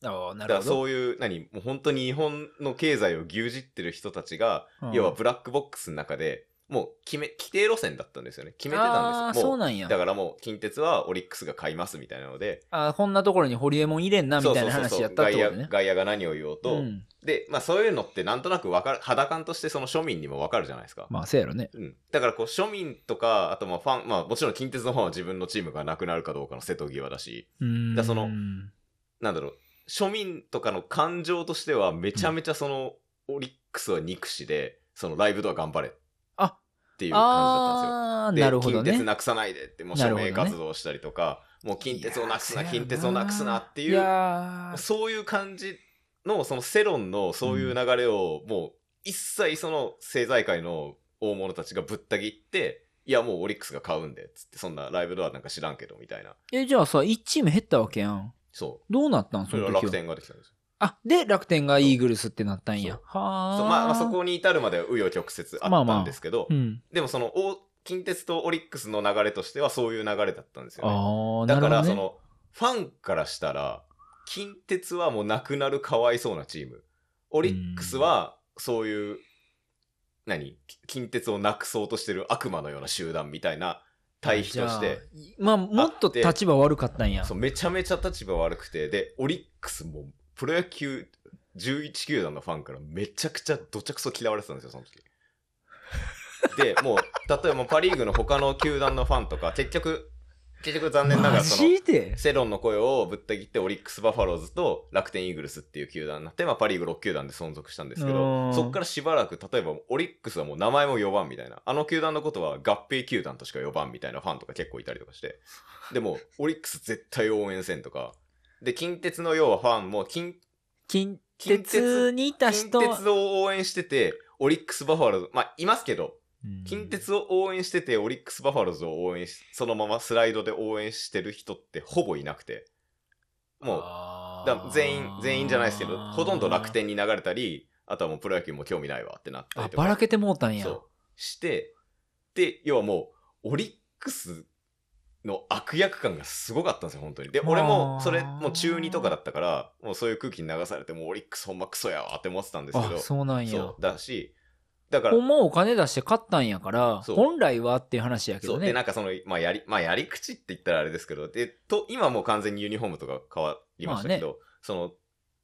Speaker 2: ああ、な
Speaker 1: だか
Speaker 2: るほ
Speaker 1: ら
Speaker 2: ど。
Speaker 1: そういう、何、もう本当に日本の経済を牛耳ってる人たちが、
Speaker 2: うん
Speaker 1: 要はブラックボックスの中で、もう決め、規定路線だったんですよね。決めてた
Speaker 2: あ
Speaker 1: ん
Speaker 2: あ、
Speaker 1: ですよ。
Speaker 2: そ
Speaker 1: も
Speaker 2: うなんや。
Speaker 1: だからもう、近鉄はオリックスが買いますみたいなので、
Speaker 2: あーこんなところにホリエモン入れんな、みたいな話やったって
Speaker 1: 外
Speaker 2: こと
Speaker 1: 野、
Speaker 2: ね。
Speaker 1: 外野が何を言おうと、
Speaker 2: うん
Speaker 1: で、まあそういうのってなんとなくわかる、肌感としてその庶民にもわかるじゃないですか。
Speaker 2: まあ、そうやろね。
Speaker 1: うん、だからこう庶民とか、あとまあファン、まあもちろん近鉄のファンは自分のチームがなくなるかどうかの瀬戸際だし、
Speaker 2: うん。
Speaker 1: だからその
Speaker 2: うん
Speaker 1: なんだろう、庶民とかの感情としてはめちゃめちゃその、オリックスは憎しで、そのライブドア頑張れっ
Speaker 2: あ
Speaker 1: ていう感じだったんですよ。
Speaker 2: ああー、
Speaker 1: で
Speaker 2: なるほど
Speaker 1: 近鉄
Speaker 2: ね。
Speaker 1: なくさないでって、もう
Speaker 2: なる
Speaker 1: 署
Speaker 2: ほどね
Speaker 1: 名活動したりとか、もう近鉄をなくすな、
Speaker 2: いやー
Speaker 1: 近鉄をなくすなってい、
Speaker 2: いうやー
Speaker 1: そういう感じの、その世論のそういう流れを、もう一切その政財界の大物たちがぶった切って、いや、もうオリックスが買うんで、つって、そんなライブドアなんか知らんけど、みたいな。
Speaker 2: え、じゃあさ、1チーム減ったわけやん。
Speaker 1: そ
Speaker 2: どうなったん
Speaker 1: う。そ
Speaker 2: そ
Speaker 1: れ
Speaker 2: の
Speaker 1: は
Speaker 2: 時
Speaker 1: 楽
Speaker 2: は。
Speaker 1: 天ができたんですよ。
Speaker 2: あ、で、楽天がイーグルスってなったんや
Speaker 1: そ。
Speaker 2: は
Speaker 1: そ
Speaker 2: あ。
Speaker 1: うまあ、まあそこに至るまでは紆余曲折あったんですけど、
Speaker 2: うん。
Speaker 1: でもその、お近鉄とオリックスの流れとしてはそういう流れだったんですよね。
Speaker 2: ああ、な
Speaker 1: だか
Speaker 2: るほど、
Speaker 1: ら、
Speaker 2: ね。
Speaker 1: その、ファンからしたら、近鉄はもうなくなるかわいそうなチーム。オリックスは、そういう、何近鉄をなくそうとしてる悪魔のような集団みたいな対比とし
Speaker 2: じゃ
Speaker 1: て
Speaker 2: あ。、まあ、もっと立場悪かったんや。
Speaker 1: そうめちゃめちゃ立場悪くて、で、オリックスもプロ野球11球団のファンからめちゃくちゃどちゃくそ嫌われてたんですよ、その時。で、もう、例えばパ・リーグの他の球団のファンとか、結局、結局残念なが
Speaker 2: マ
Speaker 1: らその、
Speaker 2: ジで
Speaker 1: 世論の声をぶった切ってオリックス・バファローズと楽天イーグルスっていう球団になって、まあ、パ・リーグ6球団で存続したんですけ
Speaker 2: う
Speaker 1: ど
Speaker 2: ん
Speaker 1: そこからしばらく例えばオリックスはもう名前も4番みたいなあの球団のことは合併球団としか4番みたいなファンとか結構いたりとかしてでもオリックス絶対応援せんとかで近鉄の要はファンも近
Speaker 2: 近
Speaker 1: 近鉄
Speaker 2: 鉄にいた
Speaker 1: 近
Speaker 2: 人。
Speaker 1: 鉄を応援しててオリックス・バファローズまあいますけど
Speaker 2: うん
Speaker 1: 近鉄を応援しててオリックス・バファローズを応援しそのままスライドで応援してる人ってほぼいなくてもう
Speaker 2: あー
Speaker 1: だから全員、全員じゃないですけど、ほとんど楽天に流れたり、あとはもうプロ野球も興味ないわってなった
Speaker 2: あ
Speaker 1: り、とか。
Speaker 2: ばらけてもうたんや。
Speaker 1: そう。して、で、要はもう、オリックスの悪役感がすごかったんですよ、本当に。で、俺も
Speaker 2: あ、ー
Speaker 1: それ、もう中2とかだったから、もうそういう空気に流されて、もうオリックスほんまクソやわって思ってたんですけど、
Speaker 2: あ、そうなんや。
Speaker 1: そうだし、だから
Speaker 2: ほ、んまお金出して買ったんやから、
Speaker 1: そう
Speaker 2: 本来はっていう話やけ
Speaker 1: そ
Speaker 2: ど
Speaker 1: う、
Speaker 2: ね
Speaker 1: で、。なんかその、まあ、やり、まあ、やり口って言ったらあれですけど、で、と、今もう完全にユニフォームとか変わりましたけど、その、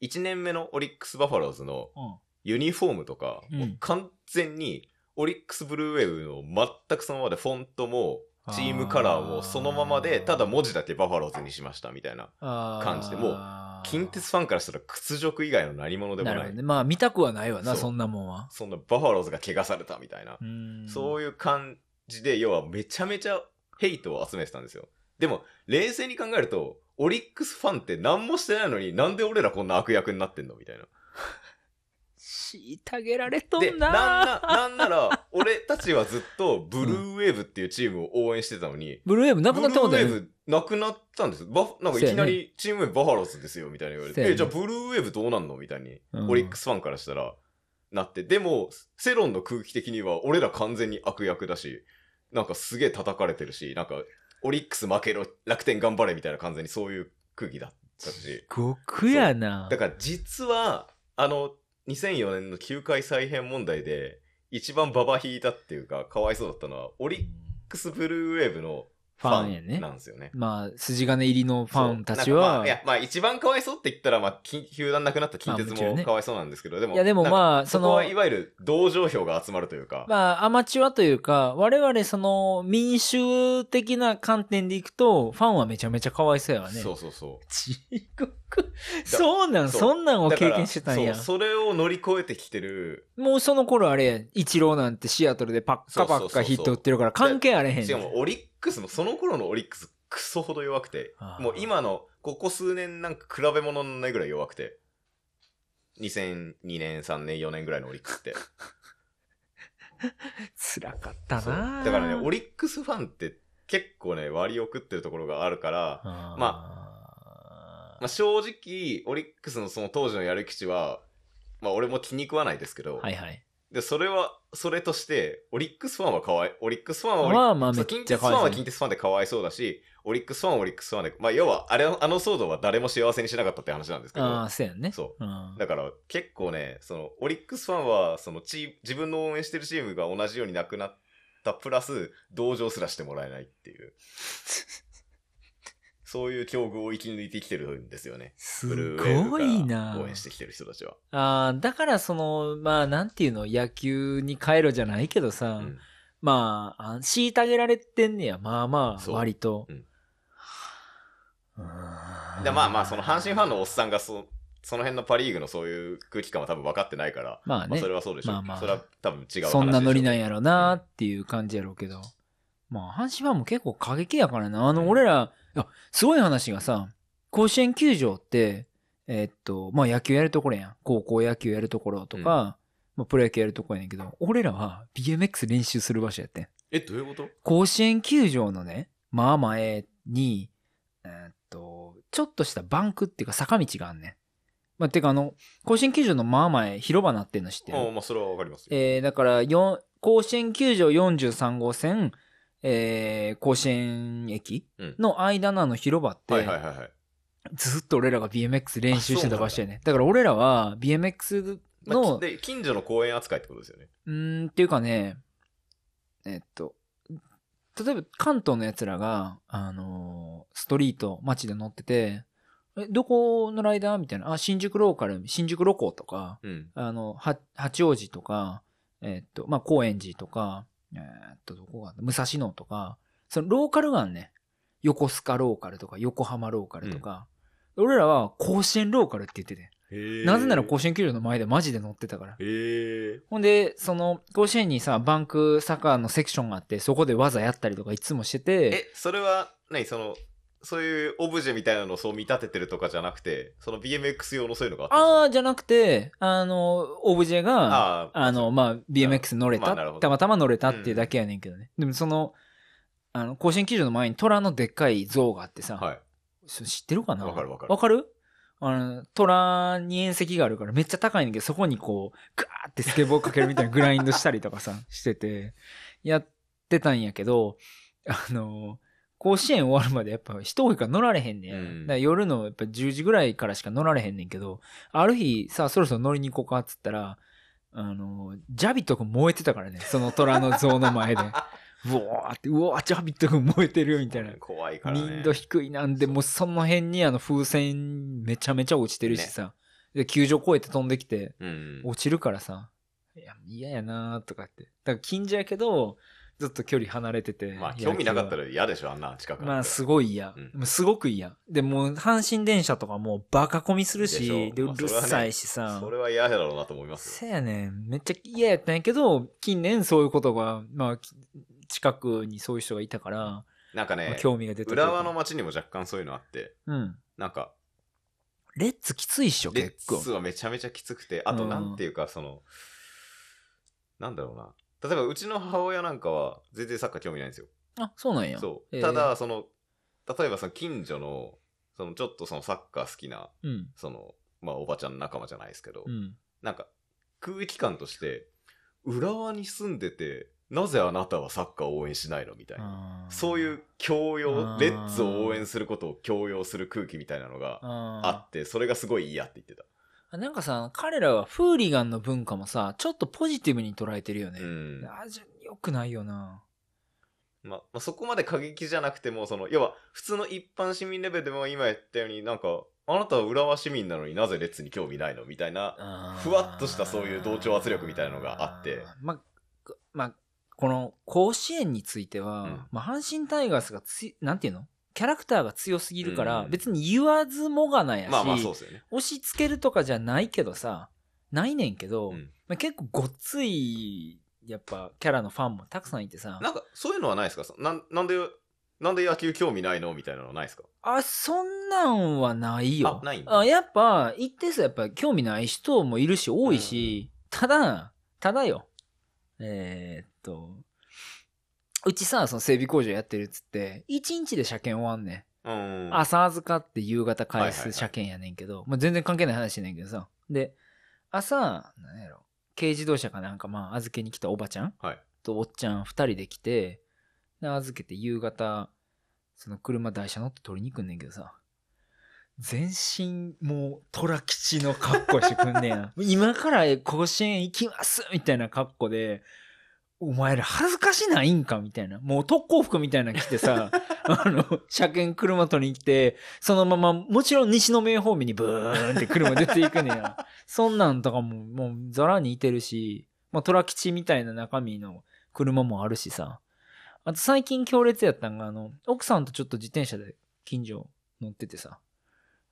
Speaker 1: 1年目のオリックス・バファローズの
Speaker 2: うん
Speaker 1: ユニフォームとか、
Speaker 2: うん
Speaker 1: もう完全に、オリックスブルーウェーブの全くそのままで、フォントも、チームカラーもそのままで、ただ文字だけバファローズにしましたみたいな。感じでもう近鉄ファンからしたら屈辱以外の何者でも
Speaker 2: な
Speaker 1: ない。
Speaker 2: るほどね。まあ見たくはないわ
Speaker 1: そ
Speaker 2: な、
Speaker 1: う
Speaker 2: そんなもんは。
Speaker 1: そんなバファローズが怪我されたみたいな。そう
Speaker 2: い
Speaker 1: いう感じで、要はめちゃめちゃヘイトを集めてたんですよ。でも、冷静に考えると、オリックスファンって何もしてないのになんで俺らこんな悪役になってんのみたいな。
Speaker 2: うん。虐げられと
Speaker 1: で、
Speaker 2: ん
Speaker 1: なんな、
Speaker 2: な
Speaker 1: なんなら、俺たちはずっとブルーウェーブっていうチームを応援してたのに、
Speaker 2: ブルーウェーブなく
Speaker 1: ブル
Speaker 2: なっ
Speaker 1: ー
Speaker 2: て
Speaker 1: ウ
Speaker 2: もう
Speaker 1: ェ
Speaker 2: た
Speaker 1: ー
Speaker 2: よね。
Speaker 1: ブなくなったんですよ。バフなんかいきなりチーム名バファローズですよみたいな言われて、
Speaker 2: そうやね
Speaker 1: え、じゃあブルーウェーブどうなんのみたいに、
Speaker 2: うん
Speaker 1: オリックスファンからしたらなって、でも、セロンの空気的には俺ら完全に悪役だし、なんかすげえ叩かれてるし、なんかオリックス負けろ、楽天頑張れみたいな完全にそういう空気だったし、
Speaker 2: 極やな。
Speaker 1: だから実は、あの、2004年の球界再編問題で、一番ババ引いたっていうか、かわいそうだったのは、オリックスブルーウェーブのファ
Speaker 2: ファンや
Speaker 1: ン
Speaker 2: ね
Speaker 1: なんですよね。
Speaker 2: まあ、筋金入りのファンたち
Speaker 1: そうなんかま
Speaker 2: は。
Speaker 1: あいや、まあ一番かわいそうって言ったら、まあ、き球団なくなった近鉄
Speaker 2: まあもちろん
Speaker 1: も
Speaker 2: ね
Speaker 1: かわいそうなんですけど、でも、
Speaker 2: いやでも
Speaker 1: なんか
Speaker 2: まあ
Speaker 1: そ
Speaker 2: そ
Speaker 1: こ
Speaker 2: の
Speaker 1: はいわゆる同情票が集まるというか、
Speaker 2: まあ、アマチュアというか、我々、その、民衆的な観点でいくと、ファンはめちゃめちゃかわいそうやわね。
Speaker 1: そうそうそう。
Speaker 2: 地獄。そうなん、
Speaker 1: そう
Speaker 2: そんなんを
Speaker 1: だか
Speaker 2: 経
Speaker 1: ら
Speaker 2: 験してたんや
Speaker 1: そう。それを乗り越えてきてる、
Speaker 2: もうその頃あれや、イチローなんてシアトルでパッ
Speaker 1: そ
Speaker 2: カパ
Speaker 1: うそう
Speaker 2: ッ
Speaker 1: そうそ
Speaker 2: カ
Speaker 1: う
Speaker 2: ヒット打ってるから関係あれへん。
Speaker 1: しかもオリックスも、その頃のオリックス、クソほど弱くて
Speaker 2: あ、ー
Speaker 1: もう今の、ここ数年なんか比べ物のないぐらい弱くて、2002年、3年、4年ぐらいのオリックスって。
Speaker 2: 辛かった
Speaker 1: そう
Speaker 2: な
Speaker 1: だからね、オ
Speaker 2: り、
Speaker 1: リックスファンって結構ね、割を食ってるところがあるから、
Speaker 2: ま
Speaker 1: まあ、正直、オリックスのその当時のやる基地は、まあ俺も気に食わないですけど、
Speaker 2: はいはい。
Speaker 1: で、それは、それとして、オリックスファンはかわい、オリックスファンはオリ
Speaker 2: まあまあ、
Speaker 1: そ
Speaker 2: め
Speaker 1: う
Speaker 2: っ
Speaker 1: 近
Speaker 2: ち
Speaker 1: 鉄
Speaker 2: ゃ
Speaker 1: フ
Speaker 2: か
Speaker 1: ァン
Speaker 2: わ
Speaker 1: はい
Speaker 2: そ
Speaker 1: 近
Speaker 2: う。
Speaker 1: 鉄ファンでかわいそうだし、オリックスファンはオリックスファンで、まあ要は、あれ、あの騒動は誰も幸せにしなかったって話なんですけ
Speaker 2: ああ、
Speaker 1: ど、
Speaker 2: そうやんね。
Speaker 1: そ
Speaker 2: うん。
Speaker 1: だから結構ね、その、オリックスファンは、そのチー、自分の応援してるチームが同じようになくなった、プラス、同情すらしてもらえないって
Speaker 2: [LAUGHS]
Speaker 1: いう、そういう境遇を生き抜いてきてるんですよね。
Speaker 2: す
Speaker 1: ブルーウェーブ
Speaker 2: ごい
Speaker 1: から
Speaker 2: な
Speaker 1: 応援してきてる人たちは。
Speaker 2: ああ、だからその、まあ、なんていうの、野球に帰ろじゃないけどさ、
Speaker 1: うん
Speaker 2: まああ、虐げられてんねや、まあまあ、
Speaker 1: そう
Speaker 2: 割と。
Speaker 1: うん
Speaker 2: うーん
Speaker 1: でまあまあその阪神ファンのおっさんがそその辺のパ・リーグのそういう空気感は多分分かってないから、
Speaker 2: まあ
Speaker 1: まあ、
Speaker 2: ね
Speaker 1: それはそうでしょう、
Speaker 2: まあまあ
Speaker 1: それは多分違う話でしょう
Speaker 2: そんなノリなんやろなっていう感じやろうけど。まあ、阪神ファンも結構過激やからな。あ
Speaker 1: う
Speaker 2: の、
Speaker 1: ん
Speaker 2: 俺ら、いやすごい話がさ、甲子園球場って、えーっと、まあ野球やるところやん。高校野球やるところと
Speaker 1: う
Speaker 2: か、
Speaker 1: ん
Speaker 2: まあプロ野球やるところやねんけど、俺らは BMX 練習する場所やってん。
Speaker 1: えどういうこと
Speaker 2: 甲子園球場のね、まあ前に、えーっと、ちょっとしたバンクっていうか坂道があんねん。まあ、てかあの、甲子園球場のまあ前広場なってんの知ってる
Speaker 1: ああまあそれは分かりますよ、
Speaker 2: えーだからよん甲子園球場43号線、えー甲子園駅
Speaker 1: うん
Speaker 2: の間のあの広場って、
Speaker 1: はいはいはいはい
Speaker 2: ずっと俺らが BMX 練習してた場所やねだから俺らは BMX
Speaker 1: まあ
Speaker 2: の、
Speaker 1: で近所の公園扱いってことですよね
Speaker 2: うーんっていうかねえっと例えば関東のやつらが、あのーストリート街で乗ってて「えどこのライダー?」みたいな「あ新宿ローカル新宿ロコ」とか
Speaker 1: うん
Speaker 2: あの、は八王子とか、えーっと、まあ、高円寺とか、えーっと、どこがあった、武蔵野とか、そのローカルがあんね。横須賀ローカルとか、横浜ローカルとか、俺らは甲子園ローカルって言ってて。なぜなら甲
Speaker 1: 子
Speaker 2: 子園球場の前でマジで乗ってたから。
Speaker 1: 園へえ
Speaker 2: ほんで、その、甲子園にさ、バンクサッカーのセクションがあって、そこで技やったりとかいつもしてて、
Speaker 1: えそれは何そのそういうオブジェみたいなのをそう見立ててるとかじゃなくてその BMX 用のそういうのがあっ
Speaker 2: あーじゃなくて、あの、オブジェ
Speaker 1: た
Speaker 2: が、
Speaker 1: あ
Speaker 2: あの、まあ、BMX 乗れ
Speaker 1: ま
Speaker 2: た、
Speaker 1: あなるほど
Speaker 2: たまたま乗れたっていうだけやねんけどね。でもその、あの、甲子園球場の前に虎のでっかい像があってさ、
Speaker 1: はい
Speaker 2: そ知ってるかな
Speaker 1: わかるわかる
Speaker 2: わかるあの、虎に縁石があるからめっちゃ高いねんだけど、そこにこう、ガーってスケボーかけるみたいなグラインドしたりと
Speaker 1: [LAUGHS]
Speaker 2: かさ、してて、やってたんやけど、あの、甲子園終わるまでやっぱ人多いから乗られへんねや。
Speaker 1: うん
Speaker 2: だから夜のやっぱ10時ぐらいからしか乗られへんねんけど、ある日さ、そろそろ乗りに行こうかっつったら、あの、ジャビット君燃えてたからね、その虎の像
Speaker 1: [LAUGHS]
Speaker 2: の前で。うわーって、うわー、ジャビット君燃えてるみたいな。
Speaker 1: 怖いからね。
Speaker 2: 民度低いなんで、もうその辺にあの風船めちゃめちゃ落ちてるしさ、で球場越えて飛んできて、
Speaker 1: うん。
Speaker 2: 落ちるからさ、いや、嫌やなーとかって。だから近所やけど、ずっと距離離れてて。
Speaker 1: まあ、興味なかった
Speaker 2: ら。
Speaker 1: ら嫌でしょ、あんな近くなんて
Speaker 2: まあ、すごい嫌
Speaker 1: うん。
Speaker 2: もうすごく嫌。で、もう阪神電車とかもうバカ混みする
Speaker 1: でしょ
Speaker 2: し、で、
Speaker 1: ま
Speaker 2: う
Speaker 1: あ
Speaker 2: るさいしさ。
Speaker 1: それは嫌だろうなと思います
Speaker 2: せやねん。めっちゃ嫌やったんやけど、近年そういうことが、まあ、き近くにそういう人がいたから、
Speaker 1: よ。なんか
Speaker 2: まあ
Speaker 1: ね、
Speaker 2: 興味が出たというか
Speaker 1: 浦和の街にも若干そういうのあって、
Speaker 2: うん。
Speaker 1: なんか、
Speaker 2: レッツきついっしょ、
Speaker 1: レ
Speaker 2: 結構
Speaker 1: ッツ。はめちゃめちゃきつくて、あと
Speaker 2: うん
Speaker 1: なんていうか、その、なんだろうな。例えば、うちの母親なんかは全然サッカー興味ないんですよ。
Speaker 2: あ、そうなんや。
Speaker 1: そう。
Speaker 2: へー
Speaker 1: ただ、その、例えばその近所の、そのちょっとそのサッカー好きな、
Speaker 2: うん。
Speaker 1: その、まあおばちゃん仲間じゃないですけど、
Speaker 2: うん。
Speaker 1: なんか空気感として、浦和に住んでて、なぜあなたはサッカーを応援しないのみたいな。
Speaker 2: あー
Speaker 1: そういう、強
Speaker 2: あ
Speaker 1: 要、
Speaker 2: ー
Speaker 1: レッツを応援することを強要する空気みたいなのがあ
Speaker 2: あ
Speaker 1: って、それがすごい嫌って言ってた。
Speaker 2: ーなんかさ、彼らはフーリガンの文化もさ、ちょっとポジティブに捉えてるよね。
Speaker 1: うん。
Speaker 2: あじゃよくないよな。
Speaker 1: まあ、まあ、そこまで過激じゃなくても、その、要は、普通の一般市民レベルでも今言ったように、なんか、あなたは浦和市民なのになぜレッツに興味ないのみたいな。
Speaker 2: あー
Speaker 1: ふわっとしたそういう同調圧力みたいなのがあって。
Speaker 2: まあ、まあ、この甲子園については、
Speaker 1: うん
Speaker 2: まあ、阪神タイガースがつい、なんていうのキャラクターが強すぎるから、
Speaker 1: うん
Speaker 2: 別に言わずもがなやし、
Speaker 1: まあまあ、そうですよね。
Speaker 2: 押し付けるとかじゃないけどさ、ないねんけど、
Speaker 1: うん
Speaker 2: まあ、結構ごっつい、やっぱキャラのファンもたくさんいてさ、
Speaker 1: なんか、そういうのはないですかそなんなんで、なんで野球興味ないのみたいなのはないですか
Speaker 2: あ、そんなんはないよ。
Speaker 1: あないんだ
Speaker 2: あやっぱ、一定数やっぱ興味ない人もいるし、多いし、ただ、ただよ。えーっと、うちさ、その整備工場やってるっつって、一日で車検終わんねん。
Speaker 1: うん。
Speaker 2: 朝預かって夕方
Speaker 1: はい
Speaker 2: 返
Speaker 1: はいは
Speaker 2: す
Speaker 1: い
Speaker 2: 車検やねんけど、まあ、全然関係ない話やねんけどさ。で、朝、なんやろ、軽自動車かなんか、まあ、預けに来たおばちゃん
Speaker 1: はい
Speaker 2: とおっちゃん二人で来て、で、預けて夕方、その車台車乗って取りに行くんねんけどさ。全身、もう、虎吉の格好してくんねや。 [LAUGHS] 今から甲子園行きますみたいな格好で、お前ら恥ずかしないんかみたいな。もう特攻服みたいなの着
Speaker 1: [LAUGHS]
Speaker 2: てさ、あの、車検車取りに行って、そのまま、もちろん西の名方面にブーンって車出ていくねや。そんなんとかも、もうザラにいてるし、まあ、虎吉みたいな中身の車もあるしさ。あと最近強烈やったんが、あの、奥さんとちょっと自転車で近所乗っててさ、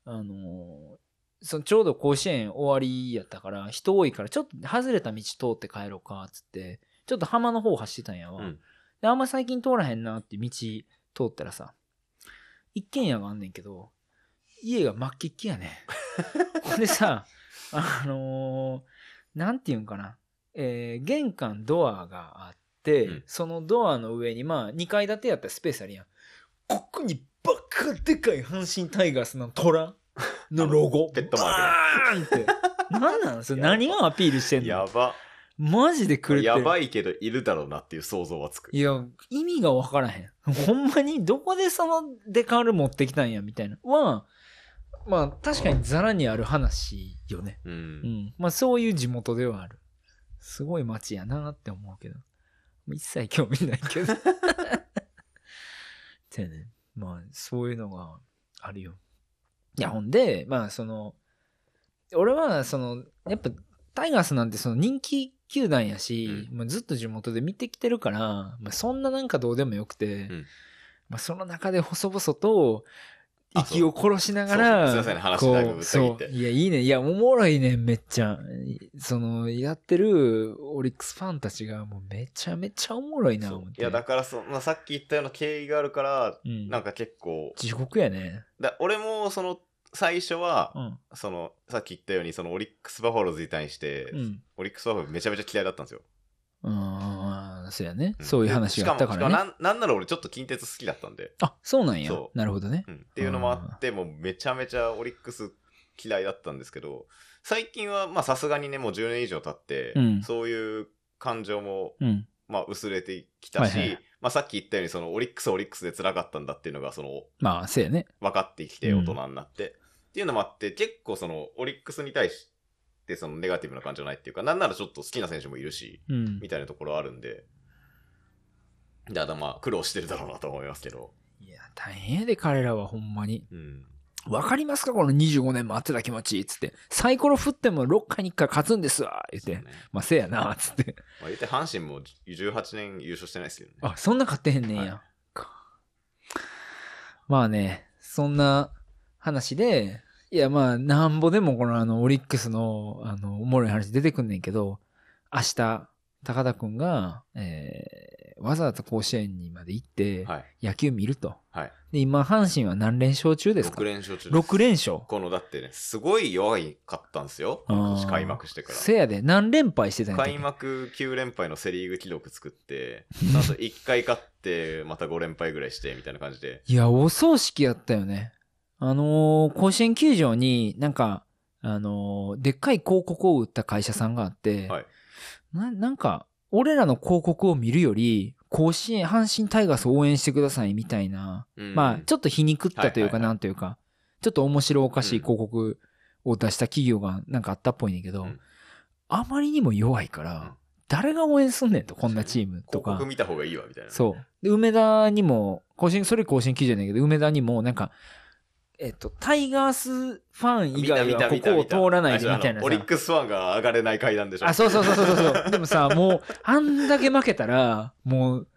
Speaker 2: あのーそのちょうど甲子園終わりやったから、人多いから、ちょっと外れた道通って帰ろうか、つって、ちょっと浜の方走ってたんやわ。
Speaker 1: うん
Speaker 2: で、あんま最近通らへんなって道通ったらさ、一軒家があんねんけど、家が真っ黄っきやね
Speaker 1: [LAUGHS]
Speaker 2: ん。ほんでさ、あのーなんていうんかな、えー玄関ドアがあって、
Speaker 1: うん
Speaker 2: そのドアの上にまあ2階建てやったらスペースあるやん。ここにバカでかい阪神タイガースの虎のロゴ。
Speaker 1: ペットマ
Speaker 2: バーンって。何なんそれ何をアピールしてん
Speaker 1: や
Speaker 2: の
Speaker 1: ば。
Speaker 2: マジで狂ってる。
Speaker 1: やばいけど、いるだろうなっていう想像はつく。
Speaker 2: いや、意味がわからへん。ほんまにどこでそのデカール持ってきたんやみたいな。は、まあ確かにザラにある話よね。
Speaker 1: う。
Speaker 2: うんん。まあそういう地元ではある。すごい街やなって思うけど。一切興味ない
Speaker 1: [LAUGHS]
Speaker 2: けど。てね。まあそういうのがあるよ。いやほんで、まあその、俺はその、やっぱタイガースなんてその人気球団やし、まあずっと地元で見てきてるから、まあそんななんかどうでもよくて、
Speaker 1: ん
Speaker 2: まあその中で細々と、
Speaker 1: あそう
Speaker 2: 息を殺しな
Speaker 1: そ
Speaker 2: が
Speaker 1: うそ
Speaker 2: ら、
Speaker 1: うすいません話
Speaker 2: こ
Speaker 1: だいぶぶ
Speaker 2: う
Speaker 1: った切っ
Speaker 2: そ
Speaker 1: て
Speaker 2: う、いや、いいね、いや、おもろいね、めっちゃ。その、やってるオリックスファンたちが、もうめちゃめちゃおもろいな、
Speaker 1: そう
Speaker 2: 思って。
Speaker 1: いや、だからそ、まあ、さっき言ったような経緯があるから、
Speaker 2: うん
Speaker 1: なんか結構、
Speaker 2: 地獄やね。
Speaker 1: だ俺もその、最初は
Speaker 2: う、ん。
Speaker 1: その、さっき言ったように、そのオリックスバファローズに対して、
Speaker 2: うん。
Speaker 1: オリックスバファローズめちゃめちゃ嫌いだったんですよ。
Speaker 2: ああ、そうやね。
Speaker 1: ん
Speaker 2: そういう話があったから
Speaker 1: し
Speaker 2: ね
Speaker 1: か。も、しかもなんなんなら俺ちょっと近鉄好きだったんで、
Speaker 2: あ、そうなんや
Speaker 1: そ。う
Speaker 2: なるほどね。
Speaker 1: うんっていうのもあって、もうめちゃめちゃオリックス嫌いだったんですけど、最近は、まあさすがにね、もう10年以上経って、
Speaker 2: うん
Speaker 1: そういう感情も、
Speaker 2: うん。
Speaker 1: まあ薄れてきたし、
Speaker 2: はいはい
Speaker 1: まあさっき言ったように、そのオリックスはオリックスで辛かったんだっていうのが、その、
Speaker 2: まあ、そうやね。
Speaker 1: 分かってきて
Speaker 2: うん
Speaker 1: 大人になって、っていうのもあって結構そのオリックスに対しってそのネガティブな感じじゃないっていうか、なんならちょっと好きな選手もいるし、
Speaker 2: うん
Speaker 1: み。たいなところあるんで、だからまあ苦労してるだろうなと思いますけど。
Speaker 2: いや、大変やで、彼らはほんまに。
Speaker 1: うん。
Speaker 2: わかりますかこの25年待ってた気持ち。つって。サイコロ振っても6回に1回勝つんですわ。言っ
Speaker 1: そう
Speaker 2: て
Speaker 1: ね。
Speaker 2: まあ、せやな。つって。
Speaker 1: まあ、言って阪神も18年優勝してないですけどね。
Speaker 2: あ、そんな勝ってへんねんや。
Speaker 1: はい
Speaker 2: かまあね、そんな話で、いやまあ、なんぼでもこのあの、オリックスの、あの、おもろい話出てくんねんけど、明日、高田くんが、えーわざわざ甲子園にまで行って、
Speaker 1: はい。
Speaker 2: 野球見ると。
Speaker 1: はい。
Speaker 2: で、今、阪神は何連勝中ですか
Speaker 1: 6連勝中です。
Speaker 2: 6連勝。
Speaker 1: このだってね、すごい弱いかったんですよ。
Speaker 2: あー
Speaker 1: 今年開幕してか
Speaker 2: せやで、何連敗してた
Speaker 1: ら。
Speaker 2: んやったっ
Speaker 1: 開
Speaker 2: け
Speaker 1: 幕9連敗のセ・リーグ記録作って、 [LAUGHS] その後1回勝って、また5連敗ぐらいして、みたいな感じで。
Speaker 2: いや、お葬式やったよね。あのー甲子園球場になんか、あのーでっかい広告を売った会社さんがあって、
Speaker 1: はい
Speaker 2: ななんか、俺らの広告を見るより、甲子園、阪神タイガースを応援してくださいみたいな、
Speaker 1: うん
Speaker 2: まあ、ちょっと皮肉ったとい
Speaker 1: はい
Speaker 2: うか、
Speaker 1: はいはい
Speaker 2: なんというか、ちょっと面白おかし
Speaker 1: う
Speaker 2: い
Speaker 1: ん
Speaker 2: 広告を出した企業がなんかあったっぽいねんだけど、
Speaker 1: うん
Speaker 2: あまりにも弱いから、
Speaker 1: うん
Speaker 2: 誰が応援すんねんと、こんなチームと
Speaker 1: 広
Speaker 2: か。
Speaker 1: 告見た方がいいわ、みたいな。う。
Speaker 2: そう。で、梅田にも、更新、それ更新記事じゃないけど、梅田にも、なんか、えっと、タイガースファン以
Speaker 1: 見た
Speaker 2: 外
Speaker 1: 見た
Speaker 2: はこ
Speaker 1: 見た
Speaker 2: こを
Speaker 1: 見た
Speaker 2: 通らないで
Speaker 1: あ
Speaker 2: み
Speaker 1: の
Speaker 2: たいなさ
Speaker 1: オリックスファンが上がれない階段でしょ。
Speaker 2: あ、そうそうそうそうそう [LAUGHS] そう。でもさ、もう、あんだけ負けたら、もう、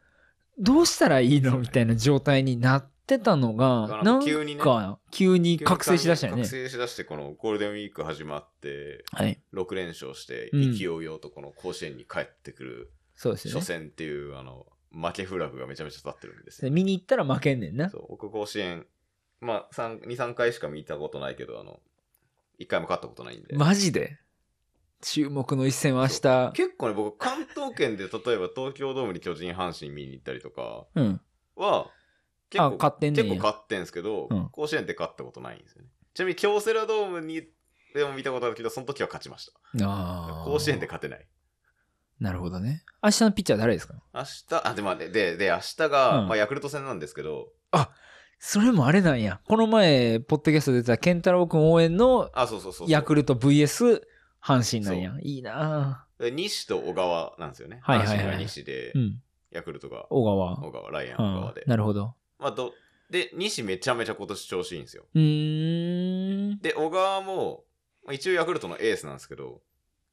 Speaker 2: どうしたらいいのみたいな状態になってたのが、
Speaker 1: な
Speaker 2: なんん
Speaker 1: か急にね
Speaker 2: か、急に覚醒しだしたよね
Speaker 1: 覚。醒しだして、このゴールデンウィーク始まって、
Speaker 2: はい。
Speaker 1: 6連勝して、
Speaker 2: うん
Speaker 1: 勢いよとこの甲子園に帰ってくる、
Speaker 2: そうですよ
Speaker 1: 初
Speaker 2: ね。
Speaker 1: 戦っていう、あの、負けフラグがめちゃめちゃ立ってるんですよ。
Speaker 2: 見に行ったら負けんねんな。
Speaker 1: そう、僕甲子園、まあ、3、2、3回しか見たことないけど、あの、1回も勝ったことないんで。
Speaker 2: マジで。注目の一戦は明日。
Speaker 1: 結構ね、僕、関東圏で、例えば東京ドームに巨人、阪神見に行ったりとか
Speaker 2: うん。
Speaker 1: は、結構、
Speaker 2: 勝ってんねんや
Speaker 1: 結構勝ってんすけど、
Speaker 2: うん
Speaker 1: 甲子園って勝ったことないんですよね。ちなみに、京セラドームに、でも見たことあるけど、その時は勝ちました。
Speaker 2: あー
Speaker 1: 甲子園で勝てない。
Speaker 2: なるほどね。明日のピッチャー誰ですか
Speaker 1: 明日、あ、で、まあ、で、で、で明日が、
Speaker 2: うん
Speaker 1: まあ、ヤクルト戦なんですけど、
Speaker 2: それもあれなんや。この前、ポッドキャストで出てたケンタロウくん応援の
Speaker 1: あ、そうそうそうそう。
Speaker 2: ヤクルト VS 阪神なんや。いいな
Speaker 1: で西と小川なんですよね。
Speaker 2: はいはいはい
Speaker 1: 阪神が西で、
Speaker 2: ぁ。うん。
Speaker 1: ヤクルトが
Speaker 2: 小川。
Speaker 1: 小川、ライアン
Speaker 2: う
Speaker 1: 小
Speaker 2: ん
Speaker 1: 川で。
Speaker 2: なるほど。
Speaker 1: まあ、どで、西めちゃめちゃ今年調子いいんですよ。
Speaker 2: うーん。
Speaker 1: で、小川も、まあ一応ヤクルトのエースなんですけど、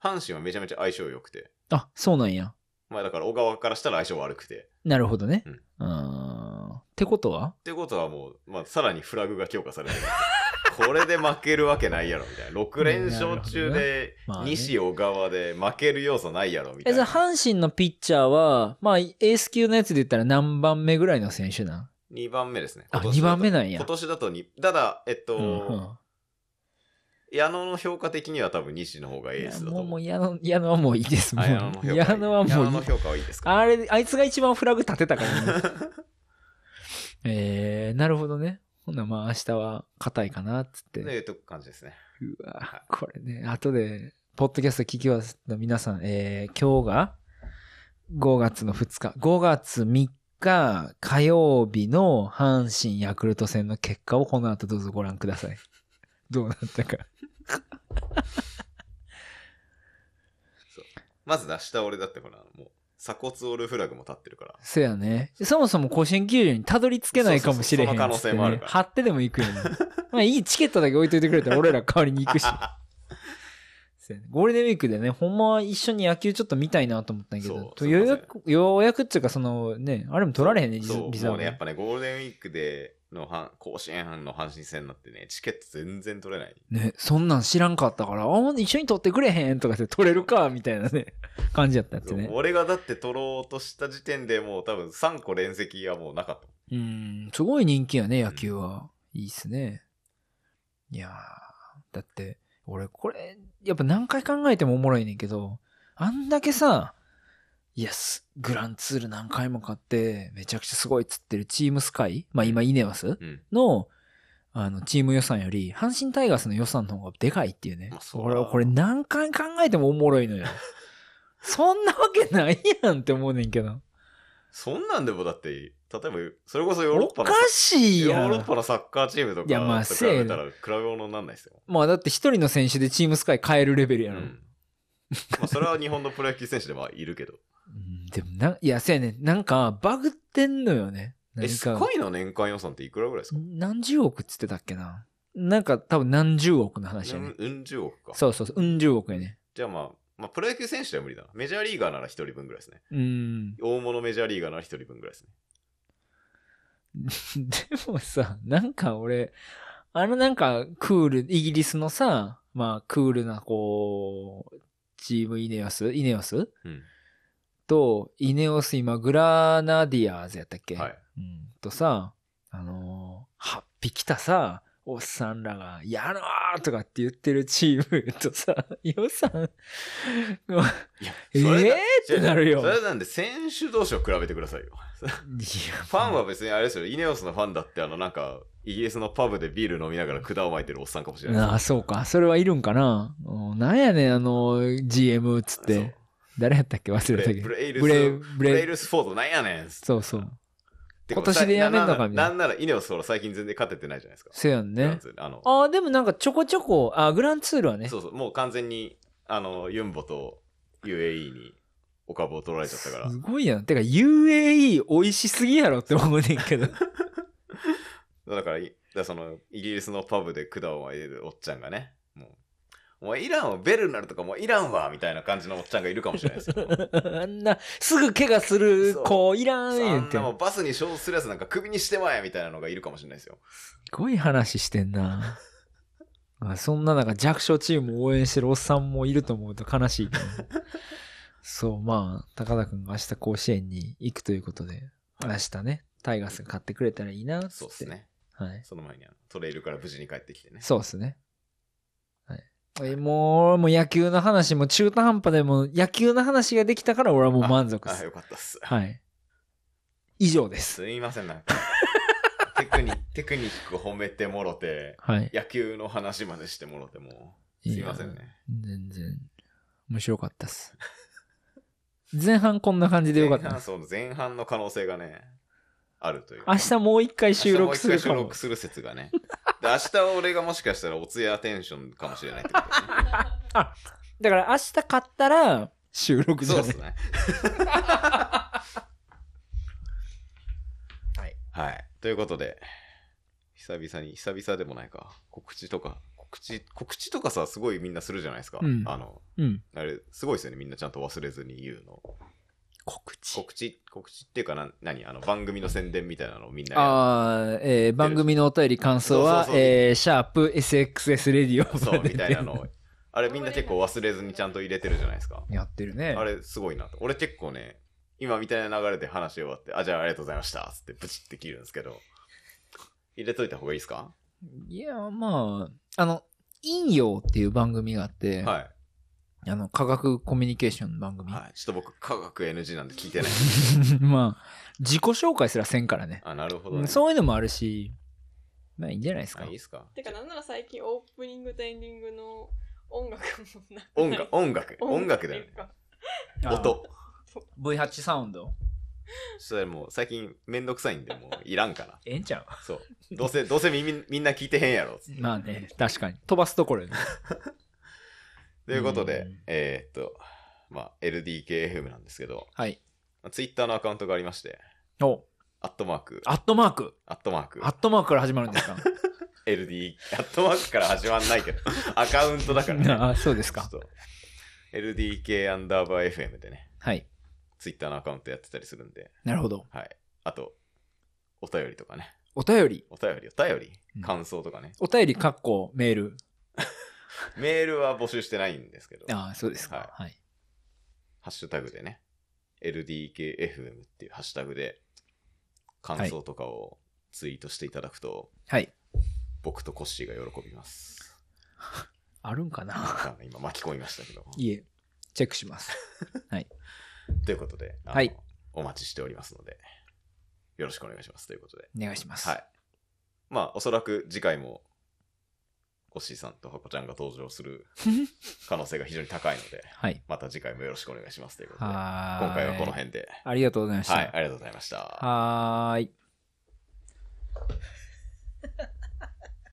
Speaker 1: 阪神はめちゃめちゃ相性良くて、
Speaker 2: あ、そうなんや。
Speaker 1: まあだから小川からしたら相性悪くて、
Speaker 2: なるほどね
Speaker 1: うん。
Speaker 2: うーん。ってことは
Speaker 1: ってことはもう、まあさらにフラグが強化されて
Speaker 2: [LAUGHS]
Speaker 1: る。これで負けるわけないやろみたいな。6連勝中
Speaker 2: な
Speaker 1: で
Speaker 2: ほどねまあ、ね
Speaker 1: 西小川で負ける要素ないやろみた
Speaker 2: え、
Speaker 1: い
Speaker 2: じゃあ
Speaker 1: な。
Speaker 2: 阪神のピッチャーは、まあ、エース級のやつで言ったら何番目ぐらいの選手なん
Speaker 1: 2番目ですね。
Speaker 2: あ、
Speaker 1: 今年
Speaker 2: 2
Speaker 1: だと
Speaker 2: 番目なんや。
Speaker 1: 今年だとに、ただ、えっと、
Speaker 2: うんうん
Speaker 1: 矢野の評価的には多分西の方がエースだと
Speaker 2: もう、も
Speaker 1: 思う。
Speaker 2: う、矢野、矢野はもういいです。も
Speaker 1: あ
Speaker 2: う
Speaker 1: 矢野の評価いい
Speaker 2: 矢野はも
Speaker 1: 矢野
Speaker 2: うい
Speaker 1: の
Speaker 2: い。
Speaker 1: 評価はいいですか
Speaker 2: あれ、あいつが一番フラグ立てたからね。えー、なるほどね。ほんならまあ明日は硬いかな、っつって。
Speaker 1: ねえと感じですね。
Speaker 2: うわこれね、後で、ポッドキャスト聞きますの皆さん、えー、今日が5月の2日、5月3日火曜日の阪神ヤクルト戦の結果をこの後どうぞご覧ください。どうなったか。
Speaker 1: まず明日俺だってほら、もう鎖骨折るフラグも立ってるから。
Speaker 2: そやね。そもそも甲子園球場にたどり着けないかもしれへんっつってね、
Speaker 1: そうそうそうその可能性もあるから
Speaker 2: 張ってでも行くよね。まあいいチケットだけ置いといてくれたら俺ら代わりに行く
Speaker 1: [LAUGHS]
Speaker 2: し。そうやねゴールデンウィークでね、ほんまは一緒に野球ちょっと見たいなと思ったんやけ
Speaker 1: そう
Speaker 2: ど、
Speaker 1: そ
Speaker 2: と
Speaker 1: うなんで
Speaker 2: 予
Speaker 1: すよ
Speaker 2: 約、ようやくっていうかそのね、あれも取られへんね、リ
Speaker 1: そう、
Speaker 2: リザ
Speaker 1: も
Speaker 2: ー
Speaker 1: う
Speaker 2: ブ
Speaker 1: ね、
Speaker 2: ね
Speaker 1: やっぱね、ゴールデンウィークでのはん甲子園班の阪神戦になってね、チケット全然取れない。
Speaker 2: ね、そんなん知らんかったから、あ、ほんで一緒に取ってくれへんとかって取れるか、みたいなね、感じやったんです
Speaker 1: そう
Speaker 2: よね。
Speaker 1: 俺がだって取ろうとした時点でもう多分3個連席はもうなかった。
Speaker 2: うーん、すごい人気やね、野球は。いいっすね。いやー、だって、俺これ、やっぱ何回考えてもおもろいねんけど、あんだけさ、いや、すグランツール何回も買って、めちゃくちゃすごいっつってるチームスカイ、まあ今イネマス
Speaker 1: うん。
Speaker 2: の、あの、チーム予算より、阪神タイガースの予算の方がでかいっていうね
Speaker 1: まあ。そうだ
Speaker 2: 俺はこれ何回考えてもおもろ
Speaker 1: [LAUGHS]
Speaker 2: いのよ。そんなわけないやんって思うねんけど。
Speaker 1: そんなんでもだって例えば、それこそヨーロッ
Speaker 2: お
Speaker 1: パ
Speaker 2: か
Speaker 1: のサッ
Speaker 2: しい
Speaker 1: ヨ
Speaker 2: や
Speaker 1: ーロッ
Speaker 2: ん
Speaker 1: パのサッカーチームとか
Speaker 2: いやまあ
Speaker 1: と比べたら比べ物にならないですよ。
Speaker 2: まあだって一人の選手でチームスカイ変えるレベル
Speaker 1: う
Speaker 2: やろ、
Speaker 1: ん。まあ、それは日本のプロ野球選手ではいるけ
Speaker 2: [LAUGHS]
Speaker 1: ど。
Speaker 2: うんでもな、いや、そうやねん。なんか、バグってんのよね。な
Speaker 1: え、
Speaker 2: ん
Speaker 1: ス
Speaker 2: か
Speaker 1: カイの年間予算っていくらぐらいですか
Speaker 2: 何十億っつってたっけな。なんか、多分何十億の話や
Speaker 1: うん
Speaker 2: ね。
Speaker 1: うん十億か。
Speaker 2: そうそうそう、うん十億やね。
Speaker 1: じゃあまあ、まあ、プロ野球選手では無理だな。メジャーリーガーなら一人分ぐらいですね。
Speaker 2: うん。 [LAUGHS]
Speaker 1: 大物メジャーリーガーなら一人分ぐらいですね。
Speaker 2: でもさ、なんか俺、あのなんか、クール、イギリスのさ、まあ、クールな、こう、チームイネオスイネオス
Speaker 1: うん。
Speaker 2: と、イネオス今、グラナディアーズやったっけ
Speaker 1: はい。
Speaker 2: うんとさ、あのー、8匹たさ、おっさんらが、やろうとかって言ってるチームとさ、 [LAUGHS] 予算、もう
Speaker 1: いや、
Speaker 2: え
Speaker 1: それ
Speaker 2: ー
Speaker 1: だ
Speaker 2: ってなるよ。
Speaker 1: それなんで選手同士を比べてくださいよ。 [LAUGHS] ファンは別にあれですよ。イネオスのファンだってあのなんか、イギリスのパブでビール飲みながら管を巻いてるおっさんかもしれ
Speaker 2: い
Speaker 1: ない
Speaker 2: やああ、そうか。それはいるんかな。うんなんやねん、あの、GM っつっ
Speaker 1: そう
Speaker 2: て。誰やったっけ忘
Speaker 1: ブ
Speaker 2: れたけ
Speaker 1: レ
Speaker 2: ど。
Speaker 1: ブレイルス
Speaker 2: ブレイ、ブ
Speaker 1: ブレイ
Speaker 2: レイ、
Speaker 1: ルスフォードなんやねんっつって
Speaker 2: そうそう。
Speaker 1: てか
Speaker 2: 今年でやめんのか
Speaker 1: な
Speaker 2: みたいな
Speaker 1: なんならイネオスほら最近全然勝ててないじゃないですか。
Speaker 2: せやん
Speaker 1: フラン
Speaker 2: ね。
Speaker 1: スあの、
Speaker 2: ああ、でもなんかちょこちょこ、あ、グランツールはね。
Speaker 1: そうそう、もう完全に、あの、ユンボと UAE にお株を取られちゃったから
Speaker 2: す。ごいやん。てか UAE 美味しすぎやろって思うねんけど。
Speaker 1: だから、いだからその、イギリスのパブで管を巻いてるおっちゃんがね、もう、お前イランはベルナルとかもういらんわみたいな感じのおっちゃんがいるかもしれないです
Speaker 2: [LAUGHS]
Speaker 1: よ。
Speaker 2: あんな、すぐ怪我する子いらん
Speaker 1: そ
Speaker 2: やん
Speaker 1: ん
Speaker 2: って。
Speaker 1: なも
Speaker 2: す
Speaker 1: うバスに消するやつなんか首にしてまえみたいなのがいるかもしれないですよ。
Speaker 2: ごい話して
Speaker 1: [LAUGHS]
Speaker 2: んな。あそんな中弱小チームを応援してるおっさんもいると思うと悲しい
Speaker 1: [LAUGHS]
Speaker 2: けど。そう、まあ、高田くんが明日甲子園に行くということで、明日ね、タイガースが買ってくれたらいいなっつって。
Speaker 1: そうです。ね。
Speaker 2: はい。
Speaker 1: その前にあのトレイルから無事に帰ってきてね。
Speaker 2: そうですね。はいえ。もう、もう野球の話も中途半端でも野球の話ができたから俺はもう満足で
Speaker 1: ああ、
Speaker 2: す。
Speaker 1: よかったっす。
Speaker 2: はい。以上です。
Speaker 1: すみません、なんか。 [LAUGHS] テクニテクニック褒めてもろて、
Speaker 2: はい。
Speaker 1: 野球の話までしてもろてもう、すみません
Speaker 2: いや。
Speaker 1: ね。
Speaker 2: 全然。面白かったっす。前半こんな感じでよかった
Speaker 1: 前
Speaker 2: な
Speaker 1: 半そう前半の可能性がね、あるという。
Speaker 2: 明日もう一回収録する
Speaker 1: 明日
Speaker 2: か
Speaker 1: もう一回収録。す
Speaker 2: も
Speaker 1: る説がね。で明日俺がもしかしたらお通夜テンションかもしれないってこと
Speaker 2: [LAUGHS]
Speaker 1: ね
Speaker 2: だから明日買ったら収録じ
Speaker 1: そ
Speaker 2: ゃ
Speaker 1: うです
Speaker 2: ね。 [LAUGHS]
Speaker 1: ね。
Speaker 2: はい。
Speaker 1: はい。ということで、久々に、久々でもないか、告知とか、告知、告知とかさ、すごいみんなするじゃないですか。
Speaker 2: うん
Speaker 1: あの、
Speaker 2: うん。
Speaker 1: あれ、すごいですよね。みんなちゃんと忘れずに言う
Speaker 2: [LAUGHS]
Speaker 1: の。
Speaker 2: 告知。
Speaker 1: 告知、告知っていうかなん、何あの、番組の宣伝みたいなのをみんなやる
Speaker 2: ああ、えー番組のお便り感想は、
Speaker 1: そうそうそう
Speaker 2: えーシャープ SXS レディ
Speaker 1: [LAUGHS]
Speaker 2: オ
Speaker 1: そう、みたいな
Speaker 2: [LAUGHS]
Speaker 1: のを。あれみんな結構忘れずにちゃんと入れてるじゃないですか。
Speaker 2: やってるね。
Speaker 1: あれすごいなと。俺結構ね、今みたいな流れで話終わって、あ、じゃあありがとうございました。つってブチって切るんですけど。入れといた方がいいですか
Speaker 2: いや、まあ、あの、陰陽っていう番組があって、
Speaker 1: は
Speaker 2: あの、科学コミュニケーションの番
Speaker 1: い。
Speaker 2: 組。
Speaker 1: はい。ちょっと僕、科学 NG なんで聞いて
Speaker 2: [LAUGHS]
Speaker 1: ない。
Speaker 2: まあ、自己紹介すらせんからね。
Speaker 1: あ、なるほど、
Speaker 2: う
Speaker 1: ね。
Speaker 2: んそういうのもあるし、まあいいんじゃないですか。
Speaker 1: あ、いいですか
Speaker 3: てか、なんなら最近オープニングとエンディングの音楽もな
Speaker 1: 音楽、音楽、音楽だよね。音。
Speaker 2: V8 サウンド
Speaker 1: それもう最近めんどくさいんで、もういらんから。
Speaker 2: ええんち
Speaker 1: [LAUGHS]
Speaker 2: ゃう
Speaker 1: そう。どうせ、どうせみみみんな聞いてへんやろ。つって
Speaker 2: まあね、確かに。飛ばすところよね。
Speaker 1: ということで
Speaker 2: うん、
Speaker 1: えーっと、まあ、LDKFM なんですけど、
Speaker 2: はい。
Speaker 1: ツイッターのアカウントがありまして、
Speaker 2: お、
Speaker 1: アットマーク、
Speaker 2: アットマーク。
Speaker 1: アットマーク
Speaker 2: ア、ットマークから始まるん
Speaker 1: [LAUGHS]
Speaker 2: ですか
Speaker 1: LD、アットマークから始まんないけど、アカウントだからね。
Speaker 2: ああ、 [LAUGHS] そうです
Speaker 1: ちょ
Speaker 2: か
Speaker 1: っ。と LDK アンダーバー FM でね、
Speaker 2: はい。
Speaker 1: ツイッターのアカウントやってたりするんで、
Speaker 2: なるほど。
Speaker 1: はい。あと、お便りとかね。
Speaker 2: お便り。
Speaker 1: お便り、お便
Speaker 2: う
Speaker 1: り、
Speaker 2: ん
Speaker 1: 感想とかね。
Speaker 2: お便り、かっこ、メール。
Speaker 1: メールは募集してないんですけど、ハ
Speaker 2: ああ、そうですか。
Speaker 1: は
Speaker 2: はい。
Speaker 1: ッシュタグでね、LDKFM っていうハッシュタグで、感想とかをツイートしていただくと、
Speaker 2: はい。
Speaker 1: 僕とコッシーが喜びます。
Speaker 2: あるんかな [LAUGHS]
Speaker 1: なんか今巻き込みましたけど。
Speaker 2: いえ、チェックします。
Speaker 1: ということで、あの
Speaker 2: はい
Speaker 1: お待ちしておりますので、よろしくお願いします。ということで。
Speaker 2: お願いします。
Speaker 1: はい。まあ、おそらく次回もコッシーさんとハコちゃんが登場す
Speaker 2: [LAUGHS]
Speaker 1: る可能性が非常に高いので、
Speaker 2: はい。
Speaker 1: また次回もよろしくお願いしますということで、今
Speaker 2: はーい。
Speaker 1: 回はこの。辺で。
Speaker 2: ありがとうございました。
Speaker 1: はい、ありがとうございました。
Speaker 2: はーい。